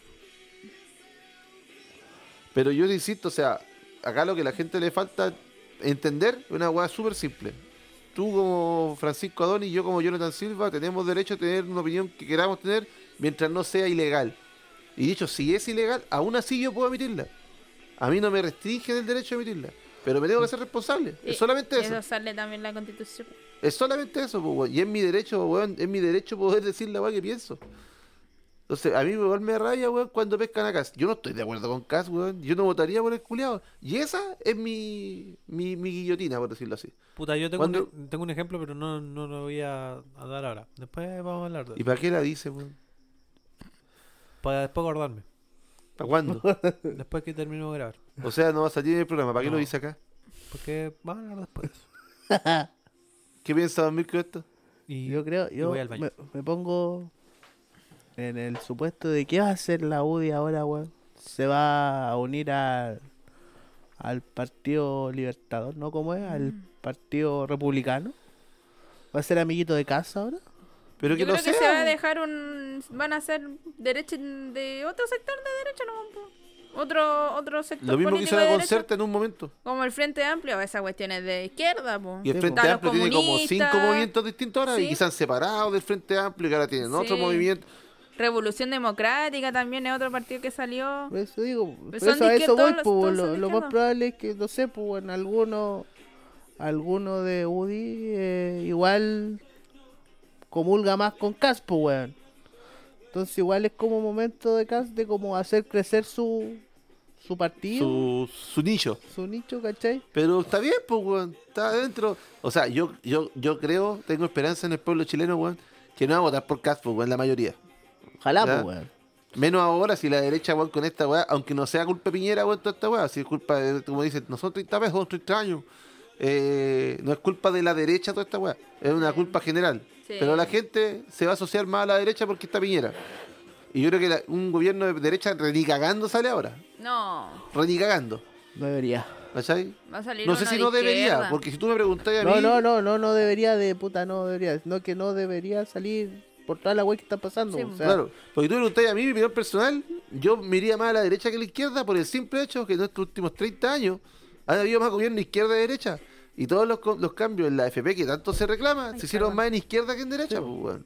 Speaker 1: Pero yo te insisto, o sea, acá lo que a la gente le falta entender es una hueá súper simple. Tú como Francisco Adoni y yo como Jonathan Silva tenemos derecho a tener una opinión que queramos tener mientras no sea ilegal. Y dicho, si es ilegal, aún así yo puedo emitirla. A mí no me restringen el derecho a emitirla. Pero me tengo que ser responsable.
Speaker 5: Eh,
Speaker 1: Es pues, solamente eso.
Speaker 5: Eso sale también en la constitución.
Speaker 1: Es solamente eso, po, weón. y es mi derecho, weón, es mi derecho poder decir la weá que pienso. Entonces, a mí igual me raya, weón, cuando pescan a Cas. Yo no estoy de acuerdo con Cas, weón. Yo no votaría por el culiado. Y esa es mi, mi, mi guillotina, por decirlo así.
Speaker 2: Puta, yo tengo, un,
Speaker 1: ¿Cuándo?
Speaker 2: tengo un ejemplo, pero no, no lo voy a, a dar ahora. Después vamos a hablar de
Speaker 1: ¿Y para qué la dice, weón?
Speaker 2: Para después acordarme.
Speaker 1: ¿Para cuándo?
Speaker 2: Después que termino de grabar.
Speaker 1: o sea, no va a salir en el programa. ¿Para qué
Speaker 2: No.
Speaker 1: lo dice acá?
Speaker 2: Porque vamos a hablar después. de eso.
Speaker 1: ¿Qué piensa Don Mirko de esto?
Speaker 2: Y
Speaker 3: Yo creo,
Speaker 2: y
Speaker 3: yo
Speaker 2: voy al baño.
Speaker 3: me, me pongo en el supuesto de qué va a hacer la UDI ahora, weón. Se va a unir al, al Partido Libertador, ¿no? ¿Cómo es? Al
Speaker 1: Mm.
Speaker 3: Partido Republicano. ¿Va a ser amiguito de casa ahora?
Speaker 1: Pero que
Speaker 5: Yo
Speaker 1: no
Speaker 5: creo
Speaker 1: sea,
Speaker 5: que
Speaker 1: pues.
Speaker 5: se va a
Speaker 1: weón.
Speaker 5: dejar un. Van a ser derecha de otro sector de derecha, ¿no? po. Otro, otro sector.
Speaker 1: Lo mismo que
Speaker 5: político
Speaker 1: hizo la
Speaker 5: de derecha,
Speaker 1: concerta en un momento.
Speaker 5: Como el Frente Amplio, esas cuestiones de izquierda, po.
Speaker 1: Y el
Speaker 3: Sí,
Speaker 1: Frente
Speaker 5: po.
Speaker 1: Amplio tiene como cinco
Speaker 5: Comunistas.
Speaker 1: movimientos distintos ahora y
Speaker 5: Sí.
Speaker 1: quizás separados del Frente Amplio y que ahora tienen otro
Speaker 5: Sí.
Speaker 1: movimiento.
Speaker 5: Revolución Democrática también es otro partido que salió.
Speaker 3: Por eso digo, por
Speaker 5: Pues son
Speaker 3: eso, a
Speaker 5: de
Speaker 3: eso
Speaker 5: izquierda
Speaker 3: voy,
Speaker 5: todos los-
Speaker 3: po,
Speaker 5: todos son
Speaker 3: lo,
Speaker 5: de
Speaker 3: lo
Speaker 5: izquierda.
Speaker 3: más probable es que, no sé, pues, en alguno, alguno de UDI eh, igual comulga más con Cas, pues, weón. Entonces igual es como momento de Cas de como hacer crecer su, su partido, su,
Speaker 1: Su, su nicho.
Speaker 3: nicho, ¿cachai?
Speaker 1: Pero está bien, pues, weón. Está adentro. O sea, yo, yo, yo creo, tengo esperanza en el pueblo chileno, weón, que no va a votar por Castro, weón, la mayoría.
Speaker 3: Ojalá,
Speaker 1: Ya.
Speaker 3: pues, weón.
Speaker 1: Menos ahora si la derecha, weón, con esta weá, aunque no sea culpa de Piñera, weón, toda esta weá, si es culpa, de, como dicen, no son 30 pesos, son 30 años. Eh, no es culpa de la derecha toda esta weá, es una culpa general.
Speaker 5: Sí.
Speaker 1: Pero la gente se va a asociar más a la derecha porque está Piñera. Y yo creo que la- un gobierno de derecha renicagando sale ahora,
Speaker 5: No,
Speaker 1: renicagando.
Speaker 3: No debería.
Speaker 1: ¿Cachai?
Speaker 5: va a salir
Speaker 1: No sé
Speaker 5: uno
Speaker 1: si
Speaker 5: de
Speaker 1: no debería,
Speaker 5: izquierda.
Speaker 1: porque si tú me preguntas a mí...
Speaker 3: No, no, no, no, no debería de, puta, no debería. No, que no debería salir por toda la weá que está pasando. pues,
Speaker 5: Sí, pues.
Speaker 3: o
Speaker 5: po.
Speaker 3: sea,
Speaker 1: Claro, porque tú me preguntáis a mí, mi opinión personal, yo me iría más a la derecha que a la izquierda por el simple hecho que en estos últimos 30 años han habido más gobierno izquierda y derecha. Y todos los, co- los cambios en la FP que tanto se reclama se hicieron más en izquierda que en derecha, pues, weón.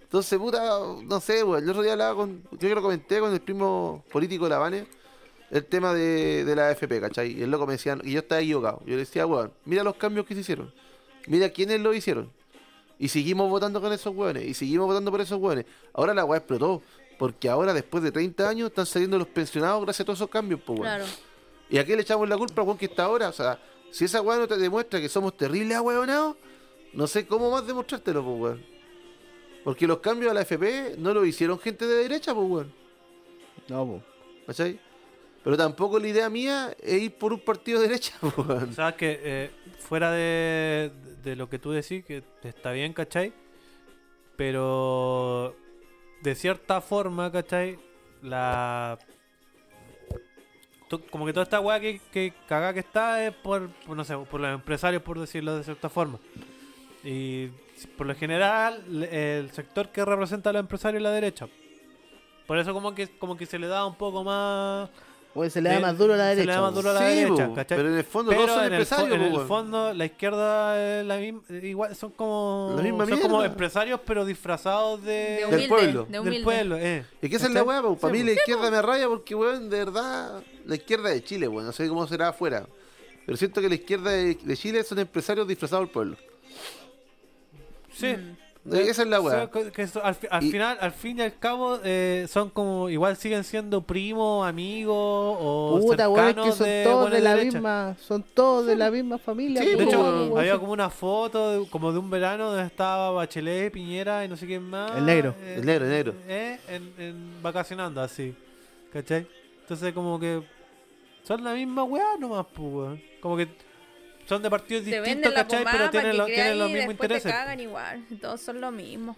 Speaker 1: Entonces, puta, no sé, weón. El otro día hablaba con, creo que lo comenté con el primo político Lavane, el tema de, de la FP, ¿cachai? Y el loco me decía, y yo estaba equivocado. Yo le decía, weón, mira los cambios que se hicieron. Mira quiénes lo hicieron. Y seguimos votando con esos hueones. Y seguimos votando por esos hueones. Ahora la hueá explotó. Porque ahora, después de 30 años, están saliendo los pensionados gracias a todos esos cambios, pues, weón.
Speaker 5: Claro.
Speaker 1: ¿Y a qué le echamos la culpa al hueón que está ahora? O sea, si esa hueá no te demuestra que somos terribles ahueonados, no sé cómo más demostrártelo, pues, weón. Porque los cambios a la FP no lo hicieron gente de derecha, pues, weón.
Speaker 3: No, po.
Speaker 1: ¿Cachai? Pero tampoco la idea mía es ir por un partido de derecha, pues, weón.
Speaker 2: O sea, que eh, fuera de, de lo que tú decís, que está bien, ¿cachai? Pero de cierta forma, ¿cachai? La... to- Como que toda esta weá que, que cagá que está es por, por, no sé, por los empresarios, por decirlo de cierta forma. Y si- por lo general, le- el sector que representa a los empresarios es la derecha. Por eso como que, como que se le da un poco más...
Speaker 3: Weón, pues. se le da
Speaker 2: Eh,
Speaker 3: más duro a la
Speaker 2: se le da
Speaker 3: derecha. pues.
Speaker 2: más
Speaker 3: po.
Speaker 2: duro a la
Speaker 1: Sí,
Speaker 2: derecha,
Speaker 1: po,
Speaker 2: ¿cachai?
Speaker 1: Pero en el fondo
Speaker 2: Pero
Speaker 1: todos son
Speaker 2: en, el, fo-
Speaker 1: empresarios,
Speaker 2: en
Speaker 1: po,
Speaker 2: el
Speaker 1: weón.
Speaker 2: fondo, la izquierda es la misma, igual son como
Speaker 1: La misma
Speaker 2: son como
Speaker 1: mierda.
Speaker 2: empresarios pero disfrazados
Speaker 5: De
Speaker 2: de,
Speaker 5: humilde,
Speaker 1: pueblo.
Speaker 5: De humilde.
Speaker 2: del pueblo, eh.
Speaker 1: Es que esa es la weá, para mí la izquierda me raya porque, weón, de verdad, la izquierda de Chile, weón, no sé cómo será afuera. Pero siento que la izquierda de, de Chile son empresarios disfrazados del pueblo.
Speaker 2: Sí.
Speaker 1: Eh, Esa es la
Speaker 2: O sea,
Speaker 1: weá.
Speaker 2: que- que eso- al, fi- al
Speaker 1: Y-
Speaker 2: final, al fin y al cabo, eh, son como igual siguen siendo primos, amigos o
Speaker 3: Puta, weón, es
Speaker 2: cercanos
Speaker 3: que son
Speaker 2: de
Speaker 3: todos
Speaker 2: buena
Speaker 3: de la
Speaker 2: derecha.
Speaker 3: misma, son todos de la misma familia.
Speaker 1: Sí,
Speaker 3: po,
Speaker 5: pues,
Speaker 2: De
Speaker 3: weón,
Speaker 2: hecho,
Speaker 3: weón,
Speaker 2: había
Speaker 3: sí.
Speaker 2: como una foto de- como de un verano donde estaba Bachelet, Piñera y no sé quién más.
Speaker 3: El negro.
Speaker 2: eh,
Speaker 1: El negro, el negro.
Speaker 2: eh, en, en- vacacionando así. ¿Cachai? Entonces como que son la misma weá nomás, pues, weón. Como que son de partidos
Speaker 5: Te
Speaker 2: distintos,
Speaker 5: venden la
Speaker 2: ¿cachai?
Speaker 5: pomada
Speaker 2: Pero tienen,
Speaker 5: para
Speaker 2: lo-
Speaker 5: que
Speaker 2: tienen
Speaker 5: creáis
Speaker 2: los
Speaker 5: y
Speaker 2: mismos
Speaker 5: después te
Speaker 2: intereses.
Speaker 5: cagan igual. Todos son lo mismo.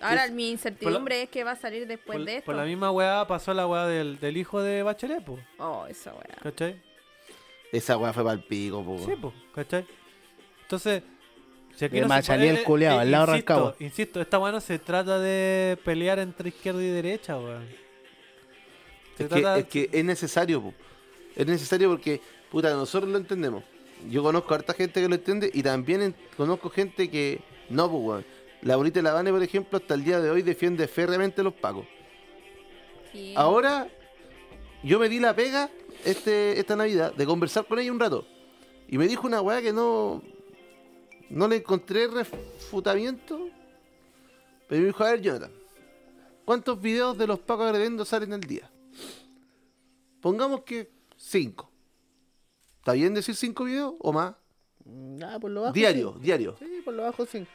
Speaker 5: Ahora mi
Speaker 2: por
Speaker 5: incertidumbre es que va a salir después
Speaker 2: por,
Speaker 5: de esto.
Speaker 2: por la misma weá pasó la weá del, del hijo de Bachelet, po,
Speaker 5: Oh, esa weá.
Speaker 2: ¿cachai?
Speaker 1: Esa weá fue para el pico, po.
Speaker 2: Sí, po, ¿cachai? Entonces, si
Speaker 3: El
Speaker 2: se- eh,
Speaker 3: Machalí, el Eh, culiao, al lado de
Speaker 2: insisto,
Speaker 3: Rancagua.
Speaker 2: insisto, esta weá no se trata de pelear entre izquierda y derecha, weón. Se
Speaker 1: Es
Speaker 2: trata-
Speaker 1: que, es que es necesario, po. es necesario porque, puta, nosotros lo entendemos. Yo conozco a harta gente que lo entiende y también en- conozco gente que no, pues, weón. La bonita La Habana, por ejemplo, hasta el día de hoy defiende férreamente los pacos.
Speaker 5: Sí.
Speaker 1: Ahora, yo me di la pega este, esta Navidad de conversar con ella un rato. Y me dijo una weá que no. No le encontré refutamiento. Pero me dijo, a ver, Jonathan, ¿cuántos videos de los pacos agrediendo salen al día? Pongamos que cinco. ¿Está bien decir cinco videos o más?
Speaker 3: Ah, por lo bajo.
Speaker 1: Diario, diario.
Speaker 3: Sí, por lo bajo sí.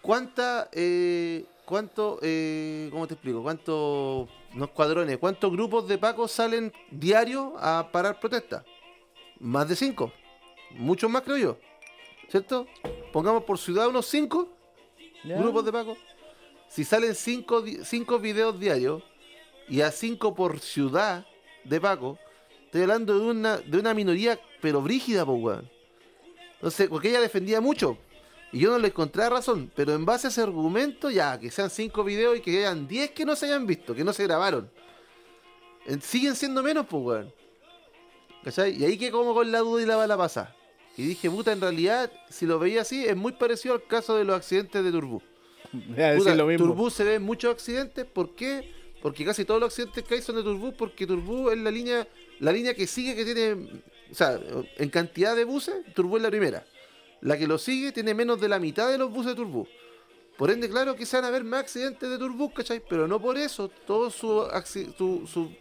Speaker 1: ¿Cuánta, eh, cuánto, eh, cómo te explico? ¿Cuántos, no escuadrones, cuántos grupos de pacos salen diario a parar protestas? Más de cinco. Muchos más, creo yo. ¿Cierto? Pongamos por ciudad unos cinco
Speaker 3: Ya.
Speaker 1: grupos de pacos. Si salen cinco, di- cinco videos diarios y a cinco por ciudad de pacos, estoy hablando de una, de una minoría, pero brígida, po, weón. Entonces, porque ella defendía mucho. Y yo no le encontraba razón. Pero en base a ese argumento, ya, que sean cinco videos y que hayan diez que no se hayan visto, que no se grabaron. En- siguen siendo menos, pues, weón. ¿Cachai? Y ahí que como con la duda y la bala pasa. Y dije, puta, en realidad, si lo veía así, es muy parecido al caso de los accidentes de Turbú.
Speaker 3: Voy a decir
Speaker 1: Puta,
Speaker 3: lo mismo.
Speaker 1: Turbú se ven muchos accidentes, ¿por qué? Porque casi todos los accidentes que hay son de Turbú, porque Turbú es la línea, la línea que sigue que tiene, o sea, en cantidad de buses, Turbú es la primera. La que lo sigue tiene menos de la mitad de los buses de Turbú. Por ende, claro que se van a ver más accidentes de Turbú, ¿cachai? Pero no por eso, todo su, acci- su, su- si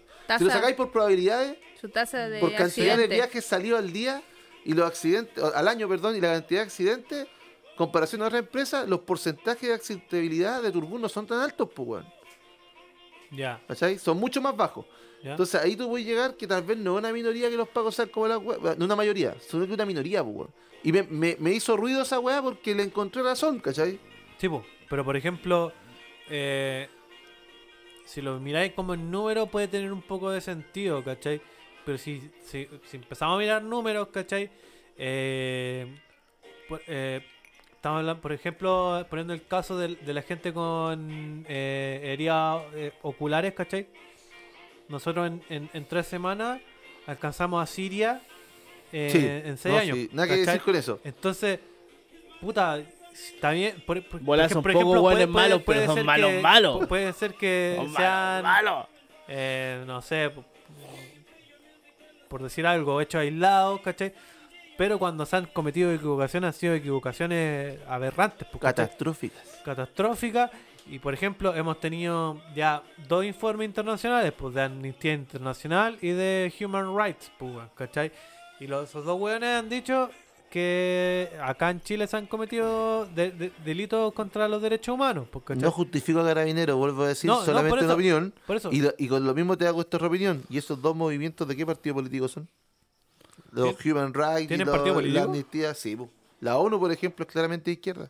Speaker 1: lo
Speaker 5: Tasa-
Speaker 1: sacáis por probabilidades,
Speaker 5: Su tasa de
Speaker 1: por cantidad de
Speaker 5: accidente.
Speaker 1: viajes salió al día y los accidentes, al año, perdón, y la cantidad de accidentes, comparación a otras empresas, los porcentajes de accidentabilidad de Turbú no son tan altos, pues, weón.
Speaker 2: Ya,
Speaker 1: ¿Cachai? Son mucho más bajos.
Speaker 2: ya.
Speaker 1: Entonces ahí tú puedes llegar que tal vez no es una minoría que los pagos sean como la weá, no una mayoría, sino que una minoría, pues, weón. Y me, me- me hizo ruido esa weá porque le encontré razón, ¿cachai?
Speaker 2: Sí, po, pero por ejemplo, eh, si lo miráis como en número puede tener un poco de sentido, ¿cachai? Pero si, si, si empezamos a mirar números, ¿cachai? Eh, por, eh, estamos hablando, por ejemplo, poniendo el caso del- de la gente con eh, heridas eh, oculares, ¿cachai? Nosotros en, en- en tres semanas alcanzamos a Siria eh, en seis
Speaker 1: No,
Speaker 2: años.
Speaker 1: sí, nada que
Speaker 2: ¿cachai?
Speaker 1: decir con eso.
Speaker 2: Entonces, puta, está bien. Por, por- por
Speaker 3: Bolas son
Speaker 2: ej- por
Speaker 3: poco
Speaker 2: puede-
Speaker 3: hueones
Speaker 2: puede-
Speaker 3: malos, pero
Speaker 2: puede
Speaker 3: son
Speaker 2: ser
Speaker 3: malos,
Speaker 2: que-
Speaker 3: malos.
Speaker 2: pu- Puede ser que
Speaker 3: Son malos,
Speaker 2: sean,
Speaker 3: malos.
Speaker 2: eh, no sé, por, por decir algo, hechos aislados, ¿cachai? Pero cuando se han cometido equivocaciones, han sido equivocaciones aberrantes, pues, ¿cachai?
Speaker 1: Catastróficas.
Speaker 2: catastróficas. Y por ejemplo, hemos tenido ya dos informes internacionales, pues de Amnistía Internacional y de Human Rights, pues, weón, ¿cachai? Y los, esos dos weones han dicho que acá en Chile se han cometido de- de- delitos contra los derechos humanos, pues, ¿cachai?
Speaker 1: No justifico a Carabinero, vuelvo a decir
Speaker 2: No, no,
Speaker 1: solamente
Speaker 2: por eso,
Speaker 1: una opinión.
Speaker 2: por eso.
Speaker 1: Y, lo- y con lo mismo te hago esta otra opinión. ¿Y esos dos movimientos de qué partido político son? Los Human Rights y
Speaker 2: tienen
Speaker 1: los-
Speaker 2: partido político?
Speaker 1: la amnistía, sí. po. La ONU, por ejemplo, es claramente de izquierda.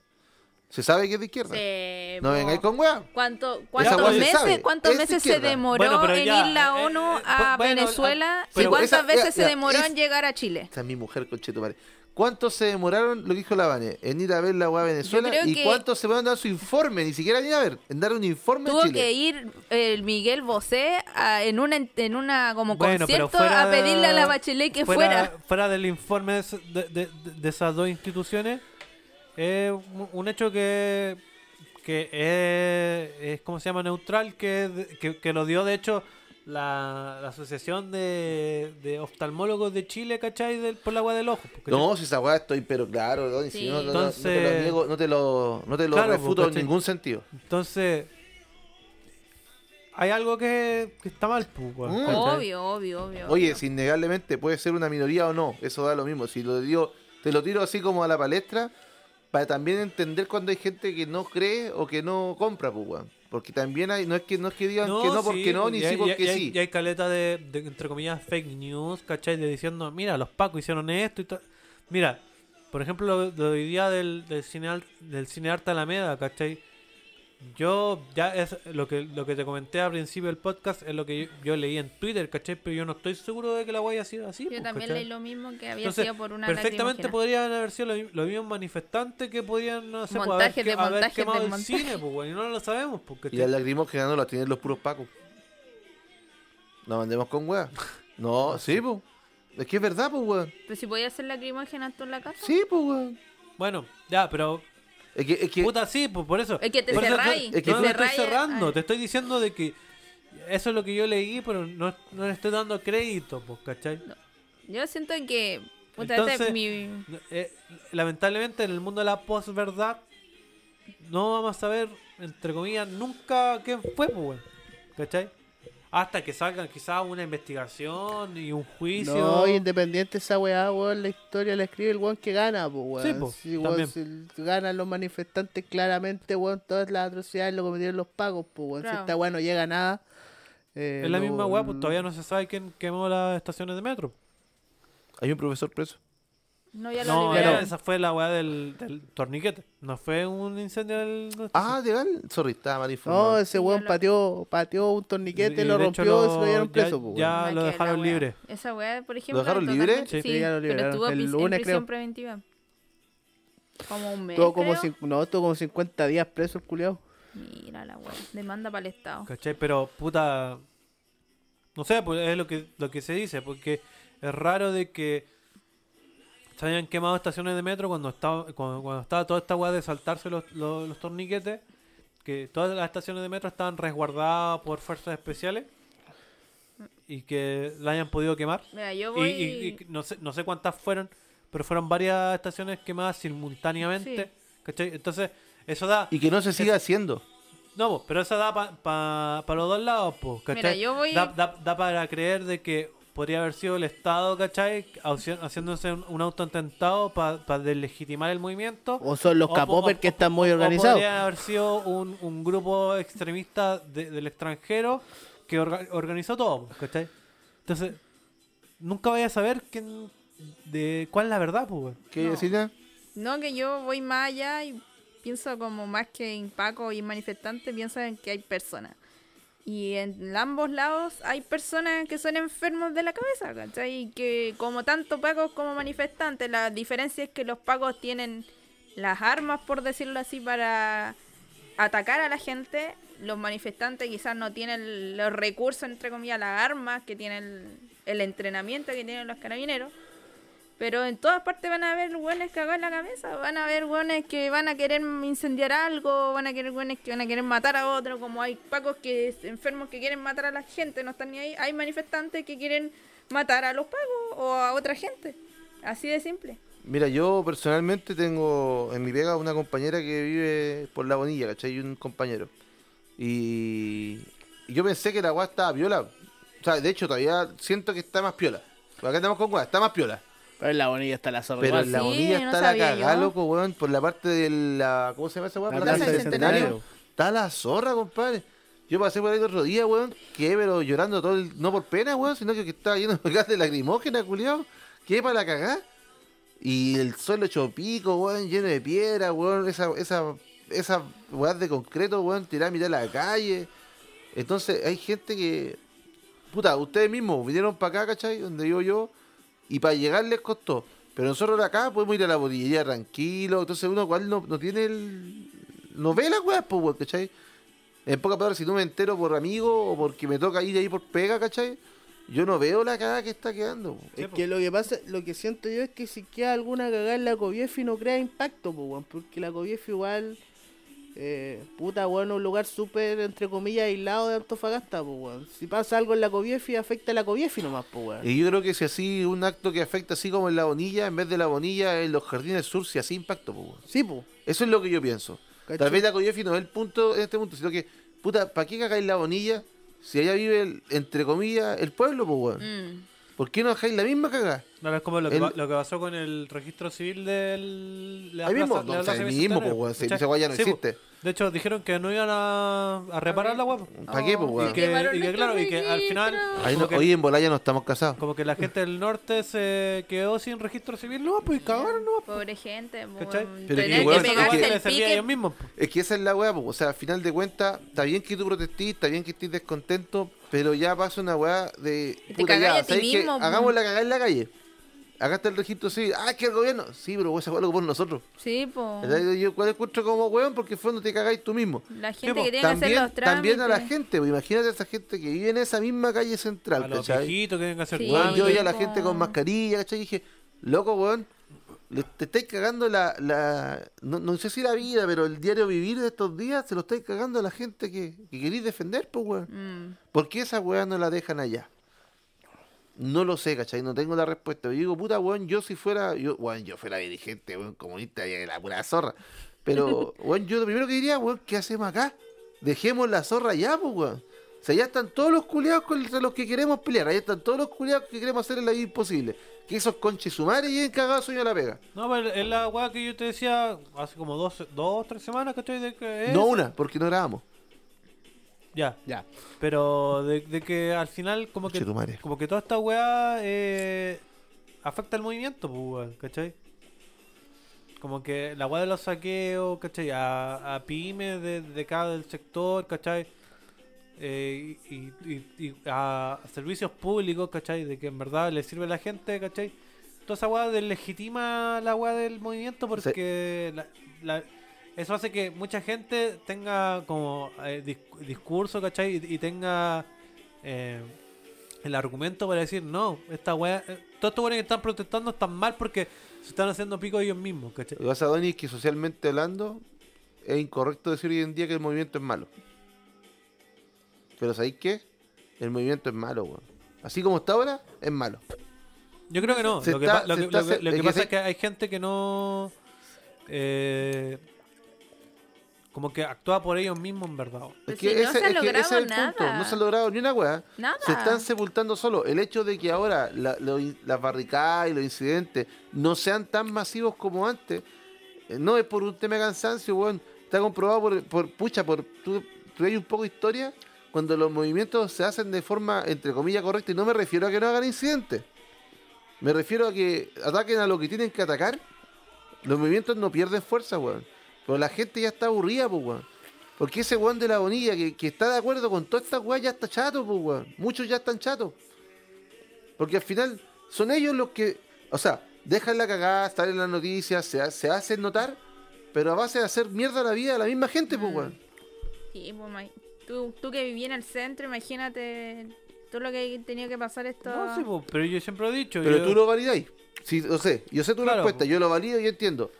Speaker 1: Se sabe que es de izquierda.
Speaker 5: Sí,
Speaker 1: No
Speaker 5: po.
Speaker 1: vengáis con weá.
Speaker 5: ¿Cuánto, cuántos
Speaker 2: weá se
Speaker 5: meses,
Speaker 1: sabe,
Speaker 5: cuántos
Speaker 1: es de
Speaker 5: meses se
Speaker 1: izquierda.
Speaker 5: demoró
Speaker 2: Bueno, pero
Speaker 5: en
Speaker 2: ya,
Speaker 5: ir la
Speaker 2: eh,
Speaker 5: ONU
Speaker 2: eh,
Speaker 5: a
Speaker 2: bueno,
Speaker 5: Venezuela?
Speaker 2: ah, pero
Speaker 5: ¿Y cuántas
Speaker 1: esa-
Speaker 5: veces
Speaker 1: ya,
Speaker 5: se
Speaker 1: ya,
Speaker 5: demoró
Speaker 1: es-
Speaker 5: en llegar a Chile?
Speaker 1: Esa es mi mujer, conchetumare. ¿Cuántos se demoraron, lo que dijo la Vane, en ir a ver la weá a Venezuela?
Speaker 5: creo
Speaker 1: ¿Y
Speaker 5: que-
Speaker 1: cuántos se van a dar su informe? Ni siquiera ni a ver, en dar un informe a
Speaker 5: Tuvo
Speaker 1: Chile.
Speaker 5: que ir el Miguel Bosé a- en una en una como
Speaker 2: Bueno, pero
Speaker 5: concierto
Speaker 2: fuera-
Speaker 5: a pedirle a la Bachelet que fuera.
Speaker 2: Fuera del informe de, es- de- de- de esas dos instituciones, es un- un hecho que, que es, es, ¿cómo se llama?, neutral, que, es de- que, que lo dio, de hecho, la, la Asociación de, de Oftalmólogos de Chile, ¿cachai?, del, por la agua del ojo. porque-
Speaker 1: No, si esa weá estoy, pero claro, Don, y si
Speaker 5: Sí.
Speaker 1: no, no- no- no te lo
Speaker 2: Entonces-
Speaker 1: niego, no te lo, no te lo
Speaker 2: Claro, po,
Speaker 1: refuto en
Speaker 2: ¿cachai?
Speaker 1: ningún sentido.
Speaker 2: Entonces, hay algo que, que está mal, pues, weón,
Speaker 1: Mm.
Speaker 2: ¿cachai?
Speaker 5: Obvio, obvio, obvio.
Speaker 1: Oye,
Speaker 5: obvio.
Speaker 1: si innegablemente puede ser una minoría o no, eso da lo mismo. Si lo digo, te lo tiro así como a la palestra, para también entender cuando hay gente que no cree o que no compra, pues, weón. Porque también hay, no es que no es que digan que no porque
Speaker 2: sí, pues,
Speaker 1: no, ni
Speaker 2: y
Speaker 1: sí
Speaker 2: hay-
Speaker 1: porque
Speaker 2: y hay-
Speaker 1: sí.
Speaker 2: Y hay caleta de, de, entre comillas, fake news, ¿cachai? De diciendo, mira, los pacos hicieron esto y tal. Mira, por ejemplo, lo de hoy día del, del, cineal- del cinearta Alameda, ¿cachai? Yo, ya es lo que, lo que te comenté al principio del podcast, es lo que yo, yo leí en Twitter, ¿cachai? Pero yo no estoy seguro de que la guaya ha sido así.
Speaker 5: Yo
Speaker 2: pues,
Speaker 5: también
Speaker 2: ¿cachai?
Speaker 5: leí lo mismo que había
Speaker 2: Entonces,
Speaker 5: sido por una
Speaker 2: Perfectamente
Speaker 5: lacrimógena.
Speaker 2: podrían haber sido los mi- los mismos manifestantes que podrían no sé, pues,
Speaker 5: Montajes
Speaker 2: haber,
Speaker 5: de
Speaker 2: que- haber
Speaker 5: montajes de
Speaker 2: quemado el
Speaker 5: montajes.
Speaker 2: cine, pues, bueno, y no lo sabemos. Porque
Speaker 1: Y las lacrimógenas no las tienen los puros pacos. No mandemos con weá.
Speaker 2: Ah,
Speaker 1: No, sí, pues. Es que es verdad, pues, weón.
Speaker 5: Pero si podía hacer lacrimógena tú en la casa.
Speaker 1: Sí, pues, weón.
Speaker 2: Bueno, ya, pero
Speaker 1: Es que, es que,
Speaker 2: puta sí, pues por eso.
Speaker 5: Es que te
Speaker 2: Por eso
Speaker 5: cerráis,
Speaker 2: no-
Speaker 1: es que
Speaker 2: no
Speaker 1: te
Speaker 2: lo estoy
Speaker 5: cerráis,
Speaker 2: cerrando,
Speaker 5: ay.
Speaker 2: te estoy diciendo de que eso es lo que yo leí, pero no, no le estoy dando crédito, pues, ¿cachai?
Speaker 5: Yo siento que. Puta, esta es
Speaker 2: Entonces-
Speaker 5: mi.
Speaker 2: No, eh, lamentablemente en el mundo de la posverdad no vamos a saber, entre comillas, nunca quién fue, pues, weón. ¿Cachai? Hasta que salgan quizás una investigación y un juicio.
Speaker 3: No, y independiente esa weá, weón, la historia la escribe el weón que gana, po, weón.
Speaker 2: Sí, po,
Speaker 3: Si, weón, si ganan los manifestantes, claramente, weón, todas las atrocidades lo cometieron los pagos, po, weón. Si
Speaker 5: Claro.
Speaker 3: esta weá no llega a nada. eh,
Speaker 2: es la
Speaker 3: no-
Speaker 2: misma weá, pues todavía no se sabe quién quemó las estaciones de metro.
Speaker 1: hay un profesor preso.
Speaker 5: No, ya lo
Speaker 2: No,
Speaker 5: liberaron.
Speaker 2: esa fue la weá del, del torniquete. No fue un incendio del.
Speaker 1: Ah, de gal. Sorry, estaba mal
Speaker 3: No,
Speaker 1: informado.
Speaker 3: ese
Speaker 5: Sí,
Speaker 3: weón
Speaker 5: ya lo-
Speaker 3: pateó, pateó un torniquete,
Speaker 2: Y
Speaker 3: lo
Speaker 2: de hecho
Speaker 3: rompió y se lo dieron
Speaker 2: ya-
Speaker 3: preso, po,
Speaker 2: ya-
Speaker 5: Ay,
Speaker 3: weón.
Speaker 2: Ah, lo
Speaker 5: que la
Speaker 2: dejaron
Speaker 5: weá.
Speaker 2: libre.
Speaker 5: Esa weá, por ejemplo.
Speaker 1: ¿Lo dejaron libre?
Speaker 5: totalmente-
Speaker 2: Sí.
Speaker 5: Sí,
Speaker 3: Sí, ya lo
Speaker 5: pero
Speaker 3: liberaron.
Speaker 5: estuvo
Speaker 3: El
Speaker 5: pis- en
Speaker 3: lunes,
Speaker 5: prisión
Speaker 3: creo.
Speaker 5: preventiva. Como un mes.
Speaker 3: Tuvo como,
Speaker 5: creo.
Speaker 3: cin- no, tuvo como 50 días preso el culiao.
Speaker 5: Mira la weá. Demanda para el Estado.
Speaker 2: ¿Cachai? Pero, puta. No sé, pues es lo que, lo que se dice, porque es raro de que se hayan quemado estaciones de metro cuando estaba, cuando, cuando estaba toda esta weá de saltarse los, los, los torniquetes, que todas las estaciones de metro estaban resguardadas por fuerzas especiales y que la hayan podido quemar.
Speaker 5: Mira, yo
Speaker 2: Y,
Speaker 5: voy.
Speaker 2: y- y no, sé, no sé cuántas fueron, pero fueron varias estaciones quemadas simultáneamente.
Speaker 5: Sí.
Speaker 2: ¿Cachai? Entonces, eso da.
Speaker 1: Y que no se siga haciendo.
Speaker 2: No, po, pero eso da para los dos lados, po, ¿cachai?
Speaker 5: Mira, yo voy-
Speaker 2: da, da- da para creer de que podría haber sido el Estado, ¿cachai? Haci- Haciéndose un, un autoatentado para deslegitimar el movimiento.
Speaker 3: O son los
Speaker 2: O po-
Speaker 3: capopers
Speaker 2: o-
Speaker 3: que están muy
Speaker 2: o
Speaker 3: organizados.
Speaker 2: podría haber sido un, un grupo extremista de- del extranjero que orga- organizó todo, po, ¿cachai? Entonces, nunca vaya a saber quién, de cuál es la verdad, pues.
Speaker 1: ¿Qué, Silvia?
Speaker 5: No, que yo voy más allá y pienso como más que en Paco y manifestante, pienso en que hay personas. Y en ambos lados hay personas que son enfermos de la cabeza, ¿cachai? Y que como tanto Pacos como manifestantes, la diferencia es que los Pacos tienen las armas, por decirlo así, para atacar a la gente. Los manifestantes quizás no tienen los recursos, entre comillas, las armas que tienen, el entrenamiento que tienen los carabineros. Pero en todas partes van a haber hueones cagados en la cabeza, van a haber hueones que van a querer incendiar algo, van a querer hueones que van a querer matar a otro, como hay pacos que enfermos que quieren matar a la gente, no están ni ahí, hay manifestantes que quieren matar a los pacos o a otra gente. Así de simple.
Speaker 1: Mira, yo personalmente tengo en mi pega una compañera que vive por la bonilla, ¿cachai? Y un compañero. Y y yo pensé que la weá estaba piola. O sea, de hecho, todavía siento que está más piola. Acá estamos con weá, está más piola.
Speaker 3: Pero en la bonilla está la zorra.
Speaker 1: Pero
Speaker 3: igual.
Speaker 1: en la
Speaker 5: sí,
Speaker 1: bonilla
Speaker 5: no
Speaker 1: está la
Speaker 5: sabía
Speaker 1: cagada,
Speaker 5: yo.
Speaker 1: loco, weón, por la parte de la. ¿Cómo se llama esa weá?
Speaker 3: La
Speaker 1: Plaza
Speaker 3: Plaza
Speaker 1: del
Speaker 3: del Centenario.
Speaker 1: Está la zorra, compadre. Yo pasé por ahí el otro día, weón, quedé pero llorando todo el. No por pena, weón, sino que, que estaba lleno de gas de lacrimógena, culiao. Quedé para la cagada. Y el suelo hecho pico, weón, lleno de piedra, weón, esa, esa, esa weá de concreto, weón, tirada a mitad de la calle. Entonces, hay gente que. Puta, ustedes mismos vinieron para acá, ¿cachai? Donde vivo yo. Y para llegar les costó. Pero nosotros de acá podemos ir a la botillería tranquilo. Entonces uno cual no, no tiene el. No ve las weas, pues, weón, ¿cachai? En pocas palabras, si no me entero por amigo o porque me toca ir ahí por pega, ¿cachai? Yo no veo la cagada que está quedando. weón.
Speaker 3: Es que lo que pasa, lo que siento yo es que si queda alguna cagada en la Coviefi no crea impacto, po, weón, porque la Coviefi igual, eh, puta, weón, es un lugar súper, entre comillas, aislado de Antofagasta, po, weón. Si pasa algo en la Coviefi, afecta a la Coviefi nomás, po, weón.
Speaker 1: Y yo creo que si así un acto que afecta así como en la bonilla, en vez de la bonilla, en los jardines sur, si así impacto, pues, weón.
Speaker 3: Sí, po.
Speaker 1: Eso es lo que yo pienso. Tal
Speaker 3: ¿Cachai?
Speaker 1: vez la Coyefi no es el punto en este punto, sino que, puta, ¿para qué cagáis la bonilla si allá vive, el- entre comillas, el pueblo, pues, weón? ¿Por qué no dejáis la misma cagada?
Speaker 2: No, no es como lo que,
Speaker 1: El-
Speaker 2: pa- lo que pasó con el registro civil del. la
Speaker 1: Ahí mismo,
Speaker 2: plaza- la
Speaker 1: no, o sea,
Speaker 2: plaza
Speaker 1: ahí mismo,
Speaker 2: Bicentenario,
Speaker 1: pues, weón, si
Speaker 2: ¿cachai?
Speaker 1: esa weá ya no
Speaker 2: Sí, pues.
Speaker 1: existe.
Speaker 2: De hecho, dijeron que no iban a, a reparar la web.
Speaker 1: ¿Para qué, pues,
Speaker 5: Oh,
Speaker 1: weón?
Speaker 2: que-
Speaker 5: quemaron
Speaker 2: y que,
Speaker 5: nuestro
Speaker 2: claro, y que al final-
Speaker 5: registro.
Speaker 1: Ahí no-
Speaker 2: como que-
Speaker 1: hoy en Bolaya no estamos casados.
Speaker 2: Como que la gente del norte se quedó sin registro civil. No, pues cagaron, no.
Speaker 5: Pobre gente, weón.
Speaker 2: ¿Cachai?
Speaker 1: Pero
Speaker 5: Tener
Speaker 1: que, weón,
Speaker 5: que
Speaker 1: eso
Speaker 5: pegarse
Speaker 1: que-
Speaker 5: el
Speaker 2: les servía a
Speaker 5: pique.
Speaker 2: ellos mismos. po.
Speaker 1: Es que esa es la weá, pues. O sea, al final de cuentas, está bien que tú protestís, está bien que estés descontento, pero ya pasa una weá de.
Speaker 5: te cagáis a ti
Speaker 1: ¿sabes qué?
Speaker 5: mismo, po.
Speaker 1: Hagámosla cagar en la calle. Acá está el registro civil. Ah, es que el gobierno. Sí, pero weón, esa weá lo por nosotros.
Speaker 5: Sí, po.
Speaker 1: ¿Cachai? Yo cuál encuentro como weón porque fue donde te cagáis tú mismo.
Speaker 5: La
Speaker 2: Sí,
Speaker 5: gente
Speaker 2: po.
Speaker 5: que tiene que hacer
Speaker 1: También,
Speaker 5: los trámites.
Speaker 1: también a la gente, po. imagínate a esa gente que vive en esa misma calle central,
Speaker 2: A los
Speaker 1: ¿cachai?
Speaker 2: viejitos que tienen que hacer
Speaker 5: Sí.
Speaker 1: Weón, yo
Speaker 2: trámites.
Speaker 1: veía a la
Speaker 5: po.
Speaker 1: gente con mascarilla, ¿cachai? Y dije, loco, weón, le- te estáis cagando la... la no, no sé si la vida, pero el diario vivir de estos días se lo estáis cagando a la gente que, que queréis defender, pues, weón.
Speaker 5: Mm.
Speaker 1: ¿Por qué esa weá no la dejan allá? No lo sé, ¿cachai? No tengo la respuesta. Yo digo, puta, weón, yo si fuera... Yo, weón, yo fuera dirigente, weón, comunista, y la pura zorra. Pero, weón, yo lo primero que diría, weón, ¿qué hacemos acá? Dejemos la zorra allá, pues, weón. O sea, ya están todos los culiados contra los que queremos pelear. Allá están todos los culiados que queremos hacer en la vida imposible. Que esos conches su madre lleguen cagados sueño a la pega.
Speaker 2: No, pero es la weá que yo te decía hace como dos, dos tres semanas, ¿cachai? De que es-
Speaker 1: No una, porque no grabamos.
Speaker 2: Ya.
Speaker 3: Ya.
Speaker 2: Pero de, de que al final como que
Speaker 1: Chetumare.
Speaker 2: como que toda esta weá eh, afecta al movimiento, pues, weón, ¿cachai? Como que la weá de los saqueos, ¿cachai? A, a pymes de, de cada del sector, ¿cachai? Eh, y, y- y- y a servicios públicos, ¿cachai? De que en verdad le sirve a la gente, ¿cachai? Toda esa weá deslegitima la weá del movimiento porque la- la- eso hace que mucha gente tenga como eh, dis- discurso, ¿cachai? Y, y tenga eh, el argumento para decir, no, esta weá, eh, todos estos weones que están protestando están mal porque se están haciendo pico ellos mismos, ¿cachai?
Speaker 1: Lo que pasa, Donny, es que socialmente hablando, es incorrecto decir hoy en día que el movimiento es malo. Pero ¿sabéis qué? El movimiento es malo, weón. Así como está ahora, es malo.
Speaker 2: Yo creo que no.
Speaker 1: Se
Speaker 2: lo que,
Speaker 1: está-
Speaker 2: pa- lo
Speaker 1: se
Speaker 2: que-
Speaker 1: está
Speaker 2: lo que-
Speaker 1: hace-
Speaker 2: lo que
Speaker 1: es que
Speaker 2: pasa
Speaker 1: se-
Speaker 2: es que hay gente que no. eh, como que actúa por ellos mismos, en verdad. weón.
Speaker 5: Pues si no se ha logrado nada.
Speaker 1: No se ha logrado ni una weá.
Speaker 5: Nada.
Speaker 1: Se están sepultando solo. El hecho de que ahora la- lo in- las barricadas y los incidentes no sean tan masivos como antes, eh, no es por un tema de cansancio, weón. Está comprobado por, por pucha, por tú, tú hay un poco de historia cuando los movimientos se hacen de forma, entre comillas, correcta. Y no me refiero a que no hagan incidentes. Me refiero a que ataquen a lo que tienen que atacar. Los movimientos no pierden fuerza, weón. Pero la gente ya está aburrida, pues, weón. Porque ese weón de la bonilla que, que está de acuerdo con todas estas weas ya está chato, pues, weón. Muchos ya están chatos. Porque al final son ellos los que, o sea, dejan la cagada, están en las noticias, se, ha- se hacen notar, pero a base de hacer mierda la vida de la misma gente, pues, weón.
Speaker 5: Sí, pues, ma- tú, tú que vivías en el centro, imagínate todo lo que ha tenido que pasar esto.
Speaker 2: No, sí, po, pero yo siempre lo he dicho.
Speaker 1: Pero
Speaker 2: yo-
Speaker 1: tú lo validáis. Sí, yo sé, yo sé tu
Speaker 2: Claro,
Speaker 1: respuesta,
Speaker 2: po.
Speaker 1: yo lo valido y entiendo.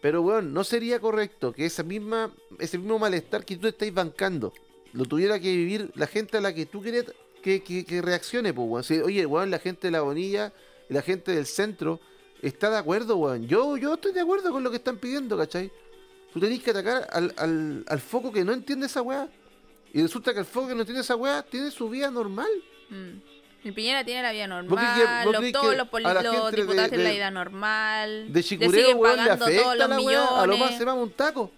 Speaker 1: Pero, weón, no sería correcto que esa misma, ese mismo malestar que tú te estáis bancando lo tuviera que vivir la gente a la que tú querías que, que- que reaccione, pues, weón. Si, oye, weón, la gente de la bonilla, la gente del centro, está de acuerdo, weón. Yo, yo estoy de acuerdo con lo que están pidiendo, ¿cachai? Tú tenés que atacar al, al, al foco que no entiende esa weá. Y resulta que el foco que no entiende esa weá tiene su vida normal.
Speaker 5: Mm. El Piñera tiene la vida
Speaker 1: ¿Vos crees que- vos
Speaker 5: normal, los-
Speaker 1: crees
Speaker 5: todos
Speaker 1: que
Speaker 5: los, poli-
Speaker 1: a la
Speaker 5: los
Speaker 1: gente de-
Speaker 5: diputados tienen la
Speaker 1: de-
Speaker 5: vida normal.
Speaker 1: De
Speaker 5: le
Speaker 1: chicureo,
Speaker 5: siguen
Speaker 1: weón, le
Speaker 5: pagando todos
Speaker 1: afecta
Speaker 5: los
Speaker 1: la
Speaker 5: millones.
Speaker 1: weá. A lo más se mama un taco.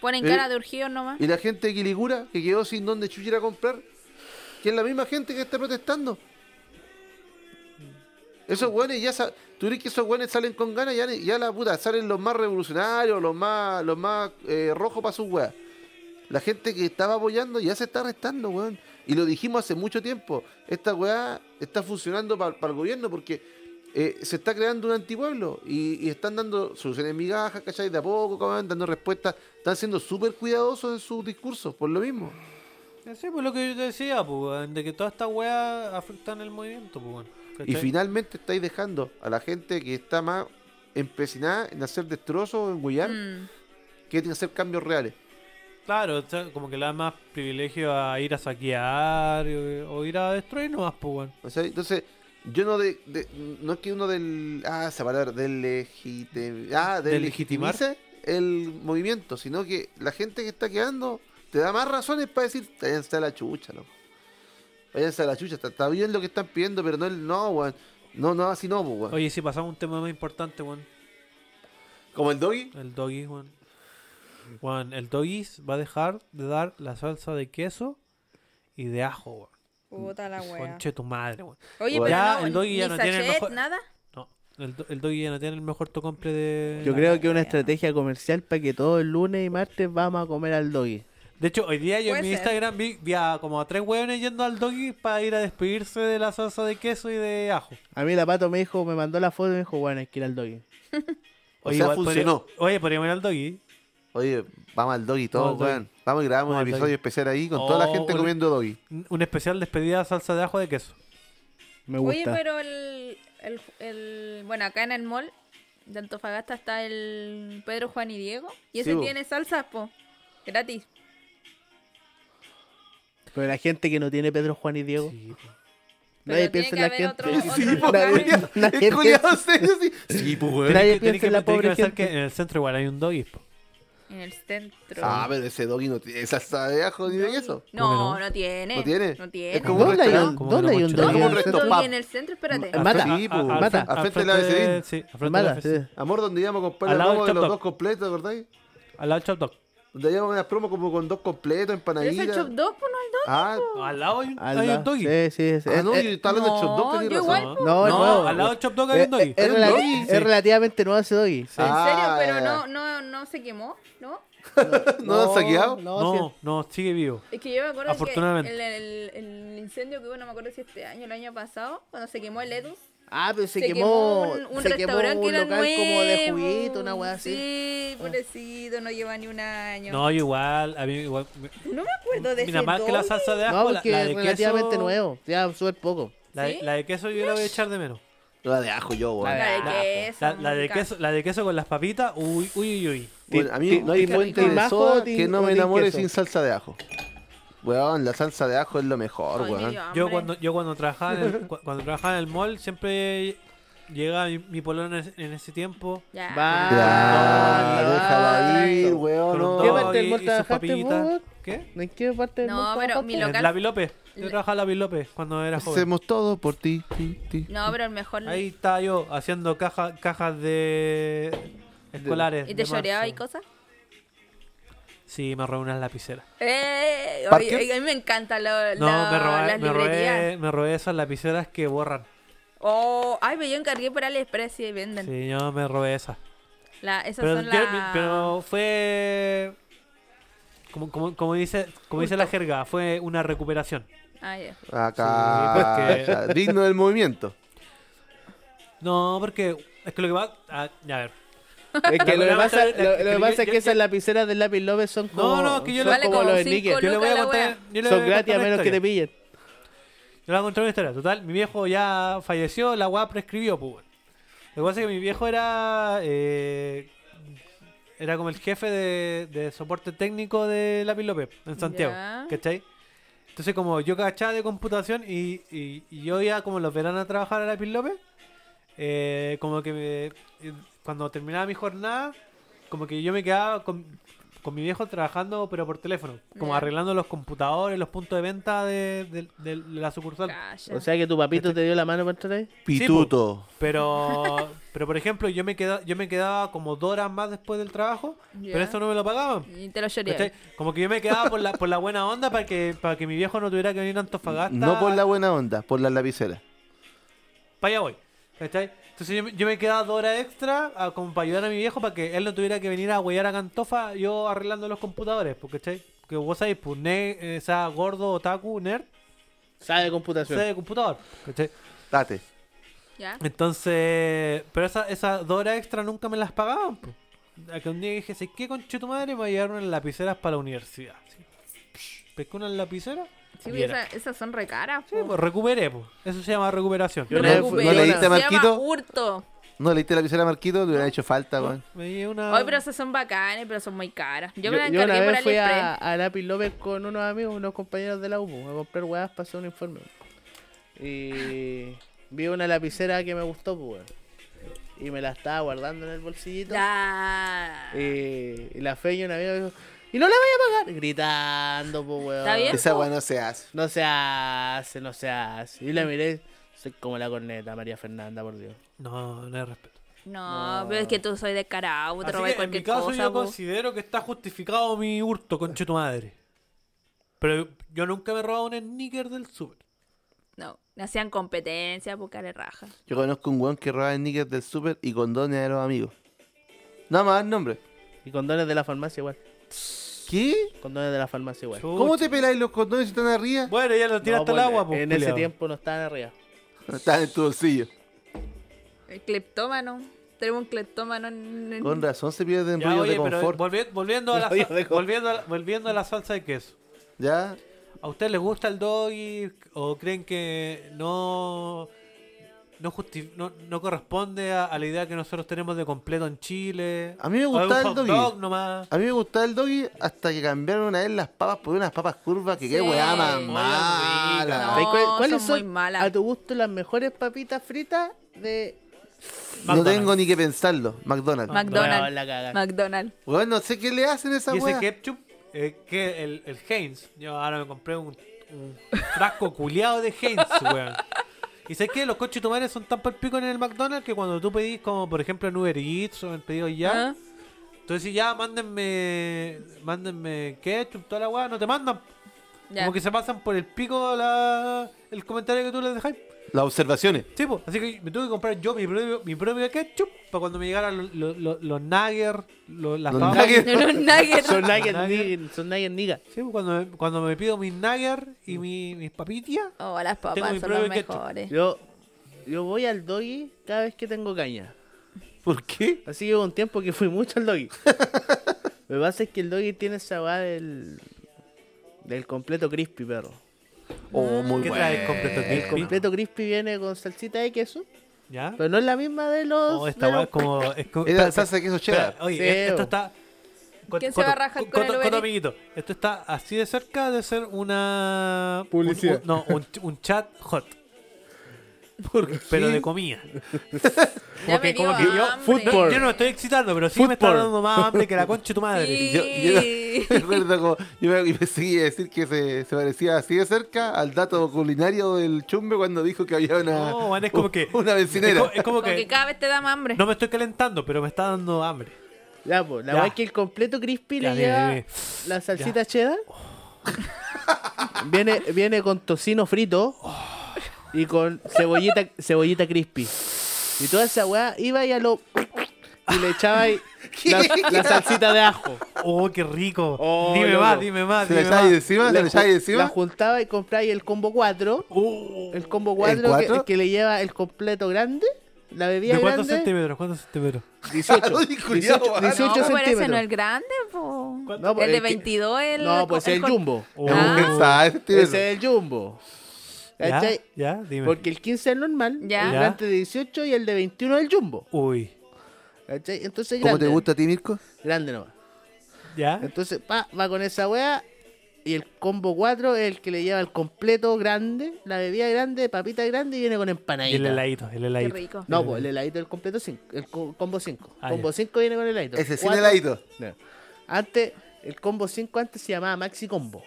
Speaker 5: Ponen
Speaker 1: Eh,
Speaker 5: cara de urgidos nomás.
Speaker 1: Y la gente de Quilicura, que quedó sin donde chucha ir a comprar, que es la misma gente que está protestando. Esos güeyes ya sa- ¿Tú crees que esos güeyes salen con ganas? Ya, ya la puta, salen los más revolucionarios, los más, los más eh, rojos para sus weas. La gente que estaba apoyando ya se está arrestando, weón. Y lo dijimos hace mucho tiempo. Esta weá está funcionando para el gobierno porque eh, se está creando un antipueblo y, y están dando soluciones migajas, ¿cachai? De a poco, cabrón, dando respuestas. Están siendo súper cuidadosos en sus discursos, por lo mismo.
Speaker 2: Eh, Sí, pues lo que yo te decía, po, weón, de que todas estas weas afectan el movimiento, pues,
Speaker 1: Y finalmente estáis dejando a la gente que está más empecinada en hacer destrozos, en guiar,
Speaker 5: Mm.
Speaker 1: que en hacer cambios reales.
Speaker 2: Claro, o sea, como que le da más privilegio a ir a saquear eh, o ir a destruir nomás, pues, weón.
Speaker 1: O sea, entonces, yo no de, de- no es que uno del ah, esa palabra, del legitimice ah, del
Speaker 2: Del legitimar.
Speaker 1: legitimice el movimiento, sino que la gente que está quedando te da más razones para decir, "Está bien, está la chucha, loco. Váyanse a la chucha, está, está bien lo que están pidiendo, pero no, el- no, weón. No, no, así no, po, weón.
Speaker 2: Oye, si pasamos un tema más importante, weón.
Speaker 1: Como el doggy.
Speaker 2: El doggy, weón. Weón, el doggy va a dejar de dar la salsa de queso y de ajo, weón.
Speaker 5: Puta la wea.
Speaker 2: Conche tu madre, weón.
Speaker 5: Oye,
Speaker 1: Ya,
Speaker 5: pero no,
Speaker 2: el doggy ya
Speaker 5: ni
Speaker 2: no tiene el
Speaker 5: sachet,
Speaker 2: mejor-
Speaker 5: nada.
Speaker 2: No, el, do- el doggy ya no tiene el mejor tocomple de.
Speaker 4: Yo creo que una estrategia comercial para que todos el lunes y martes vamos a comer al doggy.
Speaker 2: De hecho, hoy día yo en
Speaker 5: Puede
Speaker 2: mi
Speaker 5: ser.
Speaker 2: Instagram vi, vi a como a tres hueones yendo al doggy para ir a despedirse de la salsa de queso y de ajo.
Speaker 4: A mí la pato me dijo, me mandó la foto y me dijo, bueno, hay que ir al doggy.
Speaker 1: O sea,
Speaker 2: igual podría-
Speaker 1: funcionó.
Speaker 2: oye, podríamos ir al doggy.
Speaker 1: Oye, vamos al doggy todo,
Speaker 2: Vamos al
Speaker 1: weón. Vamos y grabamos
Speaker 2: Vamos
Speaker 1: un
Speaker 2: al
Speaker 1: episodio
Speaker 2: doggy.
Speaker 1: especial ahí con toda la
Speaker 2: Oh,
Speaker 1: gente
Speaker 2: un-
Speaker 1: comiendo doggy.
Speaker 2: Un especial despedida salsa de ajo de queso.
Speaker 4: Me
Speaker 5: Oye,
Speaker 4: gusta.
Speaker 5: pero el, el, el- Bueno, acá en el mall de Antofagasta está el Pedro, Juan y Diego. Y ese
Speaker 1: Sí, po.
Speaker 5: tiene salsas, po. Gratis.
Speaker 4: Pero la gente que no tiene Pedro, Juan y Diego.
Speaker 2: Sí,
Speaker 5: Pero
Speaker 4: Nadie
Speaker 5: tiene
Speaker 4: piensa en
Speaker 5: que
Speaker 4: la
Speaker 5: haber
Speaker 4: gente.
Speaker 5: otro- otro
Speaker 4: Nadie-
Speaker 5: lugar.
Speaker 4: nadie
Speaker 1: El culiao
Speaker 4: piensa-
Speaker 1: serio, sí. Sí, pues, weón.
Speaker 2: Tenés
Speaker 4: Nadie piensa en la
Speaker 2: tenés
Speaker 4: pobre
Speaker 2: pensar
Speaker 4: gente.
Speaker 2: que en el centro igual hay un doggy. pues. po.
Speaker 5: En el centro.
Speaker 1: Ah, pero ese doggy no tiene salsa de ajo ni de queso.
Speaker 5: No,
Speaker 2: ¿Cómo que
Speaker 5: no tiene.
Speaker 1: ¿No tiene?
Speaker 5: No
Speaker 1: Es
Speaker 5: tiene.
Speaker 1: como un
Speaker 4: ¿Dónde hay un,
Speaker 1: restaurante.
Speaker 2: Como
Speaker 4: dónde
Speaker 2: una
Speaker 4: hay un
Speaker 2: mochila.
Speaker 1: Es como un
Speaker 4: doggy?
Speaker 1: restaurante.
Speaker 5: Doggy en el centro, espérate.
Speaker 1: Al
Speaker 4: Mata.
Speaker 1: frente- sí, pues,
Speaker 4: al- Mata.
Speaker 1: al frente de la
Speaker 2: de-
Speaker 1: vecindad.
Speaker 2: Sí, al frente de la
Speaker 4: Mala,
Speaker 2: vecindad.
Speaker 4: sí.
Speaker 1: Amor, donde íbamos a comprar
Speaker 2: Al
Speaker 1: la
Speaker 2: lado
Speaker 1: promo de
Speaker 2: del
Speaker 1: los
Speaker 2: Chop
Speaker 1: dos
Speaker 2: Dog.
Speaker 1: completos, ¿te acordáis?
Speaker 2: Al lado del Chop Dog.
Speaker 1: Donde íbamos unas promos como con dos completos,
Speaker 5: Pero es el
Speaker 1: empanaditas.
Speaker 5: Chop Dog, po, no el Dog.
Speaker 1: Ah,
Speaker 2: Al lado hay un,
Speaker 4: Al
Speaker 2: hay un
Speaker 4: lado. Eh,
Speaker 2: doggy.
Speaker 4: Sí, sí, sí.
Speaker 1: ah,
Speaker 4: Es-
Speaker 1: no,
Speaker 4: es-
Speaker 1: yo estaba hablando del Chop Dog,
Speaker 5: no,
Speaker 1: tenés
Speaker 5: yo
Speaker 1: razón.
Speaker 5: igual, pues.
Speaker 2: No,
Speaker 5: po.
Speaker 4: no, no.
Speaker 2: al lado del Chop Dog hay
Speaker 4: es-
Speaker 2: un doggy.
Speaker 4: es
Speaker 1: ¿Hay un
Speaker 4: relati-
Speaker 1: doggy?
Speaker 4: es relativamente nuevo ese doggy.
Speaker 5: En serio,
Speaker 1: Ah,
Speaker 5: pero
Speaker 1: ya, ya.
Speaker 5: no, no, no se quemó, ¿no?
Speaker 1: ¿No lo has saqueado?
Speaker 4: No, sí.
Speaker 2: No, no, sigue vivo.
Speaker 5: Es que yo me acuerdo
Speaker 2: Afortunadamente.
Speaker 5: que el, el- el incendio que hubo, no me acuerdo si este año o el año pasado, cuando se quemó el Edus,
Speaker 4: Ah, pero se,
Speaker 5: se
Speaker 4: quemó,
Speaker 5: quemó un, un
Speaker 4: se quemó
Speaker 5: restaurante que
Speaker 4: un
Speaker 5: era
Speaker 4: local como de
Speaker 5: nuevo.
Speaker 4: juguito, una weá así. Ah.
Speaker 5: Sí, pobrecito, no lleva ni un año.
Speaker 2: No, yo igual, a mí igual.
Speaker 5: No me acuerdo de
Speaker 2: Mira,
Speaker 5: ese
Speaker 2: más que la
Speaker 5: doggy.
Speaker 2: salsa de ajo,
Speaker 4: No,
Speaker 2: la,
Speaker 4: porque
Speaker 2: la
Speaker 4: es
Speaker 2: de
Speaker 4: relativamente
Speaker 2: queso,
Speaker 4: nuevo. Ya, súper poco.
Speaker 2: La, de-
Speaker 5: ¿Sí?
Speaker 2: la de queso yo la voy a echar de menos.
Speaker 1: La de ajo yo, weón.
Speaker 5: La de
Speaker 2: La,
Speaker 5: queso.
Speaker 2: la- la de
Speaker 5: nunca.
Speaker 2: queso, la de queso con las papitas, uy, uy, uy, uy.
Speaker 1: Bueno, a mí
Speaker 4: Ti-
Speaker 1: no hay
Speaker 4: ti-
Speaker 1: fuente
Speaker 4: tin
Speaker 1: de
Speaker 4: majo,
Speaker 1: soda
Speaker 4: tin-
Speaker 1: que no
Speaker 4: o
Speaker 1: me
Speaker 4: tin
Speaker 1: enamore
Speaker 4: queso.
Speaker 1: sin salsa de ajo. Weón, la salsa de ajo es lo mejor,
Speaker 5: Ay, me
Speaker 1: weón.
Speaker 5: dio hambre.
Speaker 2: Yo cuando, yo cuando trabajaba en el, cu- cuando trabajaba en el mall siempre llegaba mi, mi polona en, ese- en ese tiempo.
Speaker 5: Ya.
Speaker 4: Va,
Speaker 1: Ya,
Speaker 4: va,
Speaker 1: déjala
Speaker 4: va.
Speaker 1: ir, weón.
Speaker 2: con un
Speaker 1: no.
Speaker 4: ¿Qué
Speaker 2: dog
Speaker 4: parte del
Speaker 2: y-
Speaker 4: mall
Speaker 2: y sus
Speaker 4: trabajaste,
Speaker 2: papitas.
Speaker 4: vos?
Speaker 2: ¿Qué?
Speaker 4: ¿En qué parte del
Speaker 5: No,
Speaker 4: mundo
Speaker 5: pero
Speaker 4: trabajaste?
Speaker 5: mi
Speaker 2: En
Speaker 5: local-
Speaker 2: la Vilope. Yo
Speaker 5: La-
Speaker 2: trabajaba en la Vilope cuando era joven.
Speaker 1: Hacemos todo por ti, ti, ti.
Speaker 5: No, pero el mejor.
Speaker 2: Ahí estaba yo haciendo caja, cajas de escolares.
Speaker 5: ¿Y
Speaker 2: de
Speaker 5: te lloreaba
Speaker 2: marzo.
Speaker 5: y cosas?
Speaker 2: Sí, me robé unas lapiceras.
Speaker 5: Eh,
Speaker 1: ¿Para
Speaker 5: oye,
Speaker 1: qué?
Speaker 5: oye, a mí me encantan lo-
Speaker 2: No,
Speaker 5: la-
Speaker 2: me, robé,
Speaker 5: las
Speaker 2: me,
Speaker 5: librerías.
Speaker 2: robé, me robé esas lapiceras que borran.
Speaker 5: Oh, ay, pero yo encargué por AliExpress y venden.
Speaker 2: Sí, yo me robé esas.
Speaker 5: La, esas
Speaker 2: Pero,
Speaker 5: son
Speaker 2: yo-
Speaker 5: las...
Speaker 2: pero fue. Como, como, como dice, como dice la jerga, fue una recuperación.
Speaker 5: Ah, ya.
Speaker 1: Acá.
Speaker 2: Sí, porque-
Speaker 1: Digno del movimiento.
Speaker 2: No, porque es que lo que va. ah, ya, a ver.
Speaker 4: Es que lo que
Speaker 2: La-
Speaker 4: pasa,
Speaker 2: la-
Speaker 4: lo, lo
Speaker 2: yo-
Speaker 4: que pasa es
Speaker 2: yo-
Speaker 4: que esas lapiceras del lápiz Love son
Speaker 2: No,
Speaker 4: como,
Speaker 2: no, que yo
Speaker 4: son
Speaker 5: Vale
Speaker 4: como
Speaker 5: como
Speaker 4: los
Speaker 5: cinco
Speaker 4: sneakers.
Speaker 5: Yo
Speaker 2: Yo le voy a
Speaker 5: la
Speaker 2: contar.
Speaker 5: wea.
Speaker 2: yo le voy
Speaker 4: Son
Speaker 2: a
Speaker 4: gratis
Speaker 2: contar
Speaker 4: a
Speaker 2: una
Speaker 4: menos que te
Speaker 2: historia.
Speaker 4: pillen.
Speaker 2: Yo le voy a contar una historia. Total, mi viejo ya falleció, la weá prescribió, pues. weón. Lo que pasa es que mi viejo era. eh, era como el jefe de, de soporte técnico de Lápiz López en Santiago.
Speaker 5: Ya.
Speaker 2: ¿Cachai? Entonces, como yo cachaba de computación y, y- y yo iba como los veranos a trabajar a Lápiz López, eh, como que me- eh, cuando terminaba mi jornada, como que yo me quedaba con, con mi viejo trabajando, pero por teléfono, como
Speaker 5: Ya.
Speaker 2: arreglando los computadores, los puntos de venta de, de- de la sucursal.
Speaker 5: Calla.
Speaker 4: O sea que tu papito te dio la mano para entrar ahí.
Speaker 1: Pituto.
Speaker 2: Pero, pero por ejemplo, yo me quedaba, yo me quedaba como dos horas más después del trabajo, pero
Speaker 5: Ya.
Speaker 2: eso no me lo pagaban.
Speaker 5: y te lo lloré.
Speaker 2: ¿cachai? Como que yo me quedaba por la, por la buena onda para que, para que mi viejo no tuviera que venir a Antofagasta.
Speaker 1: No por la buena onda, por las lapiceras.
Speaker 2: Para allá voy. ¿cachai? Entonces yo, me- yo me quedaba dos horas extra a- como para ayudar a mi viejo para que él no tuviera que venir a huellar a Cantofa yo arreglando los computadores. Porque, ¿cachai? Que vos sabés, pues, ne- eh, sea gordo, otaku, nerd,
Speaker 4: Sabe de
Speaker 2: sea
Speaker 4: computación.
Speaker 2: de computador. ¿cachai?
Speaker 1: Date.
Speaker 5: Ya.
Speaker 2: Entonces, pero esa- esas dos horas extra nunca me las pagaban. po. A que un día dije, ¿sabes qué conche tu madre? Me voy a llevar unas lapiceras para la universidad. Así, psh, Pesqué unas lapiceras. y
Speaker 5: Sí, pues
Speaker 2: era.
Speaker 5: esa- esas son re caras.
Speaker 2: Sí, pues, recuperé, pues. Eso se llama recuperación.
Speaker 4: Oh. Yo
Speaker 1: ¿No
Speaker 4: le-
Speaker 1: le,
Speaker 4: no
Speaker 1: no le
Speaker 4: le-
Speaker 1: diste a
Speaker 5: Se llama
Speaker 1: Marquito?
Speaker 5: hurto.
Speaker 1: ¿No le diste la lapicera a Marquito? Le hubiera hecho falta, weón.
Speaker 2: Me llevé una.
Speaker 5: Hoy, pero esas son bacanes, pero son muy caras. Yo,
Speaker 4: Yo,
Speaker 5: me las
Speaker 4: yo una
Speaker 5: encargué por
Speaker 4: vez fui
Speaker 5: AliExpress.
Speaker 4: a, a Lápiz López con unos amigos, unos compañeros de la UPU, a comprar huevas para hacer un informe. Y vi una lapicera que me gustó, pues. weón. Y me la estaba guardando en el bolsillito.
Speaker 5: Ya.
Speaker 4: Y, y la fe y una amiga me dijo, Y no la voy a pagar. Gritando, pues, weón.
Speaker 6: Está bien.
Speaker 1: Esa weá no se hace.
Speaker 4: No se hace, no se hace. Y la miré, soy como la corneta, María Fernanda, por Dios.
Speaker 2: No, no hay respeto.
Speaker 6: No, pero es que tú soy descarado, te
Speaker 2: Así
Speaker 6: robé
Speaker 2: que en mi
Speaker 6: cualquier
Speaker 2: caso
Speaker 6: cosa.
Speaker 2: yo
Speaker 6: po.
Speaker 2: considero que está justificado mi hurto, conche tu madre. Pero yo nunca me he robado un sneaker del super.
Speaker 6: No, hacían competencia, porque le raja.
Speaker 1: Yo conozco un weón que roba sneakers del super y condones a los amigos. Nada más el nombre.
Speaker 4: Y condones de la farmacia igual.
Speaker 1: ¿Qué?
Speaker 4: Condones de la farmacia igual.
Speaker 1: ¿Cómo te peláis los condones si están arriba?
Speaker 2: Bueno, ya lo tiraste
Speaker 4: No,
Speaker 2: al
Speaker 4: pues,
Speaker 2: agua, pues.
Speaker 4: En ese
Speaker 2: culiao.
Speaker 4: tiempo no estaban arriba.
Speaker 1: Están en tu bolsillo.
Speaker 6: El cleptómano. Tenemos un cleptómano en. en-
Speaker 1: Con razón se pierden
Speaker 2: Ya,
Speaker 1: rollos
Speaker 2: oye,
Speaker 1: de
Speaker 2: pero
Speaker 1: confort.
Speaker 2: volvi- volviendo, a la
Speaker 4: Rollos
Speaker 2: sa-
Speaker 4: de confort.
Speaker 2: volviendo, a la, volviendo a la salsa de queso.
Speaker 1: ¿Ya?
Speaker 2: ¿A usted les gusta el doggy o creen que no no, justi- no, no corresponde a, a la idea que nosotros tenemos de completo en Chile?
Speaker 1: A mí me
Speaker 2: ¿O
Speaker 1: gustaba
Speaker 2: es un
Speaker 1: el
Speaker 2: hot
Speaker 1: doggy.
Speaker 2: dog nomás?
Speaker 1: A mí me gustaba el doggy hasta que cambiaron una vez las papas por unas papas curvas que qué
Speaker 6: Sí.
Speaker 1: weá más
Speaker 6: Oye,
Speaker 1: mala.
Speaker 6: No,
Speaker 4: ¿Sabes cuál-
Speaker 6: son
Speaker 4: ¿Cuáles son,
Speaker 6: muy malas.
Speaker 4: a tu gusto las mejores papitas fritas de...
Speaker 1: No, tengo ni que pensarlo. McDonald's.
Speaker 4: Weón, la
Speaker 6: McDonald's.
Speaker 4: caga.
Speaker 6: McDonald's.
Speaker 1: Weón, no sé qué le hacen a esa
Speaker 2: Y ese
Speaker 1: weá.
Speaker 2: ketchup, eh, que el, el Heinz. Yo ahora me compré un, un frasco culiado de Heinz, weón. Y sé que los coches tomares son tan palpicos en el McDonald's que cuando tú pedís, como por ejemplo en Uber Eats o en pedido ya,
Speaker 6: ¿Ah?
Speaker 2: entonces ya mándenme, mándenme ketchup, toda la weá, no te mandan.
Speaker 6: Ya.
Speaker 2: Como que se pasan por el pico la, el comentario que tú les dejáis.
Speaker 1: Las observaciones.
Speaker 2: Sí, po. así que me tuve que comprar yo mi propio, mi propio ketchup para cuando me llegaran los, los, los, los nuggets, los- las
Speaker 1: Los
Speaker 2: papas.
Speaker 1: nuggets.
Speaker 6: De los nuggets.
Speaker 4: Son
Speaker 2: Son
Speaker 4: nuggets ni- son nuggets niggas.
Speaker 2: Sí, pues, cuando me, cuando me pido mis nuggers y mi, mis papitas,
Speaker 6: Oh, las
Speaker 2: Tengo
Speaker 6: papas
Speaker 2: mi
Speaker 6: son
Speaker 2: propio
Speaker 6: las
Speaker 2: ketchup.
Speaker 6: mejores.
Speaker 4: Yo, yo voy al doggy cada vez que tengo caña.
Speaker 1: ¿Por qué?
Speaker 4: Así que hubo un tiempo que fui mucho al doggy. Lo que pasa es que el doggy tiene esa va del, del completo crispy, perro.
Speaker 1: Oh, muy
Speaker 2: ¿qué
Speaker 1: bueno.
Speaker 2: traes completo?
Speaker 4: El completo crispy viene con salsita de queso,
Speaker 2: ¿Ya?
Speaker 4: pero no es la misma de los.
Speaker 2: Oh, esta
Speaker 4: de
Speaker 2: weá
Speaker 4: los-
Speaker 2: es como. Es como
Speaker 1: Era
Speaker 2: espera,
Speaker 1: salsa de queso cheddar.
Speaker 2: espera, oye,
Speaker 4: Sí,
Speaker 2: e- esto
Speaker 4: bo.
Speaker 2: está.
Speaker 6: ¿Quién se va a rajar con el
Speaker 2: coto-
Speaker 6: Uber
Speaker 2: coto,
Speaker 6: Eats?
Speaker 2: amiguito, esto está así de cerca de ser una. un-
Speaker 3: Publicidad.
Speaker 2: un- no, un, un chat hot. Pero de comida.
Speaker 6: Ya
Speaker 2: que-
Speaker 6: me
Speaker 2: como
Speaker 6: dio
Speaker 2: que yo-
Speaker 6: hambre.
Speaker 4: fútbol.
Speaker 2: Yo no me estoy excitando, pero sí me está
Speaker 4: Fútbol.
Speaker 2: dando más hambre que la concha de tu madre.
Speaker 6: Sí.
Speaker 1: Yo, yo recuerdo como, yo me, me seguía decir que se, se parecía así de cerca al dato culinario del chumbe cuando dijo que había una,
Speaker 2: No, man, es como que.
Speaker 1: una
Speaker 2: Es,
Speaker 1: bencinera.
Speaker 2: co- es como
Speaker 6: Como que
Speaker 2: que.
Speaker 6: cada vez te da más hambre.
Speaker 2: No me estoy calentando, pero me está dando hambre.
Speaker 4: Ya, pues, la
Speaker 2: Ya.
Speaker 4: weá es que el completo crispy
Speaker 2: Ya,
Speaker 4: le
Speaker 2: bien,
Speaker 4: lleva
Speaker 2: bien,
Speaker 4: la salsita cheddar. viene, viene con tocino frito y con cebollita, cebollita crispy. Y toda esa weá iba y a lo. Y le echaba ahí la, la salsita de ajo.
Speaker 2: Oh, qué rico.
Speaker 4: Oh,
Speaker 2: dime
Speaker 4: loco.
Speaker 2: más, dime más,
Speaker 1: se le
Speaker 2: dime
Speaker 1: echaba ahí
Speaker 2: más.
Speaker 1: encima, se
Speaker 4: La
Speaker 1: le echaba ahí
Speaker 4: ju- La
Speaker 1: encima.
Speaker 4: juntaba y compraba ahí el combo 4.
Speaker 2: Oh.
Speaker 4: El combo 4,
Speaker 1: cuatro?
Speaker 4: Que, que le lleva el completo grande. La bebida
Speaker 2: ¿De cuántos
Speaker 4: grande.
Speaker 2: centímetros? ¿Cuántos centímetros?
Speaker 4: 18.
Speaker 1: Uy, culiao,
Speaker 4: 18,
Speaker 1: ah, no,
Speaker 4: 18
Speaker 6: no, pero ese no
Speaker 4: centímetros.
Speaker 6: es grande, po.
Speaker 4: No, pues,
Speaker 6: el de
Speaker 4: es que-
Speaker 6: 22, el.
Speaker 4: No, pues es el
Speaker 6: con-
Speaker 4: jumbo.
Speaker 2: Oh.
Speaker 6: Ah,
Speaker 1: Esa, ese tiene-
Speaker 4: Ese es el jumbo.
Speaker 2: ¿Ya?
Speaker 4: ¿Cachai?
Speaker 2: ¿Ya? Dime.
Speaker 4: Porque el 15 es normal,
Speaker 6: Ya.
Speaker 4: el
Speaker 2: Ya.
Speaker 4: grande de 18 y el de 21 es el jumbo.
Speaker 2: Uy.
Speaker 4: ¿Cachai? Entonces grande.
Speaker 1: ¿Cómo te gusta a ti, Mirko?
Speaker 4: Grande nomás.
Speaker 2: ¿Ya?
Speaker 4: Entonces pa, va con esa wea y el combo 4 es el que le lleva el completo grande, la bebida grande, papita grande y viene con
Speaker 2: Y el
Speaker 4: empanadita.
Speaker 2: heladito, el
Speaker 6: Qué
Speaker 2: heladito.
Speaker 6: rico.
Speaker 4: No, pues el heladito del completo 5, el co- combo 5.
Speaker 2: Ah,
Speaker 4: combo
Speaker 2: ya.
Speaker 4: 5 viene con el heladito.
Speaker 1: Ese sin
Speaker 4: Cuatro-
Speaker 1: heladito.
Speaker 4: No. Antes, el combo 5 antes se llamaba Maxi Combo.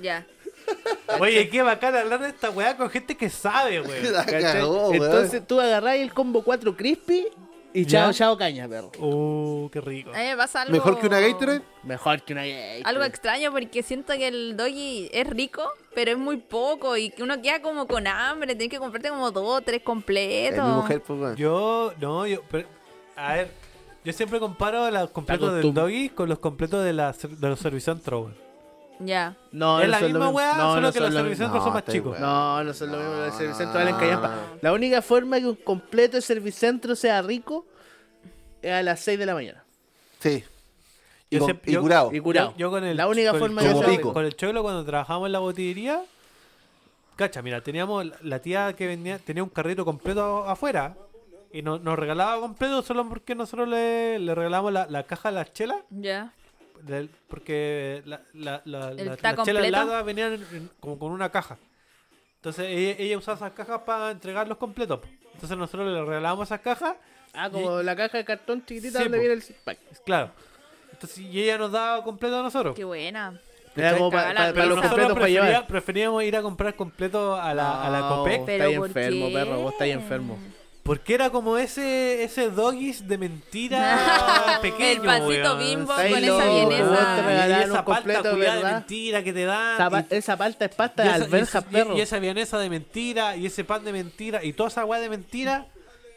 Speaker 6: Ya.
Speaker 2: Oye, qué bacán hablar de esta weá con gente que sabe, weón.
Speaker 1: La
Speaker 4: ¿cachai?
Speaker 1: cagó, Oh, weón.
Speaker 4: Entonces tú agarrás el combo 4 crispy y
Speaker 2: Ya.
Speaker 4: chao, chao caña, perro.
Speaker 2: Oh, qué rico.
Speaker 6: A mí me pasa algo.
Speaker 1: ¿Mejor que una Gatorade?
Speaker 4: Mejor que una gay. pues.
Speaker 6: Algo extraño porque siento que el doggy es rico, pero es muy poco y que uno queda como con hambre. Tienes que comprarte como dos, tres
Speaker 1: Es
Speaker 6: completos.
Speaker 1: mi mujer, pues, weón.
Speaker 2: Yo, no, yo, pero- a ver, yo siempre comparo los completos del
Speaker 4: costumbre.
Speaker 2: doggy con los completos de, la, de los servicentros, weón.
Speaker 6: Ya.
Speaker 4: No,
Speaker 2: es
Speaker 4: no
Speaker 2: la
Speaker 4: son lo
Speaker 2: misma
Speaker 4: mismo.
Speaker 2: weá,
Speaker 4: no,
Speaker 2: solo
Speaker 4: no este
Speaker 2: que
Speaker 4: son
Speaker 2: los
Speaker 4: lo mismo.
Speaker 2: servicentros son
Speaker 1: No,
Speaker 2: más
Speaker 1: estoy
Speaker 2: chicos.
Speaker 1: weón.
Speaker 4: No, no son lo mismo. Los servicentros valen callampa. La única forma que un completo servicentro sea rico es a las 6 de la mañana.
Speaker 1: Sí. Y,
Speaker 2: Yo
Speaker 1: con-
Speaker 2: siempre-
Speaker 1: y
Speaker 2: yo-
Speaker 1: curado.
Speaker 4: Y curado.
Speaker 2: Yo, yo con el,
Speaker 4: la única
Speaker 2: con el
Speaker 4: forma
Speaker 1: que
Speaker 2: cholo-
Speaker 1: sea rico.
Speaker 2: Con el cholo cuando trabajamos en la botillería, cacha, mira, teníamos la- la tía que venía, tenía un carrito completo afuera y no- nos regalaba completo solo porque nosotros le, le regalamos la, la caja de las chelas,
Speaker 6: Ya.
Speaker 2: del- porque la, la, la,
Speaker 6: ¿El
Speaker 2: la-
Speaker 6: está
Speaker 2: las chelas
Speaker 6: completo?
Speaker 2: heladas venían en- en- como con una caja. Entonces ella, ella usaba esas cajas para entregar los completos. po. Entonces nosotros le regalábamos esas cajas
Speaker 4: Ah, como la caja de cartón chiquitita
Speaker 2: Sí,
Speaker 4: donde
Speaker 2: po.
Speaker 4: viene el six pack.
Speaker 2: Claro. Entonces, y ella nos daba completo a nosotros.
Speaker 5: Qué buena.
Speaker 4: Era como
Speaker 5: Cagala,
Speaker 4: para pa, para
Speaker 5: pero
Speaker 4: los
Speaker 2: nosotros
Speaker 4: completos para
Speaker 2: prefería-
Speaker 4: llevar.
Speaker 2: preferíamos ir a comprar completo a la, a la
Speaker 4: No,
Speaker 2: Copec.
Speaker 4: Estáis
Speaker 5: Pero ¿por
Speaker 4: enfermo,
Speaker 5: qué?
Speaker 4: perro, vos estáis enfermo.
Speaker 2: Porque era como ese ese doggies de mentira pequeño.
Speaker 5: El pancito
Speaker 2: weón.
Speaker 5: bimbo
Speaker 4: Estáis
Speaker 5: con esa
Speaker 4: loco,
Speaker 5: vienesa.
Speaker 4: vos te regalaron
Speaker 2: Y esa
Speaker 4: un completo,
Speaker 2: palta culiada de
Speaker 4: ¿verdad?
Speaker 2: mentira que te dan.
Speaker 4: Esa,
Speaker 2: Ah, y-
Speaker 4: pa- esa palta es pasta
Speaker 2: y
Speaker 4: de
Speaker 2: esa- y
Speaker 4: alberja,
Speaker 2: esa- y-
Speaker 4: perro.
Speaker 2: Y esa vienesa de mentira, y ese pan de mentira, y toda esa weá de mentira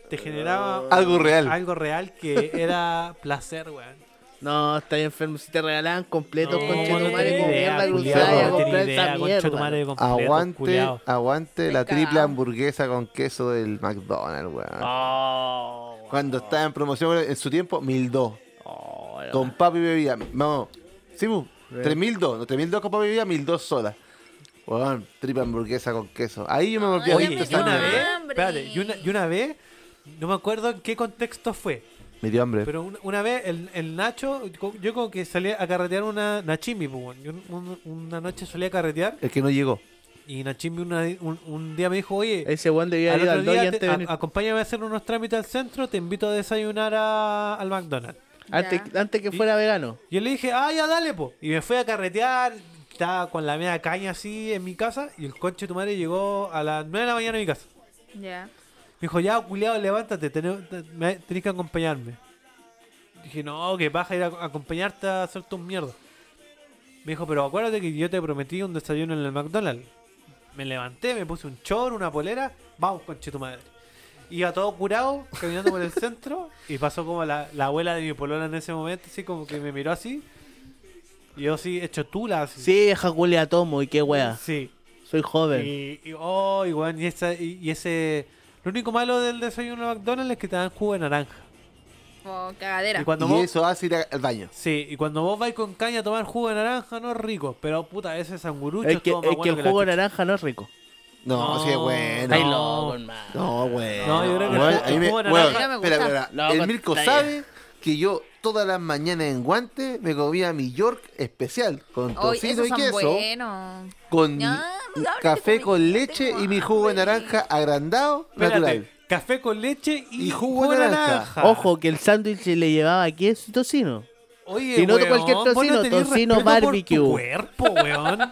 Speaker 2: te generaba
Speaker 1: Algo real.
Speaker 2: algo real que era placer, weón.
Speaker 4: No, estáis enfermo. Si te regalaban completos,
Speaker 2: No,
Speaker 4: conche tu
Speaker 2: no
Speaker 4: madre,
Speaker 2: tenía
Speaker 4: como
Speaker 2: idea,
Speaker 4: mierda
Speaker 2: culiao, no
Speaker 4: cruzada, a comprar
Speaker 2: tenía idea,
Speaker 4: esa
Speaker 2: concha tu madre,
Speaker 4: mierda.
Speaker 2: completo,
Speaker 1: Aguante,
Speaker 2: culiao.
Speaker 1: aguante la
Speaker 5: Pecado.
Speaker 1: triple hamburguesa con queso del McDonald's, weón.
Speaker 2: Oh,
Speaker 1: Cuando estaba en promoción en su tiempo, 1002.
Speaker 2: Oh,
Speaker 1: con papi y bebida. Vamos, sí, bu, 3002. No, 3002 con papi y bebida, 1002 sola. Weón, triple hamburguesa con queso. Ahí yo me volví
Speaker 5: Ay,
Speaker 2: Oye,
Speaker 1: adicto.
Speaker 2: y
Speaker 5: ya me
Speaker 1: esa
Speaker 5: dio
Speaker 2: una
Speaker 1: mierda.
Speaker 2: vez,
Speaker 5: hambre.
Speaker 2: espérate, y una, y una vez, no me acuerdo en qué contexto fue,
Speaker 1: Me dio hambre.
Speaker 2: pero un- una vez el, el Nacho, co- yo como que salía a carretear una Nachimi, pues, weón. Yo un- un- una noche solía carretear
Speaker 1: El que no llegó.
Speaker 2: y Nachimi una- un, un día me dijo, oye,
Speaker 4: Ese weón debía
Speaker 2: Al
Speaker 4: ir
Speaker 2: otro
Speaker 4: al
Speaker 2: día
Speaker 4: doy
Speaker 2: te-
Speaker 4: antes de
Speaker 2: a-
Speaker 4: venir.
Speaker 2: acompáñame a hacer unos trámites al centro, te invito a desayunar a- al McDonald's.
Speaker 4: Antes,
Speaker 5: Ya.
Speaker 4: antes que fuera vegano.
Speaker 2: Y yo le dije, ah, ya dale, po. Y me fui a carretear, estaba con la media caña así en mi casa, y el conche de tu madre llegó a las 9 de la mañana a mi casa.
Speaker 5: Ya.
Speaker 2: Me dijo, ya, culiado, levántate, tenés, te- me- tenés que acompañarme. Dije, no, que vas a ir a, a acompañarte a hacer tus mierdas. Me dijo, pero acuérdate que yo te prometí un desayuno en el McDonald's. Me levanté, me puse un chor, una polera, vamos, conche tu madre. Iba todo curado, caminando por el centro, y pasó como la, la abuela de mi polola en ese momento, así como que me miró así. Y yo sí, hecho tula así.
Speaker 4: Sí, vieja culia tomo y qué wea.
Speaker 2: Sí.
Speaker 4: Soy joven.
Speaker 2: Y, y, oh, y, weón, y esa- y- y ese. Lo único malo del desayuno de McDonald's es que te dan jugo de naranja.
Speaker 5: Oh, cagadera.
Speaker 2: Y cuando
Speaker 1: y
Speaker 2: vos,
Speaker 1: eso hace ir al baño.
Speaker 2: Sí, y cuando vos vais con caña a tomar jugo de naranja, no es rico. Pero puta, ese sangurucho
Speaker 4: Es que,
Speaker 2: estuvo más
Speaker 4: es que
Speaker 2: bueno
Speaker 4: el
Speaker 2: la
Speaker 4: jugo de
Speaker 2: chucha.
Speaker 4: naranja no es rico.
Speaker 1: No,
Speaker 2: No.
Speaker 1: sí es bueno.
Speaker 2: Ay,
Speaker 4: Ay,
Speaker 2: no.
Speaker 4: loco, hermano.
Speaker 1: No, bueno.
Speaker 2: No, yo creo que
Speaker 1: Bueno,
Speaker 2: el
Speaker 1: a mí me-
Speaker 2: jugo de
Speaker 1: bueno,
Speaker 2: naranja-
Speaker 5: No pues, me
Speaker 1: espera,
Speaker 5: gusta.
Speaker 1: espera.
Speaker 4: Loco,
Speaker 1: El Mirko
Speaker 4: está
Speaker 1: sabe que yo todas las mañanas en guante me comía mi York especial con
Speaker 5: Hoy
Speaker 1: tocino
Speaker 5: esos
Speaker 1: y
Speaker 5: son
Speaker 1: queso,
Speaker 5: buenos.
Speaker 1: con
Speaker 5: Ya, pues, ábrete,
Speaker 1: café
Speaker 5: pues,
Speaker 1: con
Speaker 5: ya
Speaker 1: leche
Speaker 5: tengo
Speaker 1: y mi jugo de
Speaker 5: hambre.
Speaker 1: naranja agrandado
Speaker 2: Espérate,
Speaker 1: natural.
Speaker 2: Café con leche y,
Speaker 1: Y jugo de naranja.
Speaker 4: Ojo, que el sándwich le llevaba queso y tocino.
Speaker 2: Oye,
Speaker 4: y no
Speaker 2: weón,
Speaker 4: cualquier
Speaker 2: vos no
Speaker 4: tocino,
Speaker 2: tenés
Speaker 4: tocino
Speaker 2: respeto
Speaker 4: barbecue.
Speaker 2: Por tu cuerpo, weón.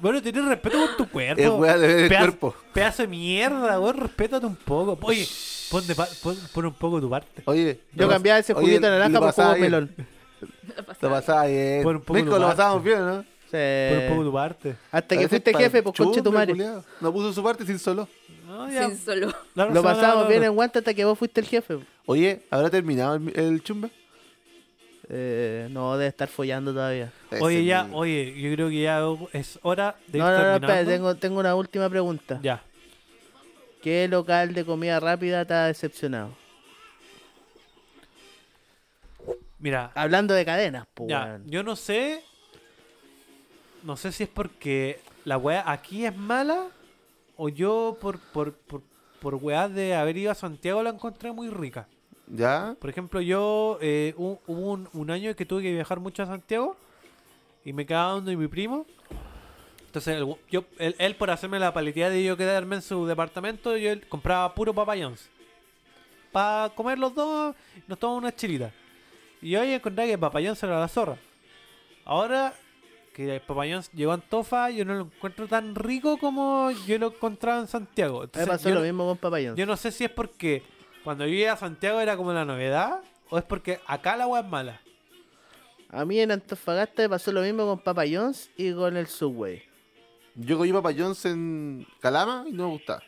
Speaker 2: Bueno, tenés respeto por tu cuerpo.
Speaker 1: Es weá de ver el
Speaker 2: Pedazo-
Speaker 1: cuerpo.
Speaker 2: Pedazo de mierda, weón. Respétate un poco. Oye, pon, de pa- pon- pon un poco tu parte.
Speaker 1: Oye,
Speaker 4: Yo cambiaba ese
Speaker 1: oye,
Speaker 4: juguito de
Speaker 1: y
Speaker 4: naranja
Speaker 1: lo
Speaker 4: por jugo
Speaker 1: pasaba
Speaker 4: de
Speaker 1: bien,
Speaker 4: melón.
Speaker 1: Lo pasaba bien.
Speaker 2: Por un poco
Speaker 1: Mirko,
Speaker 2: lo
Speaker 1: lo
Speaker 2: basta.
Speaker 1: pasábamos bien, ¿no?
Speaker 2: Pon un poco
Speaker 4: Sí.
Speaker 2: tu parte.
Speaker 4: Hasta
Speaker 1: A
Speaker 4: que
Speaker 1: veces
Speaker 4: fuiste jefe, pues
Speaker 1: pal-
Speaker 4: conche tu
Speaker 1: chumbe,
Speaker 4: madre.
Speaker 1: culiao. No puso su parte sin solo.
Speaker 2: No, ya.
Speaker 5: Sin solo.
Speaker 2: La
Speaker 4: Lo
Speaker 2: semana-
Speaker 4: pasamos bien en guante hasta que vos fuiste el jefe. pues.
Speaker 1: Oye, ¿habrá terminado el, el chumbe?
Speaker 4: Eh, no, debe estar follando todavía.
Speaker 2: Oye,
Speaker 1: Ese
Speaker 2: ya,
Speaker 1: mismo.
Speaker 2: oye, yo creo que ya es hora de ir
Speaker 4: No, no, no,
Speaker 2: terminando.
Speaker 4: espera, tengo, tengo una última pregunta.
Speaker 2: Ya.
Speaker 4: ¿Qué local de comida rápida te ha decepcionado?
Speaker 2: Mira,
Speaker 4: Hablando de cadenas, pues.
Speaker 2: ya, yo no sé. No sé si es porque la weá aquí es mala o yo por, por, por, por weá de haber ido a Santiago la encontré muy rica.
Speaker 1: ¿Ya?
Speaker 2: Por ejemplo, yo eh, hu- hubo un, un año que tuve que viajar mucho a Santiago y me quedaba donde mi primo. Entonces, el gu- yo, él, él por hacerme la paletía de yo quedarme en su departamento, yo él compraba puro papayons. Para comer los dos, nos tomamos una chilita. Y hoy encontré que el papayón se era la zorra. Ahora que el papayón llegó a Antofa, yo no lo encuentro tan rico como yo lo encontraba en Santiago.
Speaker 4: Me
Speaker 2: Entonces,
Speaker 4: pasó
Speaker 2: yo
Speaker 4: lo
Speaker 2: no-
Speaker 4: mismo con Papayón.
Speaker 2: yo no sé si es porque cuando yo llegué a Santiago era como la novedad o es porque acá la agua es mala.
Speaker 4: A mí en Antofagasta me pasó lo mismo con Papa John's y con el Subway.
Speaker 1: Yo comí Papa John's en Calama y no me gustaba.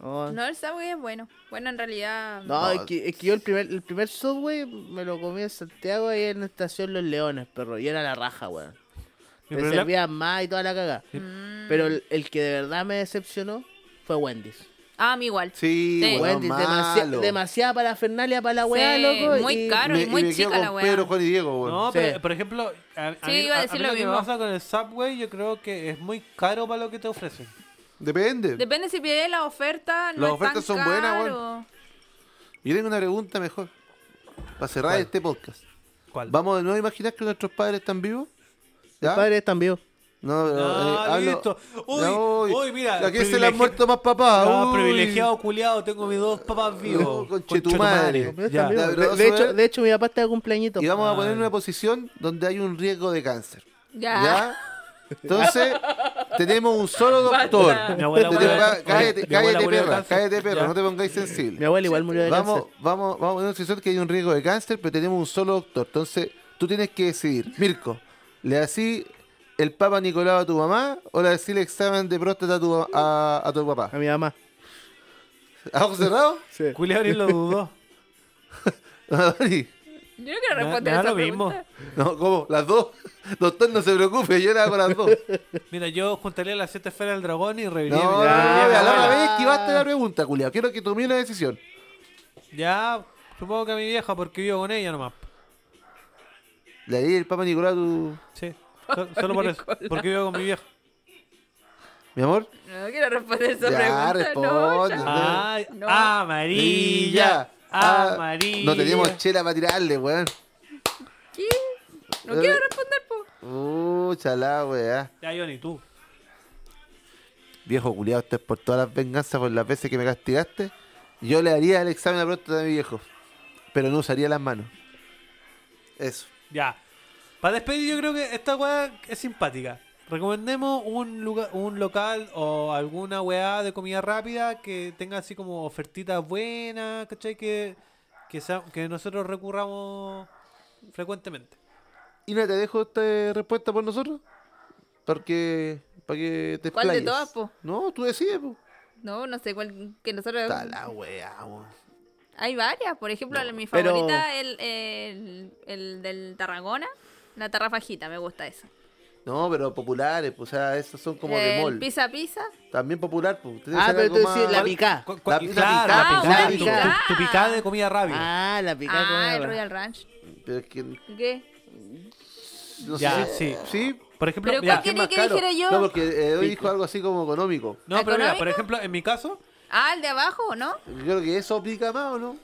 Speaker 4: Oh, no,
Speaker 5: No, el Subway es bueno. Bueno, en realidad.
Speaker 1: Ah. No.
Speaker 4: Es, que, es que yo el primer, el primer Subway me lo comí en Santiago y en la estación Los Leones, perro. Y era la raja, weón.
Speaker 2: Mi
Speaker 4: Me
Speaker 2: problema-
Speaker 4: servían más y toda la caga. Pero el, el que de verdad me decepcionó fue Wendy's.
Speaker 5: Ah, a mí igual.
Speaker 1: Sí,
Speaker 5: Sí.
Speaker 1: bueno,
Speaker 4: Wendy's, demasi-
Speaker 1: malo.
Speaker 4: demasiada parafernalia para la weá,
Speaker 5: Sí,
Speaker 4: loco.
Speaker 5: muy
Speaker 4: y-
Speaker 5: caro. Claro, y muy
Speaker 1: me quedo
Speaker 5: chica la
Speaker 1: con
Speaker 5: weá.
Speaker 1: Pedro, Juan y Diego, weón.
Speaker 2: No,
Speaker 4: Sí.
Speaker 2: pero por ejemplo, a, a
Speaker 5: Sí,
Speaker 2: mí,
Speaker 5: iba a
Speaker 2: a- a
Speaker 5: decir
Speaker 2: mí
Speaker 5: lo
Speaker 2: lo que me
Speaker 5: mismo.
Speaker 2: pasa con el Subway, yo creo que es muy caro para lo que te ofrecen.
Speaker 1: Depende.
Speaker 5: Depende si pide la oferta. No
Speaker 1: Las
Speaker 5: es tan
Speaker 1: ofertas son buenas,
Speaker 5: caro.
Speaker 1: Yo tengo una pregunta mejor. Para cerrar
Speaker 2: ¿Cuál?
Speaker 1: este podcast.
Speaker 2: ¿Cuál?
Speaker 1: Vamos de nuevo a imaginar que nuestros padres están vivos.
Speaker 4: Mis
Speaker 1: ¿Ya?
Speaker 4: padres están vivos.
Speaker 1: No, pero. eh,
Speaker 2: Ah,
Speaker 1: hablo-
Speaker 2: listo. Uy,
Speaker 1: No, uy.
Speaker 2: uy, mira.
Speaker 1: Aquí se le
Speaker 2: privilegi-
Speaker 1: han muerto más papás.
Speaker 2: Ah,
Speaker 1: uy.
Speaker 2: privilegiado culiado, tengo mis dos papás
Speaker 1: No,
Speaker 2: vivos.
Speaker 1: conche tu madre.
Speaker 2: Conchetumare.
Speaker 1: Ya.
Speaker 2: Ya.
Speaker 1: amigo.
Speaker 4: De,
Speaker 1: pero
Speaker 4: de
Speaker 1: eso
Speaker 4: hecho,
Speaker 1: es-
Speaker 4: de hecho, mi papá está de cumpleañito.
Speaker 1: Y vamos a poner
Speaker 2: Ay.
Speaker 1: una posición donde hay un riesgo de cáncer.
Speaker 5: Ya.
Speaker 1: ¿Ya? Entonces, tenemos un solo doctor.
Speaker 2: Mi abuela
Speaker 1: Tenemos-
Speaker 2: murió de-
Speaker 1: cállate,
Speaker 2: mi abuela
Speaker 1: cállate,
Speaker 2: murió de
Speaker 1: perra,
Speaker 2: cáncer.
Speaker 1: cállate, perra,
Speaker 2: Ya.
Speaker 1: no te pongáis
Speaker 4: Mi
Speaker 1: sensible.
Speaker 4: abuela igual murió de
Speaker 1: Vamos,
Speaker 4: cáncer.
Speaker 1: vamos, vamos a poner una situación que hay un riesgo de cáncer, pero tenemos un solo doctor. Entonces, tú tienes que decidir, Mirko, ¿le así el Papa Nicolau a tu mamá o le así el examen de próstata a tu, a, a tu papá?
Speaker 4: A mi mamá.
Speaker 1: ¿A ojos cerrados?
Speaker 4: Sí.
Speaker 2: Culiao ni lo dudó.
Speaker 1: Dori.
Speaker 5: Yo no
Speaker 2: Me-
Speaker 5: quiero
Speaker 2: me
Speaker 5: responder
Speaker 2: da
Speaker 5: esa
Speaker 2: lo mismo.
Speaker 5: pregunta.
Speaker 1: No, ¿cómo? ¿Las dos? Doctor, no se preocupe, yo la hago las dos.
Speaker 2: Mira, yo juntaría las siete esferas del dragón y
Speaker 1: No,
Speaker 2: reiría.
Speaker 1: no, no,
Speaker 2: ya,
Speaker 1: no, a la
Speaker 2: ya,
Speaker 1: vez esquivaste la pregunta, culiao. Quiero que tome una decisión.
Speaker 2: ya, supongo que a mi vieja, porque vivo con ella nomás.
Speaker 1: Le di el Papa Nicolau a tu...
Speaker 2: Sí, so- solo por eso.
Speaker 5: Nicolás.
Speaker 2: Porque vivo con mi vieja.
Speaker 1: Mi amor.
Speaker 5: No quiero responder esa
Speaker 1: Ya,
Speaker 5: pregunta. No,
Speaker 1: responde.
Speaker 5: ya.
Speaker 2: Ay,
Speaker 5: No.
Speaker 2: Amarilla.
Speaker 1: Ah,
Speaker 2: Amarilla.
Speaker 1: No teníamos chela para tirarle, weón.
Speaker 5: ¿Qué? No quiero responder, po.
Speaker 1: Uh, chalá, weá.
Speaker 2: Ya, yo ni tú.
Speaker 1: Viejo culiado, esto es por todas las venganzas, por las veces que me castigaste. Yo le haría el examen a próstata a mi viejo. Pero no usaría las manos. Eso.
Speaker 2: Ya. Para despedir, yo creo que esta weá es simpática. Recomendemos un lugar, un local o alguna weá de comida rápida que tenga así como ofertitas buenas, ¿cachai? Que, que, sea- que nosotros recurramos frecuentemente.
Speaker 1: Y no te dejo esta respuesta por nosotros. Porque. Para que te
Speaker 5: ¿Cuál de
Speaker 1: explayes.
Speaker 5: todas, po?
Speaker 1: No, tú decides, po.
Speaker 5: No, no sé cuál que nosotros.
Speaker 1: Chalá, weá, weón.
Speaker 5: Hay varias, por ejemplo, mi
Speaker 4: pero-
Speaker 5: favorita el, el, el del Tarragona, la tarrafajita, me gusta esa.
Speaker 1: No, pero populares, pues, o sea, esos son como de
Speaker 5: El
Speaker 1: mall.
Speaker 5: Pizza pizza.
Speaker 1: También popular, pues. Ustedes
Speaker 4: Ah,
Speaker 1: sacan
Speaker 4: pero tú
Speaker 1: algo
Speaker 4: decís
Speaker 1: más-
Speaker 4: la picá.
Speaker 2: Cu- cu-
Speaker 1: La- la
Speaker 2: claro,
Speaker 1: picada,
Speaker 5: Ah, una
Speaker 2: tu- tu-
Speaker 5: picada.
Speaker 2: Tu, picada de comida rápida.
Speaker 4: Ah, la picada.
Speaker 5: Ah, el
Speaker 4: con-
Speaker 5: Royal Ranch.
Speaker 1: Pero es que.
Speaker 5: ¿Qué?
Speaker 1: No
Speaker 2: Ya,
Speaker 1: sé.
Speaker 2: sí.
Speaker 1: Sí.
Speaker 2: Por ejemplo,
Speaker 5: Pero
Speaker 2: mira,
Speaker 5: ¿cuál
Speaker 1: ¿Qué es
Speaker 5: tiene
Speaker 1: más
Speaker 5: que
Speaker 1: caro?
Speaker 5: dijera yo?
Speaker 1: No, porque eh, hoy dijo algo así como económico.
Speaker 2: no, pero mira, por
Speaker 5: ¿Económico?
Speaker 2: ejemplo, en mi caso,
Speaker 5: Ah, el de abajo, ¿o ¿no?
Speaker 1: Yo creo que eso aplica más o no.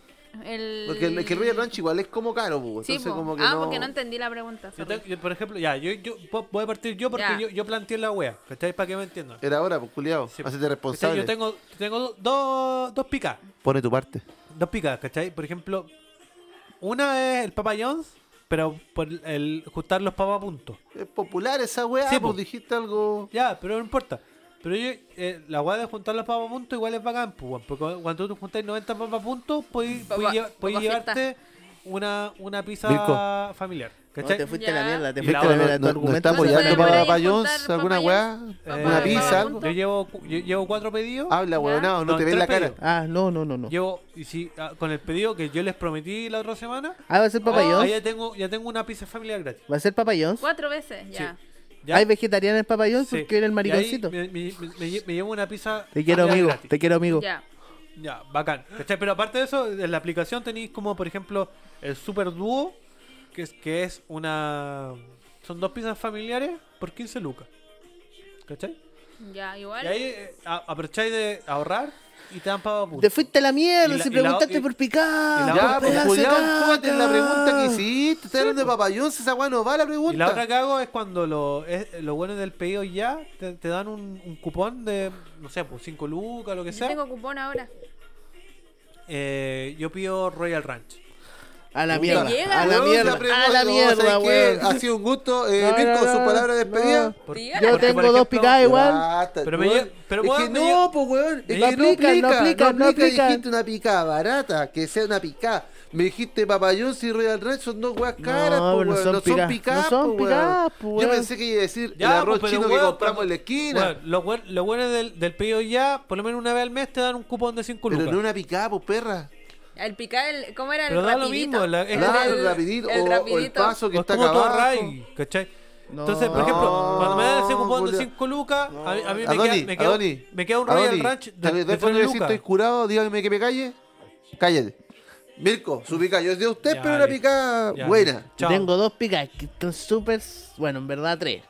Speaker 5: El...
Speaker 1: Porque el, es que el Royal Ranch igual es como caro, pues.
Speaker 5: Sí,
Speaker 1: Entonces,
Speaker 5: po.
Speaker 1: como que
Speaker 5: ah,
Speaker 1: no.
Speaker 5: porque no entendí la pregunta.
Speaker 2: yo
Speaker 5: sorry.
Speaker 2: tengo- yo, por ejemplo, ya, yo, yo po- voy a partir yo porque
Speaker 5: Ya.
Speaker 2: yo, yo planteé la wea, ¿cachai? Para que me entiendan.
Speaker 1: Era ahora, pues, culiado.
Speaker 2: Sí,
Speaker 1: Hacete
Speaker 2: ¿Cachai?
Speaker 1: responsable.
Speaker 2: Yo tengo, tengo do- dos, dos picas.
Speaker 1: Pone tu parte.
Speaker 2: Dos picas, ¿cachai? Por ejemplo, una es el Papa John's, pero por el juntar los papas puntos.
Speaker 1: Es popular esa weá,
Speaker 2: Sí, po.
Speaker 1: pues dijiste algo.
Speaker 2: Ya, pero no importa. Pero yo, eh, la weá de juntar los papas puntos igual es bacán, pues, weón, porque cuando tú juntas 90 papas puntos, puedes
Speaker 5: Papa- papa
Speaker 2: llevarte una, una pizza
Speaker 1: Mirko.
Speaker 2: familiar.
Speaker 4: No,
Speaker 2: ¿Cachai?
Speaker 4: Oh, te fuiste a
Speaker 5: Ya.
Speaker 4: la mierda, te
Speaker 2: Y
Speaker 4: fuiste
Speaker 2: la
Speaker 4: a la
Speaker 2: otra,
Speaker 4: mierda. Tu
Speaker 1: no, no está
Speaker 4: argumento
Speaker 5: Entonces,
Speaker 1: apoyando
Speaker 5: ¿podría
Speaker 1: para Papa
Speaker 5: juntar
Speaker 1: John's
Speaker 5: Papa
Speaker 1: alguna
Speaker 5: John's?
Speaker 1: weá.
Speaker 2: Eh,
Speaker 1: una pizza.
Speaker 5: Papa
Speaker 1: algo.
Speaker 5: John's.
Speaker 2: Yo llevo, cu- yo llevo cuatro pedidos.
Speaker 1: Habla, weonado, no,
Speaker 2: No,
Speaker 1: te ve
Speaker 2: tres
Speaker 1: la cara.
Speaker 2: pedidos.
Speaker 4: Ah, no, no, no, no.
Speaker 2: Llevo, y si, ah, con el pedido que yo les prometí la otra semana,
Speaker 4: Ah, va a ser Papa
Speaker 2: ah,
Speaker 4: John's.
Speaker 2: ya tengo, ya tengo una pizza familiar gratis.
Speaker 4: Va a ser Papa John's.
Speaker 5: Cuatro veces, ya.
Speaker 2: ¿Ya?
Speaker 4: Hay vegetariano en Papa John's
Speaker 2: Sí.
Speaker 4: porque era
Speaker 2: Y
Speaker 4: el
Speaker 2: ahí
Speaker 4: mariconcito.
Speaker 2: Me, me- me- me lle- me llevo una pizza.
Speaker 4: Te quiero,
Speaker 2: familiar
Speaker 4: amigo.
Speaker 2: gratis.
Speaker 4: Te quiero, amigo.
Speaker 5: Ya.
Speaker 2: Ya, bacán. ¿Cachai? Pero aparte de eso, en la aplicación tenéis como, por ejemplo, el Super Dúo, que es, que es una. Son dos pizzas familiares por 15 lucas. ¿Cachai?
Speaker 5: Ya, igual.
Speaker 2: Y ahí eh, a- aprovecháis de ahorrar y te dan pago punto.
Speaker 4: Te fuiste a la mierda
Speaker 2: Y la-
Speaker 4: si
Speaker 2: y la-
Speaker 4: preguntaste
Speaker 2: y-
Speaker 4: por picada.
Speaker 2: y la
Speaker 1: Ya,
Speaker 2: otra-
Speaker 4: por
Speaker 1: pues
Speaker 4: pedazo de
Speaker 1: culiao,
Speaker 4: caca.
Speaker 1: enfócate en la pregunta que hiciste. Estás hablando de papayón, esa weá no va la pregunta.
Speaker 2: Y la otra que hago es cuando lo, es, lo bueno del pedido ya, te, te dan un, un cupón de, no sé, pues 5 lucas, lo que
Speaker 5: Yo
Speaker 2: sea.
Speaker 5: tengo cupón ahora.
Speaker 2: Eh, yo pido Royal Ranch.
Speaker 4: A la
Speaker 1: Te
Speaker 4: mierda.
Speaker 5: llega,
Speaker 4: A la
Speaker 1: Weón,
Speaker 4: mierda.
Speaker 1: pregunta,
Speaker 4: A la
Speaker 1: no,
Speaker 4: mierda,
Speaker 1: ¿sabes qué?
Speaker 4: weón.
Speaker 1: Ha sido un gusto. Eh,
Speaker 4: No, no,
Speaker 1: Mirko,
Speaker 4: no,
Speaker 1: su
Speaker 4: no,
Speaker 1: palabra de despedida.
Speaker 4: no.
Speaker 2: Por-
Speaker 5: Dígala.
Speaker 2: porque,
Speaker 4: Yo
Speaker 2: por
Speaker 4: tengo dos
Speaker 2: ejemplo,
Speaker 4: picadas igual.
Speaker 1: Basta,
Speaker 2: Ah, Pero me
Speaker 1: weón.
Speaker 2: lle- pero,
Speaker 1: es que
Speaker 2: weón, me
Speaker 1: no,
Speaker 2: lle-
Speaker 1: pues weón. Es
Speaker 2: me
Speaker 1: que
Speaker 4: lle-
Speaker 1: no aplica, no aplica, no
Speaker 4: aplica.
Speaker 1: Dijiste una picada barata, que sea una picada. Me dijiste papayón y Royal Ranch son dos weas caras,
Speaker 4: No,
Speaker 1: pues,
Speaker 4: no
Speaker 1: weón.
Speaker 4: son
Speaker 1: No son
Speaker 4: picadas.
Speaker 1: picadas,
Speaker 4: No son
Speaker 1: pues, weón.
Speaker 4: picadas, pues,
Speaker 1: Yo
Speaker 4: weón.
Speaker 1: pensé que iba a decir
Speaker 2: Ya,
Speaker 1: el
Speaker 2: pues,
Speaker 1: arroz
Speaker 2: pero,
Speaker 1: chino que
Speaker 2: weón,
Speaker 1: compramos
Speaker 2: pero-
Speaker 1: en la esquina.
Speaker 2: Bueno, lo, buen- lo bueno del, del pedido ya, por lo menos una vez al mes te dan un cupón de 5
Speaker 1: Pero
Speaker 2: lucas.
Speaker 1: no una picada, pues perra.
Speaker 5: El picar, el, ¿cómo era el
Speaker 2: Pero da lo
Speaker 5: rapidito?
Speaker 2: mismo, la- es
Speaker 1: Claro,
Speaker 2: el-
Speaker 1: el, rapidito,
Speaker 5: el
Speaker 1: o- o, el
Speaker 5: rapidito.
Speaker 1: paso que
Speaker 2: O es
Speaker 1: está
Speaker 2: como todo
Speaker 1: acabado.
Speaker 2: Rai, ¿cachai?
Speaker 4: No.
Speaker 2: Entonces, por ejemplo,
Speaker 1: No,
Speaker 2: cuando me dan ese cupón de
Speaker 1: Julián.
Speaker 2: 5 lucas, a mí, a mí me,
Speaker 1: Adoni,
Speaker 2: queda, me, queda,
Speaker 1: Adoni,
Speaker 2: me queda un Royal
Speaker 1: Adoni,
Speaker 2: Ranch de,
Speaker 1: tal
Speaker 2: de,
Speaker 1: vez
Speaker 2: tres
Speaker 1: cuando yo
Speaker 2: lucas.
Speaker 1: estoy curado, dígame que me calle. Cállate. Mirko, su pica. Yo de usted,
Speaker 2: Ya,
Speaker 1: pero una
Speaker 2: listo.
Speaker 1: pica
Speaker 2: Ya,
Speaker 1: buena.
Speaker 2: chao.
Speaker 4: Tengo dos picas que están súper. Bueno, en verdad tres.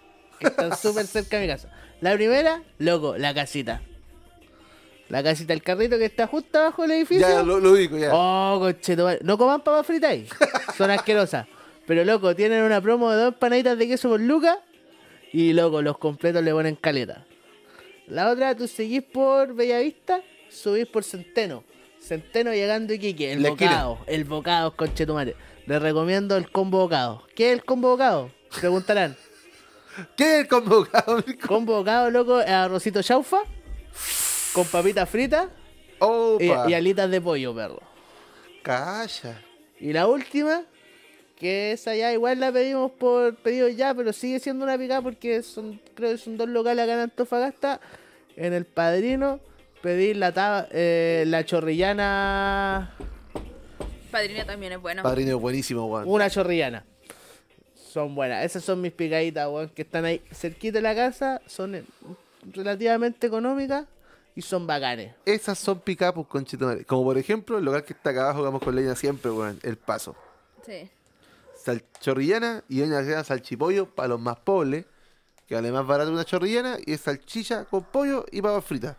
Speaker 4: Que están súper cerca de mi casa. La primera, loco, la casita. La casita, el carrito que está justo abajo del edificio.
Speaker 1: Ya, lo, lo ubico, ya.
Speaker 4: Oh, conchetumare. No coman papas fritas ahí. Son asquerosas. Pero loco, tienen una promo de dos panaditas de queso por Lucas Y loco, los completos le ponen caleta. La otra, tú seguís por Bellavista, subís por Centeno. Centeno llegando a Iquique, el
Speaker 1: La esquina.
Speaker 4: bocado, el bocado, conchetumare. Les recomiendo el combo bocado. ¿Qué es el combo bocado? Preguntarán.
Speaker 1: ¿Quién es el convocado? Mirko?
Speaker 4: Combo bocado, loco, es arrocito chaufa, con papitas fritas y,
Speaker 1: Opa,
Speaker 4: y alitas de pollo, perro.
Speaker 1: calla.
Speaker 4: Y la última, que esa ya igual la pedimos por pedido ya, pero sigue siendo una picada porque son, creo que son dos locales acá en Antofagasta. En el padrino pedí la, ta- eh, la chorrillana,
Speaker 6: Padrino también es bueno.
Speaker 1: Padrino es buenísimo, weón.
Speaker 4: una chorrillana. Son buenas, esas son mis picaditas, weón, que están ahí cerquita de la casa, son eh, relativamente económicas y son bacanes.
Speaker 1: Esas son picapos, conchito madre. Como por ejemplo, el local que está acá abajo, que vamos con leña siempre, weón. El paso.
Speaker 6: Sí.
Speaker 1: Salchorrillana y doña Gana salchipollo para los más pobres. Que vale más barato que una chorrillana. Y es salchicha con pollo y papas fritas.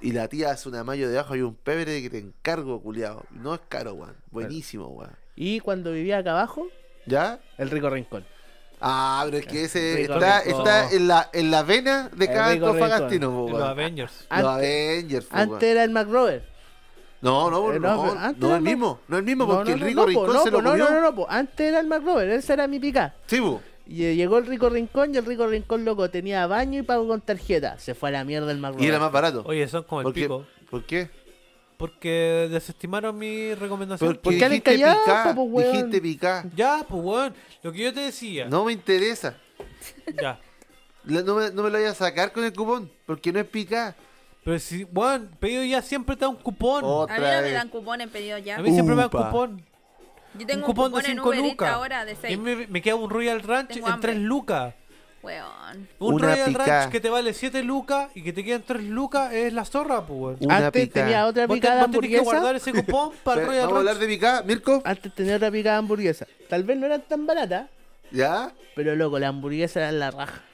Speaker 1: Y la tía hace una mayo debajo y un pebre que te encargo, culiado. No es caro, weón. Buenísimo, weón.
Speaker 4: Y cuando vivía acá abajo,
Speaker 1: ¿Ya?
Speaker 4: el rico rincón.
Speaker 1: Ah, pero es que ese
Speaker 4: Rico,
Speaker 1: está,
Speaker 4: rico.
Speaker 1: está en, la, en la vena de
Speaker 4: El
Speaker 1: cada
Speaker 4: rico, rico.
Speaker 1: antofagastino, po,
Speaker 2: Los
Speaker 1: weón.
Speaker 2: Avengers.
Speaker 1: Los
Speaker 4: Ante-
Speaker 1: Avengers, po, weón.
Speaker 4: Antes era el McRover.
Speaker 1: No, no,
Speaker 4: Eh,
Speaker 1: no,
Speaker 4: no,
Speaker 1: no,
Speaker 4: pero antes
Speaker 1: no
Speaker 4: era
Speaker 1: el
Speaker 4: más-
Speaker 1: mismo, no el mismo, porque el rico
Speaker 4: no, po,
Speaker 1: rincón
Speaker 4: no,
Speaker 1: se
Speaker 4: po,
Speaker 1: lo
Speaker 4: no,
Speaker 1: comió.
Speaker 4: no, no, no, po. antes era el McRover, esa era mi pica.
Speaker 1: Sí, po.
Speaker 4: Y eh, llegó el rico rincón y el rico rincón loco tenía baño y pago con tarjeta. Se fue a la mierda el McRover.
Speaker 1: y era más barato.
Speaker 2: Oye, son como el
Speaker 1: ¿Por, qué?
Speaker 2: pico.
Speaker 1: ¿Por qué?
Speaker 2: Porque desestimaron mi recomendación.
Speaker 1: Pues, Porque
Speaker 4: qué han
Speaker 1: dijiste
Speaker 4: callado,
Speaker 1: picar,
Speaker 4: po, weón?
Speaker 1: dijiste picar.
Speaker 2: Ya, pues weón. Lo que yo te decía.
Speaker 1: No me interesa.
Speaker 2: Ya.
Speaker 1: La- No me, no me lo voy a sacar con el cupón, porque no es picar.
Speaker 2: Pero si, weón, pedido ya siempre te da un cupón.
Speaker 1: Otra
Speaker 6: A mí no me
Speaker 1: vez.
Speaker 6: dan cupón en pedido ya.
Speaker 2: A mí siempre me dan
Speaker 1: Oh, Upa.
Speaker 2: cupón.
Speaker 6: Yo tengo
Speaker 2: un cupón de
Speaker 6: en
Speaker 2: 5
Speaker 6: Uber Eats
Speaker 2: lucas.
Speaker 6: ahora de
Speaker 2: Y
Speaker 6: 6.
Speaker 2: me, me queda un Royal Ranch
Speaker 6: Tengo
Speaker 2: en
Speaker 6: hambre.
Speaker 2: 3 lucas.
Speaker 6: Weón.
Speaker 2: Un
Speaker 1: Una
Speaker 2: Royal
Speaker 1: pica.
Speaker 2: Ranch que te vale 7 lucas y que te quedan 3 lucas es la zorra, pues weón.
Speaker 1: Una
Speaker 4: Antes
Speaker 1: pica.
Speaker 4: tenía otra
Speaker 2: Vos te-
Speaker 4: picada
Speaker 2: vos tenés que guardar
Speaker 4: hamburguesa.
Speaker 2: ese cupón para el
Speaker 1: Pero,
Speaker 2: Royal
Speaker 1: ¿Vamos a hablar
Speaker 2: Ranch.
Speaker 1: de picar, Mirko?
Speaker 4: Antes tenía otra picada hamburguesa. Tal vez no eran tan baratas,
Speaker 1: ¿Ya?
Speaker 4: pero loco, la hamburguesa era la raja.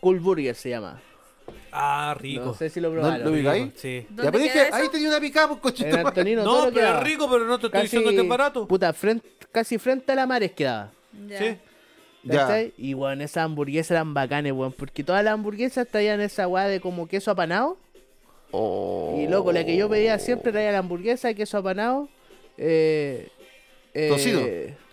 Speaker 4: Cool Burger se llama.
Speaker 2: Ah, rico.
Speaker 4: No sé si lo
Speaker 1: ¿No
Speaker 4: probaron.
Speaker 1: lo ubicáis?
Speaker 2: Sí.
Speaker 1: Ya
Speaker 6: ¿Dónde
Speaker 1: pero
Speaker 6: queda
Speaker 1: dije,
Speaker 6: eso?
Speaker 1: ahí tenía una picada, pues
Speaker 4: En
Speaker 1: cochito.
Speaker 4: Antonino
Speaker 2: No,
Speaker 4: Toro
Speaker 2: pero
Speaker 4: quedaba.
Speaker 2: es rico, pero no te estoy
Speaker 4: Casi-
Speaker 2: diciendo que es barato.
Speaker 4: Puta, frente- casi frente a la mar es quedaba.
Speaker 6: Ya.
Speaker 2: Sí.
Speaker 1: Ya.
Speaker 4: ¿Cachai? Y bueno, esas hamburguesas eran bacanes, weón. Porque todas las hamburguesas traían esa weá de como queso apanado.
Speaker 1: Oh.
Speaker 4: Y loco, la que yo pedía siempre traía la hamburguesa de queso apanado. Eh, eh,
Speaker 1: ¿Tocino?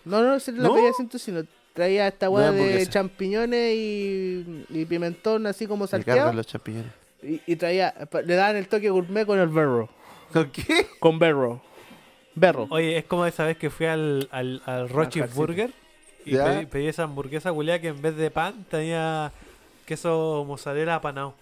Speaker 4: No, no, se la
Speaker 1: ¿No?
Speaker 4: pedía sin tocino. Traía esta
Speaker 1: No
Speaker 4: weá
Speaker 1: era
Speaker 4: de
Speaker 1: hamburguesa.
Speaker 4: champiñones y, y pimentón así como
Speaker 1: Me cargan
Speaker 4: salteado.
Speaker 1: los champiñones.
Speaker 4: Y, y traía, pa- le daban el toque gourmet con el berro.
Speaker 1: ¿Con qué?
Speaker 4: Con berro. Berro.
Speaker 2: Oye, es como esa vez que fui al, al, al Roche Burger y
Speaker 1: Ya.
Speaker 2: pedí, pedí esa hamburguesa culiada que en vez de pan tenía queso mozzarella apanado.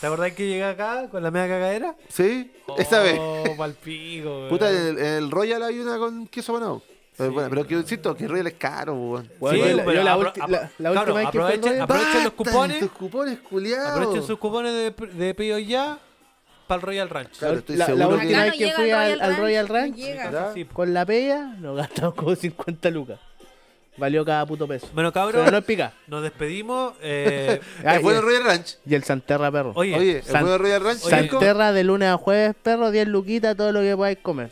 Speaker 2: ¿Te acordás que llegué acá con la media cagadera?
Speaker 1: ¿Sí? Esta vez.
Speaker 2: Oh, palpico, weón.
Speaker 1: Puta, en el, en el Royal hay una con queso banado. Pero,
Speaker 2: Sí,
Speaker 1: bueno, pero que insisto, que Royal es caro, pues, weón.
Speaker 4: Bueno,
Speaker 2: Sí,
Speaker 4: yo la-
Speaker 2: pero
Speaker 4: yo la
Speaker 2: apro-
Speaker 4: ulti-
Speaker 2: apro-
Speaker 4: la- la
Speaker 2: cabros,
Speaker 4: última vez que fue al
Speaker 2: aprovechen,
Speaker 4: Royal-
Speaker 1: Basta
Speaker 2: aprovechen los
Speaker 1: de
Speaker 2: cupones,
Speaker 1: Tus cupones, culiados.
Speaker 2: aprovechen sus cupones de, de pedido ya para el Royal Ranch.
Speaker 1: Claro, estoy
Speaker 4: la, la
Speaker 1: seguro que-
Speaker 4: última
Speaker 6: Acá no
Speaker 4: vez que
Speaker 6: llega
Speaker 4: fui
Speaker 6: al
Speaker 4: al, al Royal
Speaker 6: no
Speaker 4: Ranch,
Speaker 6: llega.
Speaker 1: ¿Ya?
Speaker 2: Sí, po.
Speaker 4: con la pella, nos gastamos como 50 lucas. Valió cada puto peso.
Speaker 2: Bueno,
Speaker 4: Pero no
Speaker 2: cabros,
Speaker 4: es pica.
Speaker 2: nos despedimos. eh,
Speaker 4: Ah,
Speaker 1: ¿Es bueno
Speaker 4: y,
Speaker 1: Royal Ranch?
Speaker 4: y el Santerra, perro.
Speaker 2: oye,
Speaker 1: Oye, ¿es
Speaker 4: San-
Speaker 1: bueno Royal Ranch?
Speaker 2: Oye,
Speaker 1: Mirko?
Speaker 4: Santerra de lunes a jueves, perro, 10 luquitas, todo lo que podáis comer.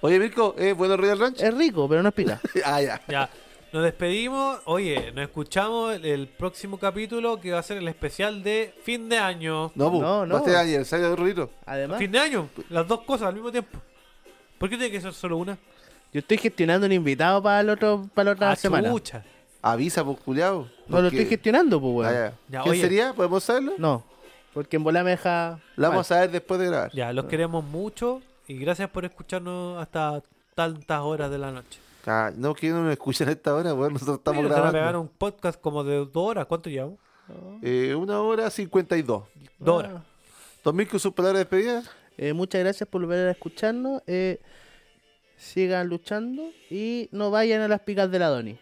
Speaker 1: Oye, Mirko, ¿es bueno Royal Ranch?
Speaker 4: Es rico, pero no es pica.
Speaker 1: ah, ya.
Speaker 2: ya, nos despedimos. Oye, nos escuchamos el, el próximo capítulo que va a ser el especial de fin de año.
Speaker 1: No, pu,
Speaker 4: No, no.
Speaker 1: va a ser aniversario de Rurito.
Speaker 4: Además,
Speaker 2: Fin de año, las dos cosas al mismo tiempo. ¿Por qué tiene que ser solo una?
Speaker 4: yo estoy gestionando un invitado para el otro, para la otra
Speaker 2: Ah,
Speaker 4: semana.
Speaker 2: chucha.
Speaker 1: Avisa, pues, culiado.
Speaker 4: No lo estoy gestionando, pues, weón.
Speaker 2: Ya,
Speaker 1: ¿Quién
Speaker 2: oye.
Speaker 1: sería? ¿Podemos saberlo?
Speaker 4: No, porque en bola me deja.
Speaker 1: La
Speaker 4: mal.
Speaker 1: vamos a saber después de grabar.
Speaker 2: Ya, los queremos mucho y gracias por escucharnos hasta tantas horas de la noche.
Speaker 1: Ah, no, que no nos escuchan a esta hora, weón. Nosotros estamos
Speaker 2: Oye, nos van a pegar
Speaker 1: grabando.
Speaker 2: un podcast como de dos horas. ¿Cuánto llevamos?
Speaker 1: Eh, una hora cincuenta y dos.
Speaker 2: Dos horas.
Speaker 1: ¿Dos mil con sus palabras de despedida?
Speaker 4: Eh, muchas gracias por volver a escucharnos. eh, sigan luchando y no vayan a las picas de la Doni.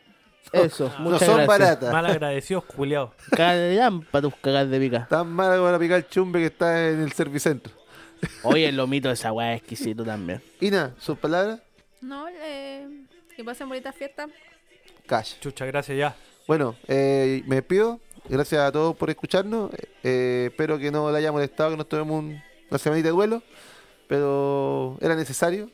Speaker 4: Eso, Ah, muchas
Speaker 1: No son
Speaker 4: gracias.
Speaker 1: baratas.
Speaker 2: Mal agradecidos, culiados.
Speaker 4: para tus cagas de pica.
Speaker 1: Tan mala como la pica el chumbe que está en el servicentro.
Speaker 4: Oye, el lomito de esa weá es exquisito también.
Speaker 1: Ina, sus palabras,
Speaker 6: No, eh, que pasen bonitas fiestas.
Speaker 1: cash.
Speaker 2: Chucha, gracias ya.
Speaker 1: Bueno, eh, me despido. Gracias a todos por escucharnos. Eh, espero que no le haya molestado que nos tomemos un- una semanita de duelo. Pero era necesario.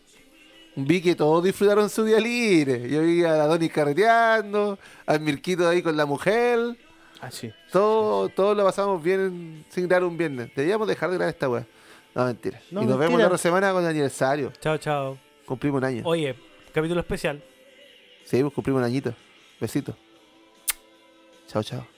Speaker 1: vi que todos disfrutaron su día libre. Yo vi a la Donis carreteando, al Mirquito ahí con la mujer.
Speaker 3: Así.
Speaker 1: Todo, todo lo pasamos bien sin grabar un viernes. Debíamos dejar de grabar esta weá. No, mentira.
Speaker 3: No,
Speaker 1: y nos vemos la
Speaker 3: mentira.
Speaker 1: otra semana con el aniversario.
Speaker 2: Chao, chao.
Speaker 1: Cumplimos un año.
Speaker 2: Oye, capítulo especial.
Speaker 1: Seguimos, cumplimos un añito. Besito. Chao, chao.